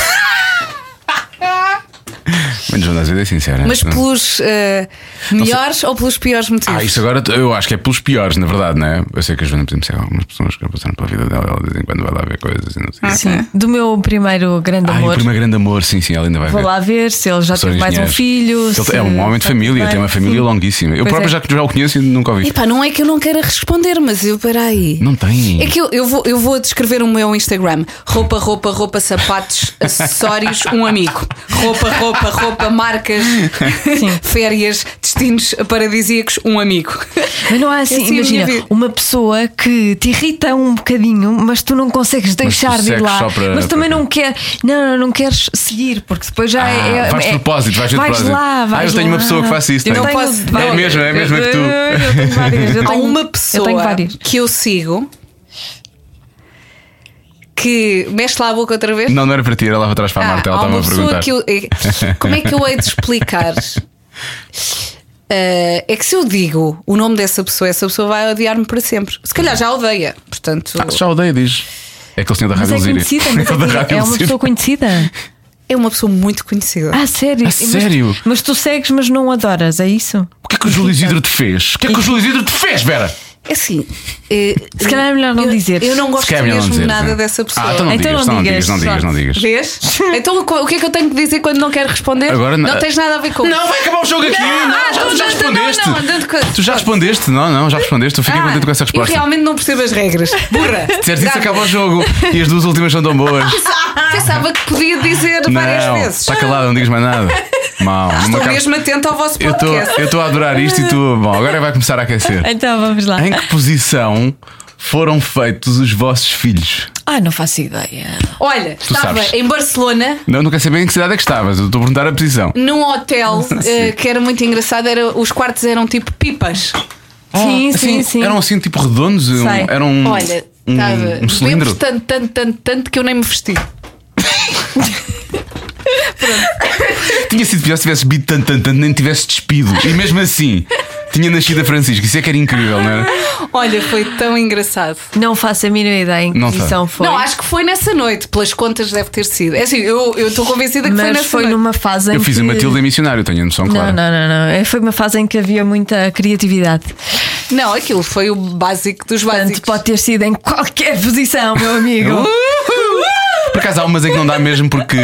Speaker 1: Menos uma das vezes é sincera.
Speaker 6: Mas
Speaker 1: Não-
Speaker 6: pelos eh, melhores ou pelos piores motivos?
Speaker 1: Ah, isso agora eu acho que é pelos piores, na verdade, não é? Eu sei que a Joana, por exemplo, sei lá, algumas pessoas que passaram pela vida dela, ela de vez em quando vai lá ver coisas e não sei.
Speaker 2: Sim. Do meu primeiro grande
Speaker 1: Ah, e o
Speaker 2: amor.
Speaker 1: primeiro grande amor, sim, sim, ela ainda vai
Speaker 2: Vou
Speaker 1: ver.
Speaker 2: lá ver se ele já
Speaker 1: São
Speaker 2: teve mais um
Speaker 1: engenheiros.
Speaker 2: filho.
Speaker 1: Ele
Speaker 2: se
Speaker 1: é um homem de
Speaker 2: está tudo
Speaker 1: família,
Speaker 2: bem.
Speaker 1: tem uma família
Speaker 2: Sim.
Speaker 1: longuíssima. Eu
Speaker 2: Pois
Speaker 1: próprio
Speaker 2: é.
Speaker 1: já, já o conheço e nunca ouvi.
Speaker 6: Epá, não é que eu não queira responder, mas eu peraí.
Speaker 1: Não tem.
Speaker 6: É que eu, eu, vou, eu vou descrever o meu Instagram: roupa, roupa, roupa, sapatos, acessórios, um amigo. Roupa, roupa, roupa, marcas, férias, destinos paradisíacos, um amigo.
Speaker 2: Mas não é assim,
Speaker 6: Essa é a minha
Speaker 2: imagina,
Speaker 6: vida.
Speaker 2: uma pessoa que te irrita um bocadinho, mas tu não consegues deixar de ir
Speaker 1: segues
Speaker 2: lá.
Speaker 1: só para-
Speaker 2: mas também
Speaker 1: para-
Speaker 2: não quer, não, não, não queres seguir, porque depois já
Speaker 1: Ah,
Speaker 2: é, é.
Speaker 1: vais de
Speaker 2: é-
Speaker 1: propósito, vais de propósito.
Speaker 2: lá,
Speaker 1: Ah,
Speaker 2: vais
Speaker 1: eu tenho uma
Speaker 2: lá.
Speaker 1: pessoa que faz isso,
Speaker 2: Eu
Speaker 1: tenho.
Speaker 2: tenho-
Speaker 6: Não posso-
Speaker 2: vai-
Speaker 6: É a
Speaker 1: mesma, é a mesma que tu.
Speaker 2: Eu tenho várias, eu
Speaker 6: Há
Speaker 2: tenho-
Speaker 6: uma
Speaker 2: Eu
Speaker 6: pessoa
Speaker 2: tenho várias.
Speaker 6: que eu sigo que mexe lá a boca outra vez.
Speaker 1: Não, não era para ti, era lá atrás para a
Speaker 6: Ah,
Speaker 1: Marta, ela
Speaker 6: há
Speaker 1: estava
Speaker 6: uma
Speaker 1: a perguntar.
Speaker 6: pessoa que eu, é- Como é que eu hei de explicar? Eh, é que se eu digo o nome dessa pessoa, essa pessoa vai odiar-me para sempre. Se calhar já odeia, portanto.
Speaker 1: Ah, já odeio, diz. É aquele senhor da
Speaker 2: Mas
Speaker 1: Rádio
Speaker 2: é
Speaker 1: Lusíria.
Speaker 2: conhecida, mas
Speaker 1: Aquele da
Speaker 2: é,
Speaker 1: Rádio
Speaker 2: é uma
Speaker 1: Lusíria.
Speaker 2: pessoa conhecida.
Speaker 6: É uma pessoa muito conhecida.
Speaker 2: Ah,
Speaker 1: A
Speaker 2: sério? Mas-
Speaker 1: sério?
Speaker 2: Mas, tu segues, mas não adoras, é isso?
Speaker 1: O que é que o Júlio Isidro te fez? O que é que o Júlio Isidro te fez, Vera?
Speaker 6: É assim. eh,
Speaker 2: Se calhar é melhor não
Speaker 6: eu-
Speaker 2: dizer.
Speaker 6: Eu não
Speaker 1: Se
Speaker 6: gosto
Speaker 1: calhar é melhor não
Speaker 6: mesmo
Speaker 1: dizeres,
Speaker 6: nada
Speaker 1: é.
Speaker 6: dessa pessoa.
Speaker 1: Ah, então não
Speaker 2: Então
Speaker 1: digas,
Speaker 2: não
Speaker 1: não
Speaker 2: digas,
Speaker 1: digas, não digas, não digas.
Speaker 6: Vês? Então o co- o que é que eu tenho que dizer quando não quero responder?
Speaker 1: Agora não.
Speaker 6: tens nada a ver com
Speaker 1: Não, vai acabar o jogo aqui! Não,
Speaker 6: Não, não,
Speaker 1: já- já
Speaker 6: não, não, não,
Speaker 1: respondeste!
Speaker 6: não, não, não.
Speaker 1: Tu já respondeste? Não, não, já respondeste. Eu fiquei
Speaker 6: Ah,
Speaker 1: contente com essa resposta.
Speaker 6: Eu realmente não percebo as regras. Burra!
Speaker 1: Disseste isso,
Speaker 6: Dá-me.
Speaker 1: acaba o jogo. E as duas últimas são tão boas.
Speaker 6: Pensava que podia dizer várias
Speaker 1: não, é
Speaker 6: vezes.
Speaker 1: está calado, não digas mais nada. Mal.
Speaker 6: Estou
Speaker 1: numa cara-
Speaker 6: mesmo atento ao vosso
Speaker 1: Eu tô-
Speaker 6: podcast.
Speaker 1: eu estou a adorar isto e tu. Bom, agora vai começar a aquecer.
Speaker 2: Então vamos lá.
Speaker 1: Em que posição foram feitos os vossos filhos?
Speaker 2: Ah, não faço ideia.
Speaker 6: Olha, estava
Speaker 1: sabes.
Speaker 6: em Barcelona.
Speaker 1: Não, não quero saber em que cidade é que estavas. Eu estou a perguntar a posição.
Speaker 6: Num hotel eh, que era muito engraçado, era, os quartos eram tipo pipas.
Speaker 2: sim,
Speaker 1: Ah,
Speaker 2: sim,
Speaker 1: assim,
Speaker 2: sim.
Speaker 1: Eram assim, tipo redondos. Um,
Speaker 2: Sei.
Speaker 1: era um.
Speaker 6: Olha,
Speaker 1: um,
Speaker 6: estava.
Speaker 1: um cilindro.
Speaker 6: Bebemos tanto, tanto, tanto, tanto que eu nem me vesti.
Speaker 1: Tinha sido pior se tivesse bebido tanto, tanto, tanto, nem tivesse despido. E mesmo assim, tinha nascido a Francisco. Isso é que era incrível, não era?
Speaker 6: Olha, foi tão engraçado.
Speaker 2: Não faço a mínima ideia em que
Speaker 1: Não
Speaker 2: posição foi.
Speaker 6: Não, acho que foi nessa noite, pelas contas deve ter sido. É assim, eu eu estou convencida que foi
Speaker 2: Mas
Speaker 6: nessa
Speaker 2: foi
Speaker 6: noite.
Speaker 2: numa fase em
Speaker 1: Eu fiz
Speaker 2: que...
Speaker 1: a Matilda em missionário, tenho a noção,
Speaker 2: Não,
Speaker 1: claro.
Speaker 2: não, não, não. É, Foi uma fase em que havia muita criatividade.
Speaker 6: Não, aquilo foi o básico dos básicos.
Speaker 2: Portanto, pode ter sido em qualquer posição, meu amigo.
Speaker 1: Por acaso há umas em que não dá mesmo porque.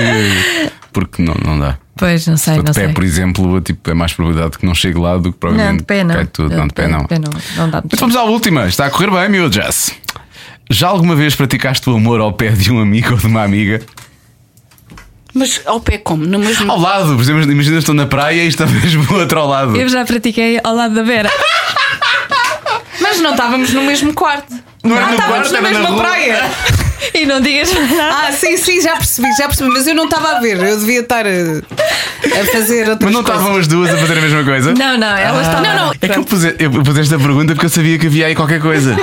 Speaker 1: Porque não, não dá.
Speaker 2: pois, não sei,
Speaker 1: Estou
Speaker 2: não
Speaker 1: de pé,
Speaker 2: sei.
Speaker 1: por exemplo, tipo, é mais probabilidade que não chegue lá do que
Speaker 2: Não,
Speaker 1: provavelmente.
Speaker 2: de pé não.
Speaker 1: cai tudo. Não, de pé não.
Speaker 2: não. Não dá.
Speaker 1: Então vamos à última. Está a correr bem, meu Jess. Já alguma vez praticaste o amor ao pé de um amigo ou de uma amiga?
Speaker 6: Mas ao pé como? No mesmo.
Speaker 1: Ao lado, por exemplo, imagina estou na praia e está mesmo o outro ao lado.
Speaker 2: Eu já pratiquei ao lado da Vera.
Speaker 6: Mas não estávamos no mesmo quarto.
Speaker 1: Não era
Speaker 6: Ah,
Speaker 1: no
Speaker 6: estávamos
Speaker 1: quarto,
Speaker 6: na
Speaker 1: era na
Speaker 6: mesma
Speaker 1: rua.
Speaker 6: praia.
Speaker 2: e não digas mais nada.
Speaker 6: Ah, sim, sim, já percebi, já percebi, mas eu não estava a ver, eu devia estar a, a fazer outras
Speaker 1: Mas não
Speaker 6: coisas.
Speaker 1: estavam as duas a fazer a mesma coisa?
Speaker 2: Não, não, ela está.
Speaker 6: Não, não,
Speaker 1: É que eu pus, eu pus esta pergunta porque eu sabia que havia aí qualquer coisa.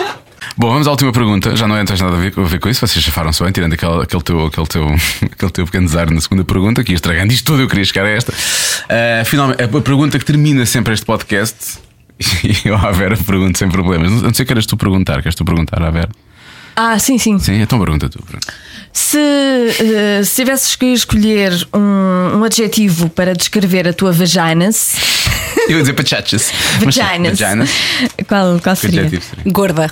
Speaker 1: Bom, vamos à última pergunta. Já não entras nada a ver, a ver com isso, vocês chafaram-se bem, tirando aquele, aquele, teu, aquele, teu, aquele teu pequeno desar na segunda pergunta, que ia estragando isto tudo, eu queria chegar a esta. Ah, finalmente, a pergunta que termina sempre este podcast, e eu à Vera pergunto sem problemas. Não, não sei que eras tu perguntar, queres tu perguntar à Vera?
Speaker 2: Ah, sim, sim.
Speaker 1: Sim, então pergunta tu. pergunta.
Speaker 2: Se, eh, se tivesses que escolher um, um adjetivo para descrever a tua vagina,
Speaker 1: Eu ia dizer pachachas. Mas-
Speaker 2: vaginas,
Speaker 1: Vaginas.
Speaker 2: qual, qual
Speaker 1: Que
Speaker 2: seria?
Speaker 1: adjetivo seria?
Speaker 6: Gorda.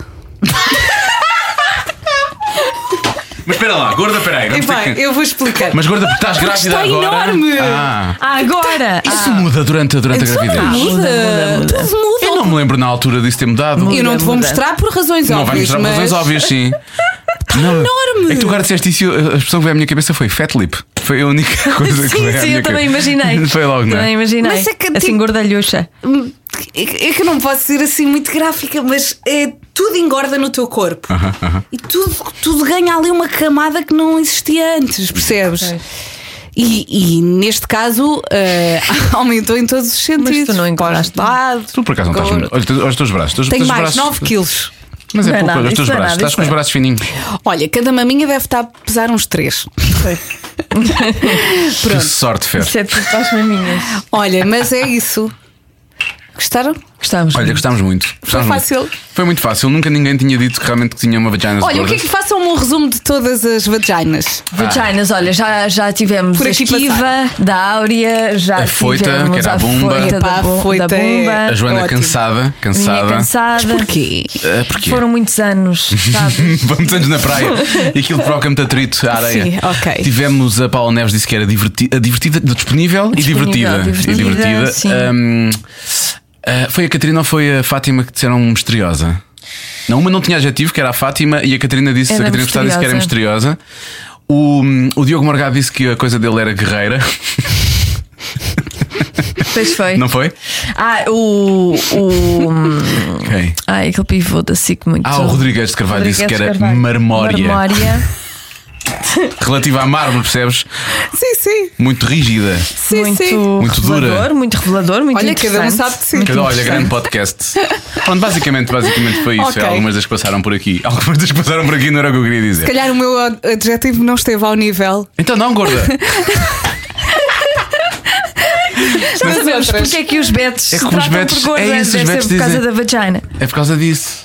Speaker 1: Mas espera lá, gorda, peraí.
Speaker 6: E
Speaker 1: vamos ter
Speaker 6: vai,
Speaker 1: que-
Speaker 6: eu vou explicar.
Speaker 1: Mas gorda, porque estás grávida
Speaker 6: está
Speaker 1: agora.
Speaker 6: enorme.
Speaker 1: Ah.
Speaker 2: Agora!
Speaker 1: Isso muda durante, durante a
Speaker 2: Então
Speaker 1: gravidez.
Speaker 6: muda, tudo muda.
Speaker 1: Eu não me lembro na altura disso ter mudado.
Speaker 6: Eu não te vou
Speaker 2: muda.
Speaker 6: mostrar por razões
Speaker 1: Não vai
Speaker 6: óbvias.
Speaker 1: mostrar por
Speaker 6: mas...
Speaker 1: razões óbvias, sim.
Speaker 2: Tá
Speaker 1: Não,
Speaker 6: enorme.
Speaker 1: É que tu agora disseste isso, e eu- a expressão que veio à minha cabeça foi fat lip. Foi a única coisa que
Speaker 2: Ah, sim,
Speaker 1: veio à
Speaker 2: sim,
Speaker 1: minha
Speaker 2: eu também
Speaker 1: cabeça.
Speaker 2: imaginei.
Speaker 1: Foi logo, não
Speaker 2: Também
Speaker 1: é?
Speaker 2: imaginei.
Speaker 6: Mas é que,
Speaker 2: assim,
Speaker 6: tipo-
Speaker 2: gordalhucha.
Speaker 6: Hum, É que eu não posso ser assim muito gráfica, mas é, tudo engorda no teu corpo.
Speaker 1: Ah.
Speaker 6: E tudo, tudo ganha ali uma camada que não existia antes, percebes? E, e neste caso eh, aumentou em todos os sentidos.
Speaker 2: tu não é? engordaste.
Speaker 6: Pós-dado,
Speaker 1: Tu por acaso não estás.
Speaker 6: gordo.
Speaker 1: Olha, os teus- olha os teus braços. Os teus,
Speaker 6: Tenho
Speaker 1: teus
Speaker 6: mais
Speaker 1: braços.
Speaker 6: 9 quilos.
Speaker 1: Mas é
Speaker 2: Não é
Speaker 1: pouco,
Speaker 2: nada,
Speaker 1: olha os
Speaker 2: isso
Speaker 1: teus
Speaker 2: não é
Speaker 1: braços.
Speaker 2: nada,
Speaker 1: Estás
Speaker 2: isso
Speaker 1: com os
Speaker 2: é.
Speaker 1: braços fininhos.
Speaker 6: Olha, cada maminha deve estar a pesar uns 3.
Speaker 1: Que sorte, Fer.
Speaker 6: é
Speaker 2: Sete para as maminhas.
Speaker 6: Olha, mas é isso. Gostaram?
Speaker 2: Gostávamos.
Speaker 1: Olha, gostámos muito. Gostámos
Speaker 6: fácil.
Speaker 1: Muito. Foi muito fácil. Nunca ninguém tinha dito que realmente tinha uma vagina
Speaker 6: Olha, o que é que façam um resumo de todas as vaginas?
Speaker 2: Vaginas, olha, já, já tivemos
Speaker 6: Por
Speaker 2: a
Speaker 6: aqui
Speaker 2: esquiva
Speaker 6: passaram.
Speaker 2: da Áurea, já
Speaker 1: A foita,
Speaker 2: tivemos
Speaker 1: que era a bomba.
Speaker 2: foita,
Speaker 6: Epá,
Speaker 2: da,
Speaker 6: a
Speaker 2: bo-
Speaker 6: foita
Speaker 2: da
Speaker 6: é-
Speaker 2: bomba.
Speaker 1: A Joana
Speaker 6: Ótimo.
Speaker 1: cansada, cansada.
Speaker 2: Minha cansada.
Speaker 6: Porquê?
Speaker 1: Ah, porquê?
Speaker 2: Foram muitos anos, sabe?
Speaker 1: Vamos antes na praia e aquilo provoca muito atrito à areia.
Speaker 6: Sim, ok.
Speaker 1: Tivemos a Paula Neves disse que era diverti a divertida, disponível, e divertida.
Speaker 2: Disponível, divertida,
Speaker 1: e divertida.
Speaker 2: sim.
Speaker 1: Ahm, ah, foi a Catarina ou foi a Fátima que disseram misteriosa? Não, uma não tinha adjetivo, que era a Fátima, e a Catarina disse, a
Speaker 2: Era
Speaker 1: Catarina Furtado disse que era misteriosa. O, hum, o Diogo Morgado disse que a coisa dele era guerreira,
Speaker 2: Pois foi.
Speaker 1: não foi?
Speaker 2: Ah, o. o
Speaker 1: Ok.
Speaker 2: ai, aquele pivô da SIC muito.
Speaker 1: Ah, o Rodrigues de Carvalho disse que
Speaker 2: Rodrigues
Speaker 1: era
Speaker 2: Carvalho.
Speaker 1: marmória,
Speaker 2: Marmória.
Speaker 1: relativa à mármore, percebes?
Speaker 6: Sim, sim.
Speaker 1: Muito rígida.
Speaker 6: Sim,
Speaker 2: muito,
Speaker 6: sim.
Speaker 1: Muito dura.
Speaker 2: revelador, muito revelador, muito
Speaker 6: Olha, cada um
Speaker 2: interessante.
Speaker 6: sabe de si.
Speaker 2: Muito
Speaker 1: Cada- olha,
Speaker 2: interessante.
Speaker 1: grande podcast. Pronto, basicamente, basicamente foi isso.
Speaker 6: Ok.
Speaker 1: É, algumas das que passaram por aqui. Algumas das que passaram por aqui não era o que eu queria dizer.
Speaker 6: Se calhar o meu adjetivo não esteve ao nível.
Speaker 1: Então não, gorda.
Speaker 2: Não sabemos
Speaker 6: outras.
Speaker 2: porque é que os betos
Speaker 1: É que
Speaker 2: se
Speaker 1: os
Speaker 2: tratam
Speaker 1: betos-
Speaker 2: por gorda,
Speaker 1: é isso, os
Speaker 2: deve ser
Speaker 1: betos
Speaker 2: por causa
Speaker 1: dizem-
Speaker 2: da vagina.
Speaker 1: É por causa disso.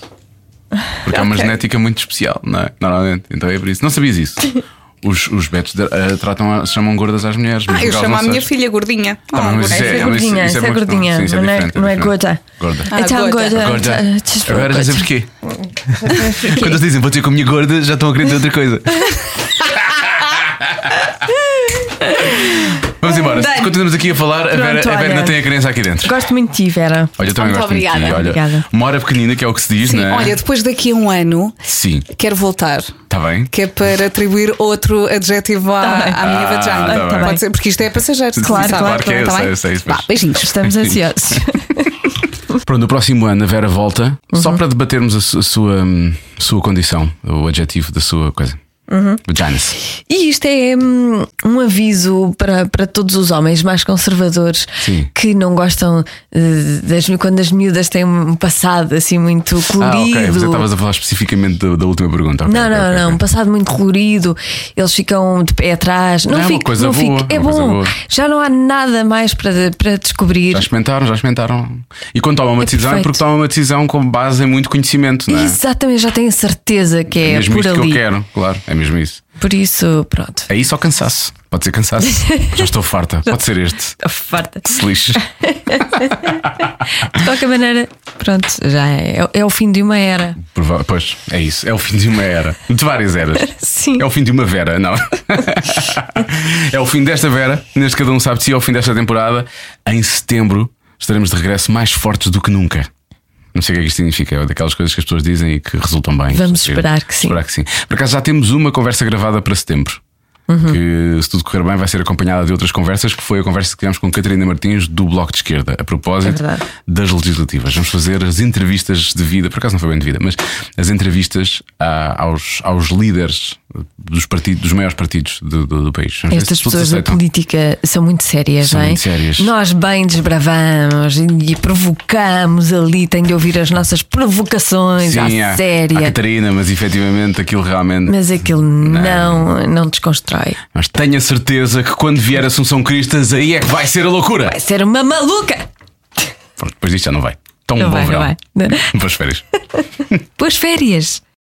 Speaker 1: Porque há uma genética muito especial, não é? Normalmente. Então é por isso. Não sabias isso. Os, os betos de- eh, tratam a- chamam gordas às mulheres.
Speaker 6: Ah,
Speaker 1: mesmo
Speaker 6: eu
Speaker 1: que elas
Speaker 6: chamo
Speaker 1: não
Speaker 6: a minha
Speaker 1: sejam.
Speaker 6: filha gordinha. Ah,
Speaker 1: Tá bem, mas
Speaker 2: Isso é
Speaker 1: mas
Speaker 2: gordinha, isso é
Speaker 1: uma questão.
Speaker 2: gordinha,
Speaker 1: Sim, isso é
Speaker 2: não é-
Speaker 1: diferente,
Speaker 2: não é
Speaker 1: diferente.
Speaker 2: gorda.
Speaker 1: Gorda.
Speaker 6: Ah,
Speaker 2: então,
Speaker 6: gorda.
Speaker 2: gorda.
Speaker 1: Gorda.
Speaker 2: tch-
Speaker 1: Agora já sei
Speaker 2: gorda.
Speaker 1: porquê. Quando eles dizem vou ter com a minha gorda, já estão a querer dizer outra coisa. Vamos embora.
Speaker 6: Dani.
Speaker 1: Continuamos aqui a falar. a, Vera,
Speaker 2: Pronto,
Speaker 1: a Vera
Speaker 2: olha.
Speaker 1: tem a criança aqui dentro.
Speaker 2: Gosto muito de ti, Vera.
Speaker 1: é Olha, eu também
Speaker 6: Muito
Speaker 1: gosto muito de ti,
Speaker 6: obrigada.
Speaker 1: Olha,
Speaker 2: Obrigada.
Speaker 1: uma hora pequenina, que é o que se diz,
Speaker 6: Sim,
Speaker 1: não é?
Speaker 6: olha, depois daqui a um ano
Speaker 1: Sim,
Speaker 6: quero voltar.
Speaker 1: está bem.
Speaker 6: Que é para atribuir outro adjetivo à, à minha
Speaker 1: Ah, tá
Speaker 6: vagina.
Speaker 1: bem.
Speaker 6: Pode ser, porque isto é passageiro.
Speaker 1: Claro,
Speaker 6: sabe?
Speaker 1: claro que é, eu
Speaker 6: Tá
Speaker 1: sei,
Speaker 6: bem?
Speaker 1: eu sei, isso,
Speaker 6: Vá,
Speaker 1: mas-
Speaker 6: beijinhos.
Speaker 2: Estamos ansiosos.
Speaker 1: Pronto, no próximo ano a Vera volta
Speaker 2: Uhum.
Speaker 1: só para debatermos a, su- a sua, hum, sua condição, o adjetivo da sua coisa.
Speaker 2: Uhum.
Speaker 1: Janice.
Speaker 2: E isto é hum, um aviso para, para todos os homens mais conservadores
Speaker 1: Sim.
Speaker 2: que não gostam eh, das, quando as miúdas têm um passado assim muito
Speaker 1: Ah, ok. Você
Speaker 2: colorido.
Speaker 1: estavas a falar especificamente da, da última pergunta. ok,
Speaker 2: não,
Speaker 1: ok,
Speaker 2: não,
Speaker 1: ok,
Speaker 2: não, um
Speaker 1: ok.
Speaker 2: passado muito colorido, eles ficam de pé atrás. Não,
Speaker 1: Não, é uma
Speaker 2: fique-
Speaker 1: coisa
Speaker 2: não
Speaker 1: boa,
Speaker 2: fique- é
Speaker 1: é uma coisa
Speaker 2: bom,
Speaker 1: boa.
Speaker 2: já não há nada mais para, para descobrir.
Speaker 1: Já experimentaram, já experimentaram. E quando tomam uma
Speaker 2: É
Speaker 1: decisão é
Speaker 2: perfeito.
Speaker 1: porque tomam uma decisão com base em muito conhecimento, não é?
Speaker 2: Exatamente, já tenho certeza que
Speaker 1: É
Speaker 2: é,
Speaker 1: mesmo
Speaker 2: por
Speaker 1: isto
Speaker 2: ali.
Speaker 1: que eu quero, claro. É mesmo isso.
Speaker 2: Por isso, pronto.
Speaker 1: É isso ou cansaço? Pode ser cansaço. já estou farta. Pode ser este.
Speaker 2: Farta.
Speaker 1: Se lixes.
Speaker 2: De qualquer maneira, pronto, já é, é o fim de uma era.
Speaker 1: Prova- Pois, é isso. É o fim de uma era. De várias eras.
Speaker 2: Sim.
Speaker 1: É o fim de uma Vera, não. é o fim desta Vera, neste Cada Um Sabe de Si, é o fim desta temporada. Em setembro estaremos de regresso mais fortes do que nunca. Não sei o que é que isto significa, é daquelas coisas que as pessoas dizem e que resultam bem.
Speaker 2: Vamos
Speaker 1: Eu-
Speaker 2: esperar que sim.
Speaker 1: Esperar que sim. Por acaso já temos uma conversa gravada para setembro. Uhum. Que, se tudo correr bem, vai ser acompanhada de outras conversas, que foi a conversa que tivemos com Catarina Martins do Bloco de Esquerda, a propósito
Speaker 2: É verdade.
Speaker 1: das legislativas. Vamos fazer as entrevistas de vida, por acaso não foi bem de vida, mas as entrevistas ah, aos, aos líderes dos partidos, dos maiores partidos do, do- do país. Vamos ver
Speaker 2: Estas
Speaker 1: se todos
Speaker 2: pessoas da
Speaker 1: aceitam.
Speaker 2: política são muito sérias,
Speaker 1: São
Speaker 2: não é?
Speaker 1: muito sérias.
Speaker 2: Nós bem desbravamos e provocamos ali, tem de ouvir as nossas provocações
Speaker 1: Sim, é.
Speaker 2: à
Speaker 1: há- há
Speaker 2: séria.
Speaker 1: Catarina, mas efetivamente aquilo realmente.
Speaker 2: Mas aquilo não, não, desconstrói.
Speaker 1: Mas tenho a certeza que quando vier Assunção Cristas, aí é que vai ser a loucura.
Speaker 2: Vai ser uma maluca!
Speaker 1: Pronto, depois disto já não vai. Tão
Speaker 2: Não
Speaker 1: bom
Speaker 2: vai, não
Speaker 1: verão.
Speaker 2: vai. Não.
Speaker 1: Boas férias.
Speaker 2: Boas férias!